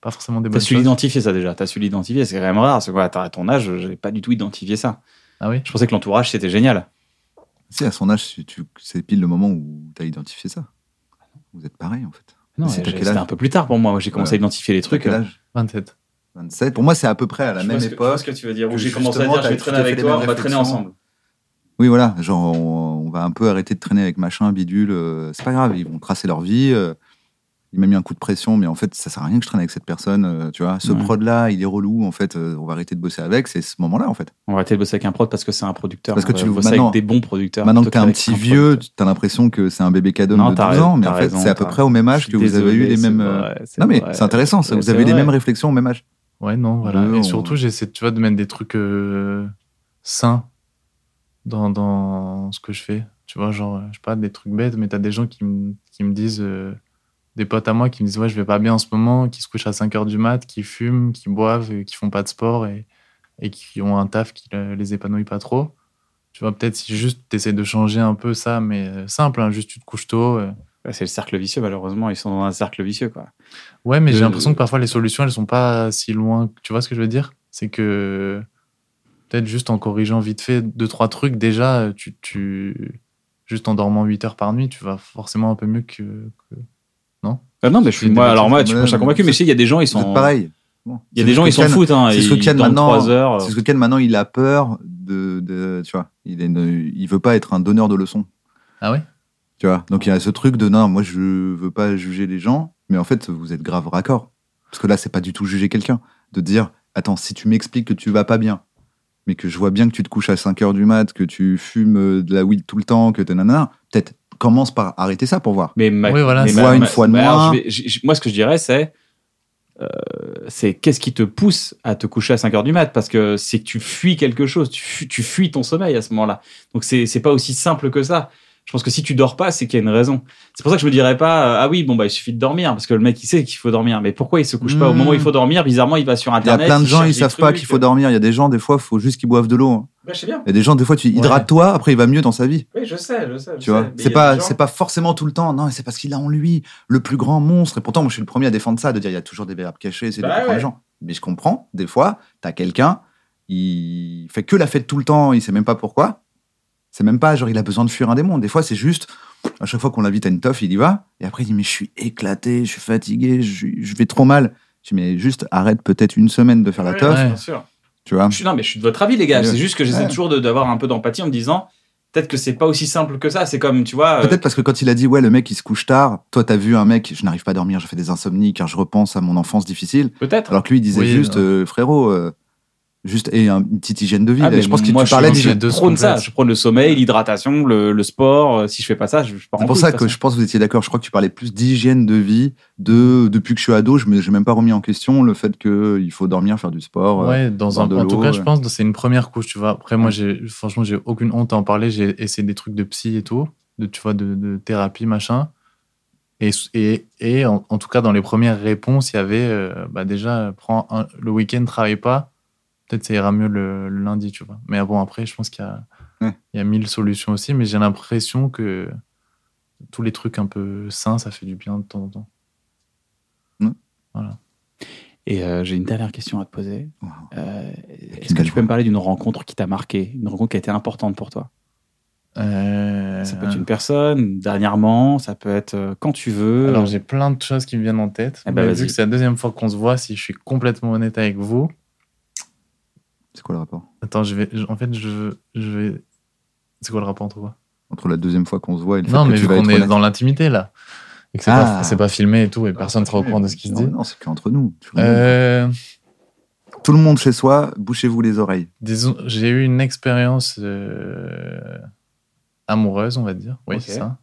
Speaker 3: pas forcément des
Speaker 1: T'as
Speaker 3: bonnes
Speaker 1: su
Speaker 3: choses.
Speaker 1: l'identifier ça déjà. T'as su l'identifier. C'est quand même rare. Parce que voilà, t'as- à ton âge, j'avais pas du tout identifié ça.
Speaker 3: Ah oui.
Speaker 1: Je pensais que l'entourage c'était génial.
Speaker 2: Si, à son âge, tu- tu- c'est pile le moment où t'as identifié ça. Vous êtes pareil, en fait.
Speaker 1: Ah Non,
Speaker 2: Mais c'était
Speaker 1: j'ai-
Speaker 2: quel
Speaker 1: c'était
Speaker 2: âge
Speaker 1: un peu plus tard pour moi. Moi, J'ai commencé
Speaker 2: Ouais.
Speaker 1: à identifier les trucs. euh,
Speaker 2: Quel âge
Speaker 3: 27.
Speaker 2: 27. Pour moi, c'est à peu près à la
Speaker 1: Je vois
Speaker 2: même
Speaker 1: ce que- je vois
Speaker 2: époque.
Speaker 1: ce que tu veux dire.
Speaker 2: que
Speaker 1: Où j'ai commencé à
Speaker 2: justement,
Speaker 1: dire, je
Speaker 2: t'as
Speaker 1: vais
Speaker 2: tout
Speaker 1: traîner
Speaker 2: à fait
Speaker 1: avec
Speaker 2: les
Speaker 1: toi,
Speaker 2: mêmes
Speaker 1: on va traîner
Speaker 2: réflexions.
Speaker 1: ensemble.
Speaker 2: Oui, voilà, genre on, on va un peu arrêter de traîner avec machin, bidule, euh, c'est pas grave, ils vont tracer leur vie. euh, il m'a mis un coup de pression, mais en fait, ça sert à rien que je traîne avec cette personne, euh, tu vois. Ce
Speaker 1: Ouais.
Speaker 2: prod-là, il est relou, en fait, euh, on va arrêter de bosser avec, c'est ce moment-là, en fait.
Speaker 1: On va arrêter de bosser avec un prod parce que c'est un producteur.
Speaker 2: Parce que
Speaker 1: On va
Speaker 2: tu-
Speaker 1: bosser
Speaker 2: maintenant-
Speaker 1: avec des bons producteurs.
Speaker 2: Maintenant que
Speaker 1: plutôt
Speaker 2: t'es un
Speaker 1: qu'avec
Speaker 2: petit vieux,
Speaker 1: producteur.
Speaker 2: t'as l'impression que c'est un bébé cadeau
Speaker 1: Non,
Speaker 2: de 12
Speaker 1: t'as raison,
Speaker 2: ans, mais en
Speaker 1: t'as
Speaker 2: fait,
Speaker 1: raison,
Speaker 2: c'est à peu
Speaker 1: t'as-
Speaker 2: près au même
Speaker 1: Je
Speaker 2: âge
Speaker 1: suis
Speaker 2: que vous avez eu
Speaker 1: désolé,
Speaker 2: les
Speaker 1: c'est
Speaker 2: mêmes. euh,
Speaker 1: vrai, c'est
Speaker 2: Non, mais
Speaker 1: vrai.
Speaker 2: c'est intéressant, ça,
Speaker 1: Ouais,
Speaker 2: vous
Speaker 1: c'est
Speaker 2: avez les
Speaker 1: vrai.
Speaker 2: mêmes réflexions au même âge.
Speaker 3: Ouais, non, voilà.
Speaker 2: Deux, on-
Speaker 3: Et surtout, j'essaie, tu vois, de mettre des trucs euh, sains dans, dans ce que je fais. Tu vois, genre, euh, je sais pas, des trucs bêtes, mais t'as des gens qui me qui me disent, euh, des potes à moi qui me disent, ouais, je vais pas bien en ce moment, qui se couchent à 5 heures du mat, qui fument, qui boivent, euh, qui font pas de sport et, et qui ont un taf qui le- les épanouit pas trop. Tu vois, peut-être si juste t'essaies de changer un peu ça, mais euh, simple, hein, juste tu te couches tôt. euh.
Speaker 1: Ouais, C'est le cercle vicieux, malheureusement. Ils sont dans un cercle vicieux, quoi.
Speaker 3: Ouais, mais
Speaker 1: Le-
Speaker 3: j'ai l'impression que parfois les solutions, elles sont pas si loin. Tu vois ce que je veux dire C'est que peut-être juste en corrigeant vite fait deux, trois trucs, déjà, tu, tu... juste en dormant 8 heures par nuit, tu vas forcément un peu mieux que. que-
Speaker 1: Ah non, mais je suis.
Speaker 2: C'est
Speaker 1: Moi,
Speaker 2: des-
Speaker 1: alors moi,
Speaker 2: c'est-
Speaker 1: tu
Speaker 2: ouais,
Speaker 1: moi, je suis
Speaker 2: mais
Speaker 1: convaincu, mais
Speaker 2: c'est-
Speaker 1: je sais, il y a des gens, ils
Speaker 2: Vous êtes
Speaker 1: sont.
Speaker 2: pareil. Bon.
Speaker 1: Il y a
Speaker 2: C'est
Speaker 1: des
Speaker 2: ce
Speaker 1: gens,
Speaker 2: que
Speaker 1: ils s'en
Speaker 2: Ken-
Speaker 1: foutent. hein.
Speaker 2: c'est ce que
Speaker 1: Ils
Speaker 2: Ken
Speaker 1: dorment
Speaker 2: maintenant-
Speaker 1: trois heures.
Speaker 2: C'est ce que Ken, maintenant, il a peur de. de- tu vois, il, est une- il veut pas être un donneur de leçons.
Speaker 3: Ah ouais
Speaker 2: Tu vois, donc il y a ce truc de non, moi je veux pas juger les gens, mais en fait vous êtes grave raccord. Parce que là, c'est pas du tout juger quelqu'un. De dire, attends, si tu m'expliques que tu vas pas bien, mais que je vois bien que tu te couches à 5 heures du mat, que tu fumes euh, de la weed tout le temps, que t'es nanana, peut-être commence par arrêter ça pour voir.
Speaker 1: Mais ma-
Speaker 3: Oui, voilà,
Speaker 1: mais
Speaker 3: c'est-
Speaker 1: ma-
Speaker 3: Fois
Speaker 2: une
Speaker 1: ma-
Speaker 2: fois de
Speaker 1: mais alors,
Speaker 2: moins.
Speaker 1: je vais- je- je- moi, ce que je dirais, c'est euh, c'est qu'est-ce qui te pousse à te coucher à 5 heures du mat Parce que c'est que tu fuis quelque chose, tu, fu- tu fuis ton sommeil à ce moment-là. Donc, c'est c'est pas aussi simple que ça. Je Je pense que si tu dors pas, c'est qu'il y a une raison. C'est pour ça que je me dirais pas, euh, ah oui, bon, bah, il suffit de dormir, parce que le mec, il sait qu'il faut dormir. Mais pourquoi il se couche pas au
Speaker 2: Mmh.
Speaker 1: moment où il faut dormir? Bizarrement, il va sur
Speaker 2: Il y a
Speaker 1: Internet.
Speaker 2: plein de gens,
Speaker 1: cherche
Speaker 2: ils
Speaker 1: des
Speaker 2: savent pas
Speaker 1: trucs. euh.
Speaker 2: qu'il faut dormir. Il y a des gens, des fois, faut juste qu'ils boivent de l'eau. hein.
Speaker 1: Ouais, je sais bien.
Speaker 2: Il y a des gens, des fois, tu hydrates-toi, après il va mieux dans sa vie.
Speaker 1: Oui, je sais, je sais. je
Speaker 2: Tu
Speaker 1: sais.
Speaker 2: vois,
Speaker 1: Mais il y a
Speaker 2: c'est
Speaker 1: des
Speaker 2: pas,
Speaker 1: gens-
Speaker 2: c'est pas forcément tout le temps. Non, c'est parce qu'il a en lui le plus grand monstre. Et pourtant, moi, je suis le premier à défendre ça, de dire il y a toujours des verbes cachés, c'est de
Speaker 1: Bah
Speaker 2: comprendre
Speaker 1: ouais.
Speaker 2: les gens. Mais je comprends. Des fois, t'as quelqu'un, il fait que la fête tout le temps, il sait même pas pourquoi. C'est même pas genre il a besoin de fuir un démon. Des fois, c'est juste à chaque fois qu'on l'invite à une teuf, il y va. Et après, il dit mais je suis éclaté, je suis fatigué, je, suis- je vais trop mal. Je dis mais juste arrête peut-être une semaine de faire la
Speaker 1: Ouais,
Speaker 2: teuf,
Speaker 1: ouais,
Speaker 3: teuf.
Speaker 1: bien sûr.
Speaker 2: tu vois.
Speaker 1: Je suis, non, mais je suis de votre avis, les gars.
Speaker 2: Ouais.
Speaker 1: C'est juste que j'essaie
Speaker 2: Ouais.
Speaker 1: toujours de- d'avoir un peu d'empathie en me disant, peut-être que c'est pas aussi simple que ça. C'est comme, tu
Speaker 3: Ah
Speaker 1: vois. euh,
Speaker 2: Peut-être parce que quand il a dit, ouais, le mec, il se couche tard, toi, t'as vu un mec, je n'arrive pas à dormir, je fais des insomnies car je repense à mon enfance difficile.
Speaker 1: Peut-être.
Speaker 2: Alors que lui, il disait
Speaker 3: Oui,
Speaker 2: juste,
Speaker 3: non.
Speaker 2: euh, frérot, euh, juste, et un- une petite hygiène de vie.
Speaker 1: Ah,
Speaker 2: Et
Speaker 1: mais
Speaker 2: je pense qu'il
Speaker 1: moi,
Speaker 2: tu parlais
Speaker 3: suis-
Speaker 2: d'hygiène.
Speaker 3: j'ai deux
Speaker 1: Je prône ça.
Speaker 3: complètes.
Speaker 1: Je prône le sommeil, l'hydratation, le, le sport. Euh, Si je fais pas ça, je, je pars
Speaker 2: C'est
Speaker 1: en
Speaker 2: pour
Speaker 1: couille,
Speaker 2: ça
Speaker 1: de
Speaker 2: que
Speaker 1: toute
Speaker 2: je pense que vous étiez d'accord. Je crois que tu parlais plus d'hygiène de vie. De, depuis que je suis ado, je n'ai même pas remis en question le fait qu'il faut dormir, faire du sport. euh.
Speaker 3: Ouais, dans
Speaker 2: boire
Speaker 3: un,
Speaker 2: de
Speaker 3: en tout
Speaker 2: l'eau,
Speaker 3: cas,
Speaker 2: ouais.
Speaker 3: je pense que c'est une première couche, tu vois. Après, moi, j'ai, franchement, j'ai aucune honte à en parler. J'ai essayé des trucs de psy et tout, de, tu vois, de, de thérapie, machin. Et, et, et en, en tout cas, dans les premières réponses, il y avait euh, bah, déjà, euh, prends un- le week-end, travaille pas. Peut-être ça ira mieux le, le lundi, tu vois. Mais bon, après, je pense qu'il y a,
Speaker 2: Ouais.
Speaker 3: il y a mille solutions aussi, mais j'ai l'impression que tous les trucs un peu sains, ça fait du bien de temps en temps.
Speaker 1: façon. Et euh, j'ai une dernière question à te poser.
Speaker 2: Wow.
Speaker 1: Euh, Est-ce
Speaker 2: une
Speaker 1: que
Speaker 2: belle
Speaker 1: tu peux me parler d'une rencontre qui t'a marqué, une rencontre qui a été importante pour toi
Speaker 3: Euh,
Speaker 1: Ça peut être une personne, dernièrement, ça peut être euh, quand tu veux.
Speaker 3: Alors j'ai plein de choses qui me viennent en tête.
Speaker 1: Eh ben,
Speaker 3: mais
Speaker 1: vas-y.
Speaker 3: vu que c'est la deuxième fois qu'on se voit, si je suis complètement honnête avec vous,
Speaker 2: C'est quoi le rapport
Speaker 3: attends, je vais, je- en fait, je, je vais. C'est quoi le rapport entre quoi
Speaker 2: Entre la deuxième fois qu'on se voit et le
Speaker 3: Non,
Speaker 2: fait
Speaker 3: mais
Speaker 2: que tu
Speaker 3: vu
Speaker 2: vas
Speaker 3: qu'on
Speaker 2: être
Speaker 3: est
Speaker 2: honnête.
Speaker 3: dans l'intimité là, et que c'est
Speaker 2: Ah.
Speaker 3: pas, c'est pas filmé et tout, et personne ne sera au courant de ce qui se
Speaker 2: Non,
Speaker 3: dit.
Speaker 2: Non, c'est qu'entre nous. Tu vois.
Speaker 3: Euh,
Speaker 2: Tout le monde chez soi, bouchez-vous les oreilles.
Speaker 3: disons, j'ai eu une expérience euh, amoureuse, on va dire. Oui,
Speaker 1: Ok.
Speaker 3: c'est ça.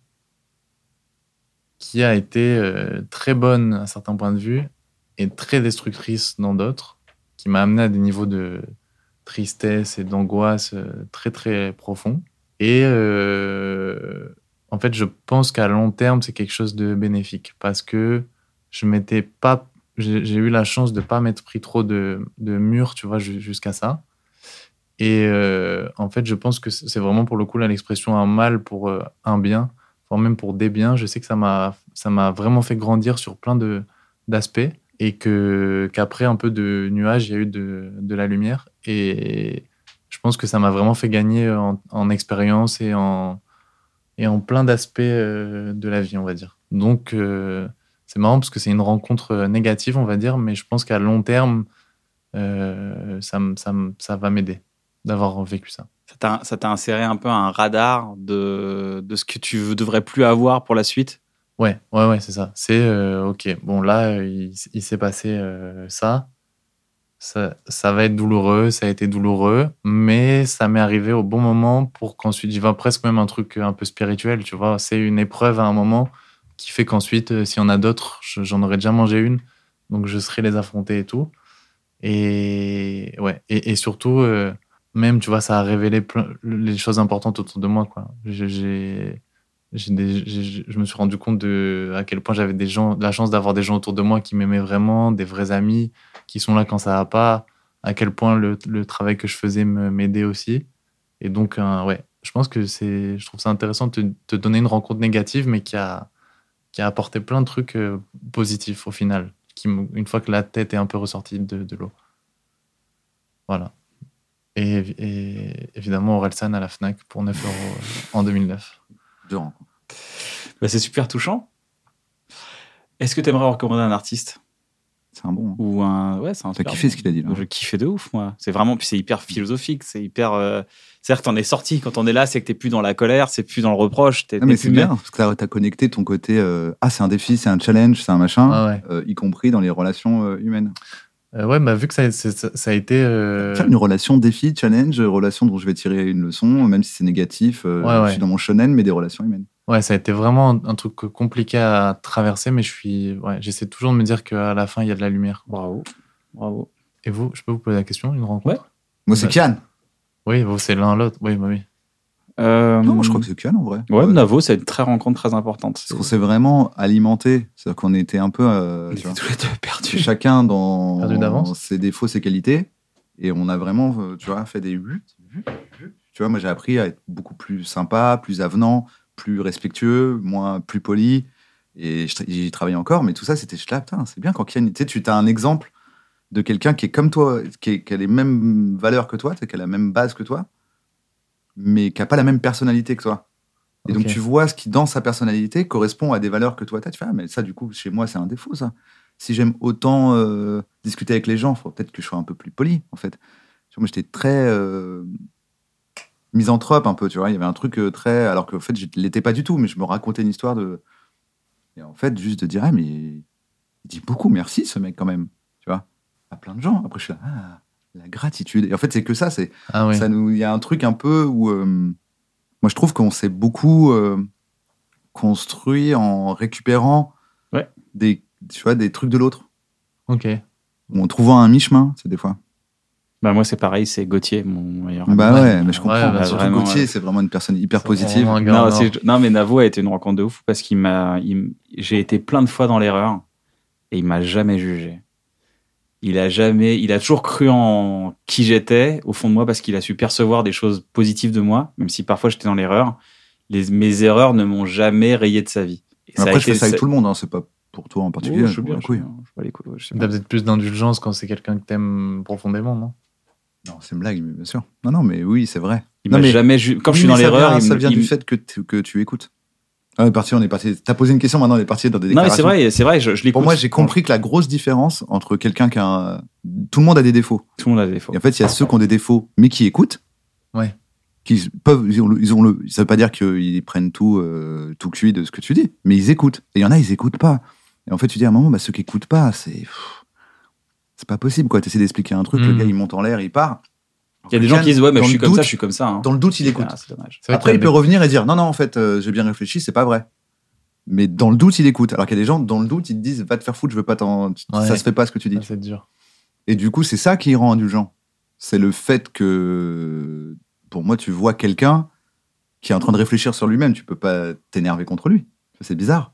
Speaker 3: Qui a été euh, très bonne à certains points de vue et très destructrice dans d'autres, qui m'a amené à des niveaux de tristesse et d'angoisse euh, très très profonds. Et euh, en fait, je pense qu'à long terme, c'est quelque chose de bénéfique parce que je m'étais pas, j'ai j'ai eu la chance de pas m'être pris trop de, de murs, tu vois, ju- jusqu'à ça. Et euh, en fait, je pense que c'est vraiment pour le coup là l'expression un mal pour euh, un bien, voire même pour des biens. Je sais que ça m'a, ça m'a vraiment fait grandir sur plein de d'aspects et que qu'après un peu de nuages, il y a eu de, de la lumière. Et je pense que ça m'a vraiment fait gagner en, en expérience et en et en plein d'aspects euh, de la vie, on va dire. Donc euh, c'est marrant parce que c'est une rencontre euh, négative, on va dire, mais je pense qu'à long terme, euh, ça, me- ça, me- ça va m'aider d'avoir vécu ça.
Speaker 1: Ça t'a- Ça t'a inséré un peu un radar de, de ce que tu devrais plus avoir pour la suite.
Speaker 3: Ouais, ouais, ouais, c'est ça. C'est euh, ok. Bon, là, euh, il, s- il s'est passé euh, ça. ça. Ça va être douloureux, ça a été douloureux, mais ça m'est arrivé au bon moment pour qu'ensuite, j'y vois presque même un truc euh, un peu spirituel, tu vois. C'est une épreuve à un moment qui fait qu'ensuite, euh, s'il y en a d'autres, je- j'en aurais déjà mangé une, donc je serai les affronter et tout. Et ouais, et, et surtout, euh, même, tu vois, ça a révélé plein- les choses importantes autour de moi, quoi. Je- J'ai j'ai des- j'ai- je me suis rendu compte de à quel point j'avais des gens, de la chance d'avoir des gens autour de moi qui m'aimaient vraiment, des vrais amis qui sont là quand ça va pas, à quel point le, le travail que je faisais me- m'aidait aussi. Et donc, euh, ouais, je pense que c'est, je trouve ça intéressant de te, te donner une rencontre négative, mais qui a, qui a apporté plein de trucs euh, positifs au final, qui, me- une fois que la tête est un peu ressortie de, de l'eau. Voilà. Et, et évidemment, Orelsan à la Fnac pour 9 euros euh, en 2009.
Speaker 2: Deux rencontres.
Speaker 1: Bah, c'est super touchant. Est-ce que tu aimerais recommander un artiste
Speaker 2: C'est un bon. hein.
Speaker 1: ou un ouais, c'est un
Speaker 2: T'as
Speaker 1: super
Speaker 2: kiffé
Speaker 1: bon.
Speaker 2: ce qu'il a dit là.
Speaker 1: Je kiffais de ouf, moi. C'est vraiment, puis c'est hyper philosophique, c'est hyper. euh, C'est-à-dire que t'en es sorti. Quand on est là, c'est que t'es plus dans la colère, c'est plus dans le reproche. t'es-
Speaker 2: Ah, mais
Speaker 1: t'es
Speaker 2: c'est
Speaker 1: plus-
Speaker 2: bien, parce que t'as as connecté ton côté euh, ah, c'est un défi, c'est un challenge, c'est un machin,
Speaker 3: Ah ouais.
Speaker 2: euh, y compris dans les relations euh, humaines.
Speaker 3: Euh, ouais, bah, vu que ça, c'est- ça, ça a été. euh,
Speaker 2: Tiens, Une relation défi, challenge, euh, relation dont je vais tirer une leçon, même si c'est négatif, euh,
Speaker 3: Ouais,
Speaker 2: je
Speaker 3: ouais.
Speaker 2: suis dans mon shonen, mais des relations humaines.
Speaker 3: Ouais, ça a été vraiment un, un truc compliqué à traverser, mais je suis. Ouais, j'essaie toujours de me dire qu'à la fin, il y a de la lumière.
Speaker 1: Bravo, bravo.
Speaker 3: Et vous, je peux vous poser la question, une rencontre
Speaker 2: Moi, c'est
Speaker 3: Ouais.
Speaker 2: Kian.
Speaker 3: Oui, vous, c'est l'un l'autre. Oui, bah oui.
Speaker 1: Euh,
Speaker 2: Non, moi, je crois que c'est Cannes en vrai. Euh,
Speaker 1: Ouais, Navo, c'est une très rencontre très importante.
Speaker 2: Parce qu'on s'est vraiment alimenté. C'est-à-dire qu'on était un peu. euh,
Speaker 1: On
Speaker 2: tu vois,
Speaker 1: était tous les deux perdus.
Speaker 2: chacun dans
Speaker 3: Perdu d'avance.
Speaker 2: ses défauts, ses qualités. Et on a vraiment, euh, tu vois, fait des buts. Tu vois, moi, j'ai appris à être beaucoup plus sympa, plus avenant, plus respectueux, moins plus poli. Et je tra- j'y travaille encore, mais tout ça, c'était je suis là, putain, c'est bien quand Kian, tu sais, tu as un exemple de quelqu'un qui est comme toi, qui, est- qui a les mêmes valeurs que toi, tu sais, qui a la même base que toi, mais qui n'a pas la même personnalité que toi. Et donc,
Speaker 3: Ok.
Speaker 2: tu vois ce qui, dans sa personnalité, correspond à des valeurs que toi, tu as. Tu fais, ah, mais ça, du coup, chez moi, c'est un défaut, ça si j'aime autant euh, discuter avec les gens, faut peut-être que je sois un peu plus poli, en fait. Tu vois, moi, j'étais très euh, misanthrope, un peu, tu vois. Il y avait un truc euh, très. Alors qu'en fait, je ne l'étais pas du tout, mais je me racontais une histoire de. Et en fait, juste de dire, ah, mais il dit beaucoup merci, ce mec, quand même, tu vois, à plein de gens. Après, je suis là, ah, la gratitude. Et en fait, c'est que ça, c'est
Speaker 3: Ah oui.
Speaker 2: ça nous il y a un truc un peu où euh, moi je trouve qu'on s'est beaucoup euh, construit en récupérant
Speaker 1: Ouais.
Speaker 2: des tu vois des trucs de l'autre
Speaker 3: Ok.
Speaker 2: ou en trouvant un mi chemin c'est des fois
Speaker 1: Bah, moi, c'est pareil, c'est Gauthier, mon meilleur ami.
Speaker 2: bah ouais,
Speaker 3: ouais,
Speaker 2: mais je comprends
Speaker 3: ouais, bah,
Speaker 2: surtout
Speaker 1: vraiment,
Speaker 2: Gauthier
Speaker 1: ouais.
Speaker 2: c'est vraiment une personne hyper
Speaker 3: C'est
Speaker 2: positive
Speaker 3: vraiment un gars en
Speaker 1: Non,
Speaker 3: or.
Speaker 1: c'est- non, mais Navo a été une rencontre de ouf parce qu'il m'a, il m- j'ai été plein de fois dans l'erreur et il m'a jamais jugé. Il a jamais, il a toujours cru en qui j'étais au fond de moi parce qu'il a su percevoir des choses positives de moi, même si parfois j'étais dans l'erreur. Les, mes erreurs ne m'ont jamais rayé de sa vie. Et ça a
Speaker 2: après je
Speaker 1: été-
Speaker 2: fais ça avec tout le monde hein, c'est pas pour toi en
Speaker 1: Oh,
Speaker 2: particulier
Speaker 1: je
Speaker 2: je
Speaker 1: suis
Speaker 2: m'en
Speaker 1: bien,
Speaker 2: bats
Speaker 1: je
Speaker 2: les
Speaker 1: suis
Speaker 2: couilles.
Speaker 1: bien, je vois les couilles, je sais pas.
Speaker 3: T'as peut-être plus d'indulgence quand c'est quelqu'un que t'aimes profondément, non
Speaker 2: non c'est une blague mais bien sûr non non mais oui c'est vrai
Speaker 1: Il
Speaker 2: Non,
Speaker 1: m'a
Speaker 2: mais-
Speaker 1: jamais ju- Comme
Speaker 2: Oui,
Speaker 1: je suis
Speaker 2: mais
Speaker 1: dans
Speaker 2: ça
Speaker 1: l'erreur,
Speaker 2: vient-
Speaker 1: il
Speaker 2: ça
Speaker 1: me-
Speaker 2: vient
Speaker 1: il
Speaker 2: du
Speaker 1: me-
Speaker 2: fait que tu, que tu écoutes ah, on est parti on est parti t'as posé une question maintenant on est parti dans des
Speaker 1: Non, mais c'est
Speaker 2: déclarations.
Speaker 1: vrai, c'est vrai, je, je l'écoute.
Speaker 2: pour moi j'ai compris que la grosse différence entre quelqu'un qui a un- tout le monde a des défauts
Speaker 1: Tout le monde a des défauts.
Speaker 2: Et en fait, il y a ceux qui ont des défauts, mais qui écoutent.
Speaker 3: Ouais.
Speaker 2: Qui peuvent, ils ont le, ils ont le- ça veut pas dire qu'ils prennent tout, euh, tout cuit de ce que tu dis, mais ils écoutent. Et il y en a, ils écoutent pas. Et en fait, tu dis à un moment, bah, ceux qui écoutent pas, c'est. pff, C'est pas possible, quoi. Tu essaies d'expliquer un truc, le
Speaker 3: Mm.
Speaker 2: gars, il monte en l'air, il part.
Speaker 1: Hmm. Il y a des gens qui disent, ouais, mais
Speaker 2: Dans
Speaker 1: je suis
Speaker 2: le
Speaker 1: comme ça,
Speaker 2: doute-
Speaker 1: je suis comme ça. hein.
Speaker 2: Dans le doute, il écoute.
Speaker 1: Ah, c'est dommage.
Speaker 3: C'est vrai
Speaker 2: Après,
Speaker 3: qu'il y
Speaker 2: il
Speaker 3: a
Speaker 2: peut
Speaker 3: des-
Speaker 2: revenir et dire non, non, en fait, euh, j'ai bien réfléchi, c'est pas vrai. Mais dans le doute, il écoute. Alors qu'il y a des gens, dans le doute, ils te disent va te faire foutre, je veux pas t'en. Ça
Speaker 3: Ouais.
Speaker 2: se fait pas ce que tu dis.
Speaker 3: Ah, c'est dur.
Speaker 2: Et du coup, c'est ça qui rend indulgent. C'est le fait que, pour moi, tu vois quelqu'un qui est en train de réfléchir sur lui-même. Tu peux pas t'énerver contre lui. Ça, C'est bizarre.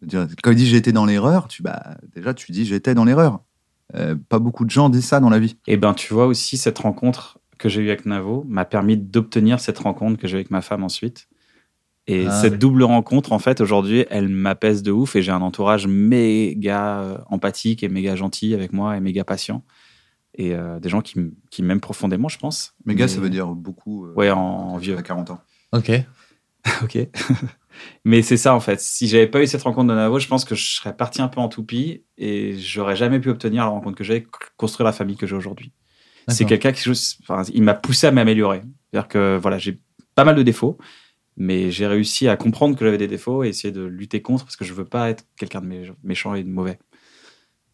Speaker 2: Je veux dire, Quand il dit j'étais dans l'erreur, tu bah déjà tu dis j'étais dans l'erreur. Euh, pas beaucoup de gens disent ça dans la vie.
Speaker 1: Et ben, tu vois aussi, cette rencontre que j'ai eue avec Navo m'a permis d'obtenir cette rencontre que j'ai eue avec ma femme ensuite. Et
Speaker 3: Ah,
Speaker 1: cette
Speaker 3: oui.
Speaker 1: double rencontre, en fait, aujourd'hui, elle m'apaise de ouf et j'ai un entourage méga euh, empathique et méga gentil avec moi et méga patient. Et euh, des gens qui, m- qui m'aiment profondément, je pense.
Speaker 2: Mais gars, ça veut dire beaucoup. euh,
Speaker 1: Ouais, en- en vieux.
Speaker 2: À 40 ans.
Speaker 3: Ok.
Speaker 1: Ok. Mais c'est ça en fait. Si j'avais pas eu cette rencontre de Navo, je pense que je serais parti un peu en toupie et j'aurais jamais pu obtenir la rencontre que j'ai, et construire la famille que j'ai aujourd'hui. C'est
Speaker 3: D'accord.
Speaker 1: quelqu'un qui, je- enfin, il m'a poussé à m'améliorer. C'est-à-dire que voilà, j'ai pas mal de défauts, mais j'ai réussi à comprendre que j'avais des défauts et essayer de lutter contre parce que je veux pas être quelqu'un de mé- méchant et de mauvais.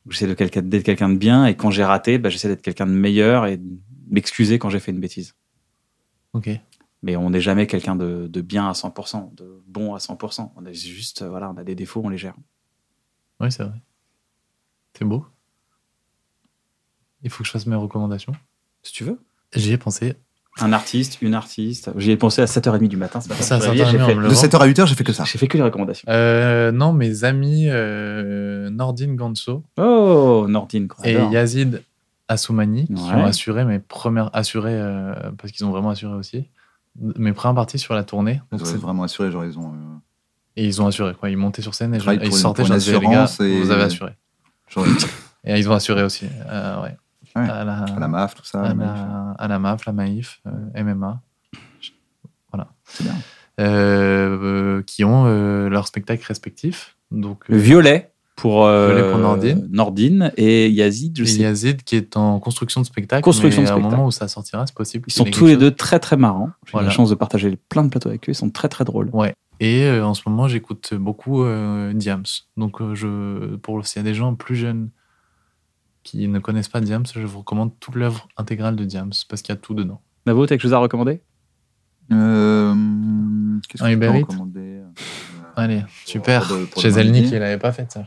Speaker 1: J'essaie de quelqu'un- d'être quelqu'un de bien et quand j'ai raté, bah, j'essaie d'être quelqu'un de meilleur et de m'excuser quand j'ai fait une bêtise.
Speaker 3: Ok.
Speaker 1: Mais on n'est jamais quelqu'un de, de bien à 100%, de bon à 100%. On est juste, euh, voilà, on a des défauts, on les gère.
Speaker 3: Oui, c'est vrai. C'est beau. Il faut que je fasse mes recommandations.
Speaker 1: Si tu veux.
Speaker 3: J'y ai pensé.
Speaker 1: Un artiste, une artiste. J'y ai pensé à 7h30 du matin. ce matin.
Speaker 3: Ça,
Speaker 1: Je me réveille,
Speaker 3: 7h30,
Speaker 1: j'ai fait-
Speaker 3: on me Le
Speaker 2: De
Speaker 3: vent.
Speaker 2: 7h à 8h, j'ai fait que ça.
Speaker 1: J'ai fait que les recommandations.
Speaker 3: Euh, non, mes amis euh, Nordine Ganso
Speaker 1: Oh, Nordine, quoi.
Speaker 3: et
Speaker 1: J'adore.
Speaker 3: Yazid Assoumani qui
Speaker 1: Ouais.
Speaker 3: ont assuré mes premières assuré euh, parce qu'ils ont vraiment assuré aussi mes premières parties sur la tournée. Donc
Speaker 2: Ils
Speaker 3: c'est-
Speaker 2: auraient vraiment assuré, genre ils ont. euh,
Speaker 3: et ils ont assuré quoi. Ils montaient sur scène et, je-
Speaker 2: Travail
Speaker 3: et ils
Speaker 2: pour une-
Speaker 3: sortaient.
Speaker 2: pour
Speaker 3: Je
Speaker 2: une
Speaker 3: disais, les gars,
Speaker 2: assurance et-
Speaker 3: vous avez assuré.
Speaker 2: genre,
Speaker 3: Et ils ont assuré aussi. euh, ouais.
Speaker 2: Ouais.
Speaker 3: À la,
Speaker 2: à la MAF, tout ça.
Speaker 3: à
Speaker 2: mais
Speaker 3: la, à la MAF, la MAIF, euh, MMA,
Speaker 2: C'est bien.
Speaker 3: euh, euh, qui ont euh, leurs spectacles respectifs. Donc, euh,
Speaker 1: Violet pour, euh,
Speaker 3: Violet pour Nordine.
Speaker 1: Nordine et Yazid, je
Speaker 3: et
Speaker 1: sais.
Speaker 3: Yazid qui est en construction de spectacle.
Speaker 1: Construction
Speaker 3: mais
Speaker 1: de
Speaker 3: à
Speaker 1: spectacle.
Speaker 3: un moment où ça sortira, c'est possible.
Speaker 1: Ils
Speaker 3: qu'il
Speaker 1: sont
Speaker 3: ait
Speaker 1: tous
Speaker 3: quelque
Speaker 1: les
Speaker 3: chose.
Speaker 1: deux très très marrants. J'ai eu
Speaker 3: Voilà.
Speaker 1: la chance de partager plein de plateaux avec eux. Ils sont très très drôles.
Speaker 3: Et euh, en ce moment, j'écoute beaucoup euh, Diams. Donc, euh, je, pour s'il y a des gens plus jeunes qui ne connaissent pas Diams, je vous recommande toute l'œuvre intégrale de Diams parce qu'il y a tout dedans.
Speaker 1: Navo, t'as quelque chose à recommander
Speaker 2: Euh,
Speaker 3: Un
Speaker 2: Qu'est-ce que je
Speaker 3: Uber
Speaker 2: peux
Speaker 3: Eats
Speaker 2: recommander euh,
Speaker 3: Allez,
Speaker 2: Pour-
Speaker 3: super.
Speaker 2: pour de- pour
Speaker 3: Chez
Speaker 2: demain
Speaker 3: Elnick,
Speaker 2: midi.
Speaker 3: il n'avait pas fait ça.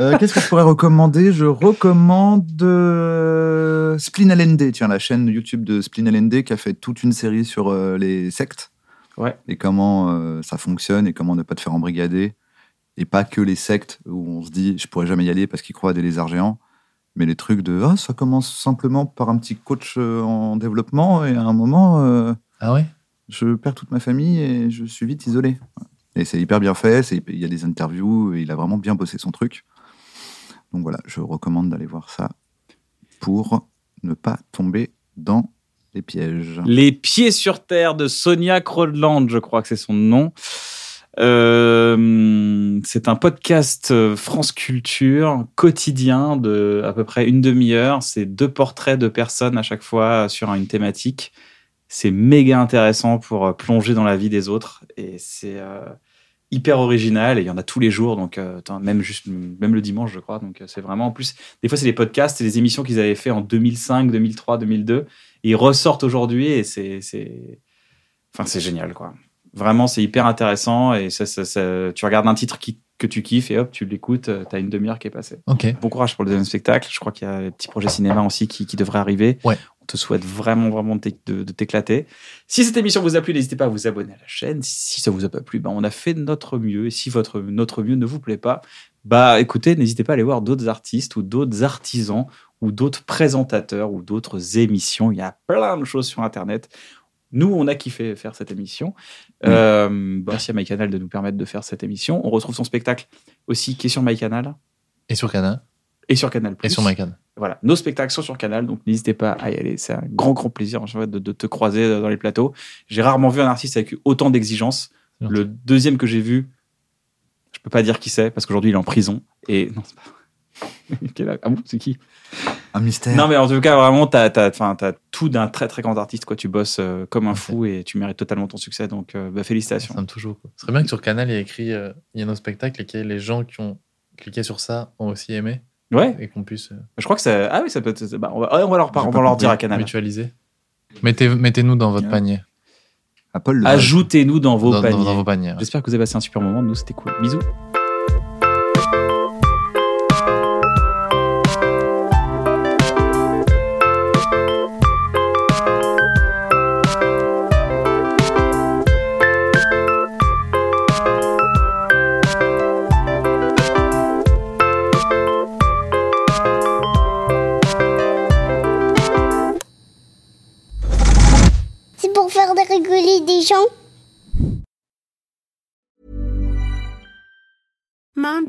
Speaker 2: Euh, Qu'est-ce que je pourrais recommander Je recommande euh, Spleen LND, tiens, la chaîne YouTube de Spleen LND qui a fait toute une série sur euh, les sectes
Speaker 1: Ouais.
Speaker 2: et comment euh, ça fonctionne et comment ne pas te faire embrigader. Et pas que les sectes où on se dit je pourrais jamais y aller parce qu'ils croient à des lézards géants, mais les trucs de ah, ça commence simplement par un petit coach euh, en développement et à un moment. euh,
Speaker 3: Ah ouais
Speaker 2: je perds toute ma famille et je suis vite isolé. Et c'est hyper bien fait, c'est- il y a des interviews, et il a vraiment bien bossé son truc. Donc voilà, je recommande d'aller voir ça pour ne pas tomber dans les pièges.
Speaker 1: Les pieds sur terre de Sonia Crodland, je crois que c'est son nom. Euh, c'est un podcast euh, France Culture quotidien de à peu près une demi-heure. C'est deux portraits de personnes à chaque fois euh, sur une thématique. C'est méga intéressant pour euh, plonger dans la vie des autres et c'est euh, hyper original. Et il y en a tous les jours, donc euh, attends, même juste même le dimanche, je crois. Donc euh, c'est vraiment en plus. Des fois, c'est des podcasts, c'est des émissions qu'ils avaient fait en 2005, 2003, 2002 ils ressortent aujourd'hui et c'est c'est enfin c'est génial quoi vraiment c'est hyper intéressant et ça, ça- ça- tu regardes un titre qui- que tu kiffes et hop tu l'écoutes euh, t'as une demi-heure qui est passée
Speaker 3: Ok.
Speaker 1: bon courage pour le deuxième spectacle je crois qu'il y a des petits projets cinéma aussi qui, qui devraient arriver
Speaker 3: Ouais.
Speaker 1: on te souhaite vraiment vraiment de t'é- de de t'éclater si cette émission vous a plu n'hésitez pas à vous abonner à la chaîne si ça vous a pas plu ben on a fait notre mieux et si votre notre mieux ne vous plaît pas bah écoutez n'hésitez pas à aller voir d'autres artistes ou d'autres artisans ou d'autres présentateurs ou d'autres émissions. Il y a plein de choses sur Internet. Nous, on a kiffé faire cette émission.
Speaker 2: Oui.
Speaker 1: Euh, merci à MyCanal de nous permettre de faire cette émission. On retrouve son spectacle aussi qui est sur MyCanal
Speaker 3: Et sur Canal
Speaker 1: et sur Canal+.
Speaker 3: Et sur MyCanal.
Speaker 1: Voilà, nos spectacles sont sur Canal, donc n'hésitez pas à y aller. C'est un grand, grand plaisir en fait, de, de te croiser euh, dans les plateaux. J'ai rarement vu un artiste avec autant d'exigences.
Speaker 3: Ok.
Speaker 1: Le deuxième que j'ai vu, je peux pas dire qui c'est parce qu'aujourd'hui il est en prison. Et non, c'est pas vrai. Quel- Ah bon, c'est qui
Speaker 2: Un mystère.
Speaker 1: non, mais en tout cas, vraiment, t'as as, tout d'un très très grand artiste. Quoi. Tu bosses euh, comme un fou et tu mérites totalement ton succès. Donc, euh, bah, félicitations.
Speaker 3: Ça me touche beaucoup. Ce serait bien que sur Canal, il y ait écrit euh, il y a nos spectacles et que les gens qui ont cliqué sur ça ont aussi aimé
Speaker 1: Ouais,
Speaker 3: et qu'on puisse euh,
Speaker 1: je crois que ça. Ah oui, ça peut être. bah, on, va, ouais, on va leur, par-
Speaker 2: J'ai
Speaker 1: on
Speaker 2: pas
Speaker 1: va leur
Speaker 2: compris.
Speaker 1: dire à Canal.
Speaker 3: mutualiser. Mettez- Mettez-nous dans votre
Speaker 1: Bien.
Speaker 3: panier.
Speaker 2: Apple le
Speaker 1: Ajoutez-nous dans vos
Speaker 3: Dans, dans-
Speaker 1: paniers.
Speaker 3: dans vos paniers. ouais.
Speaker 1: J'espère que vous avez passé un super moment. Nous, c'était cool. Bisous.
Speaker 5: C'est pour faire de rigoler des gens.
Speaker 6: Mom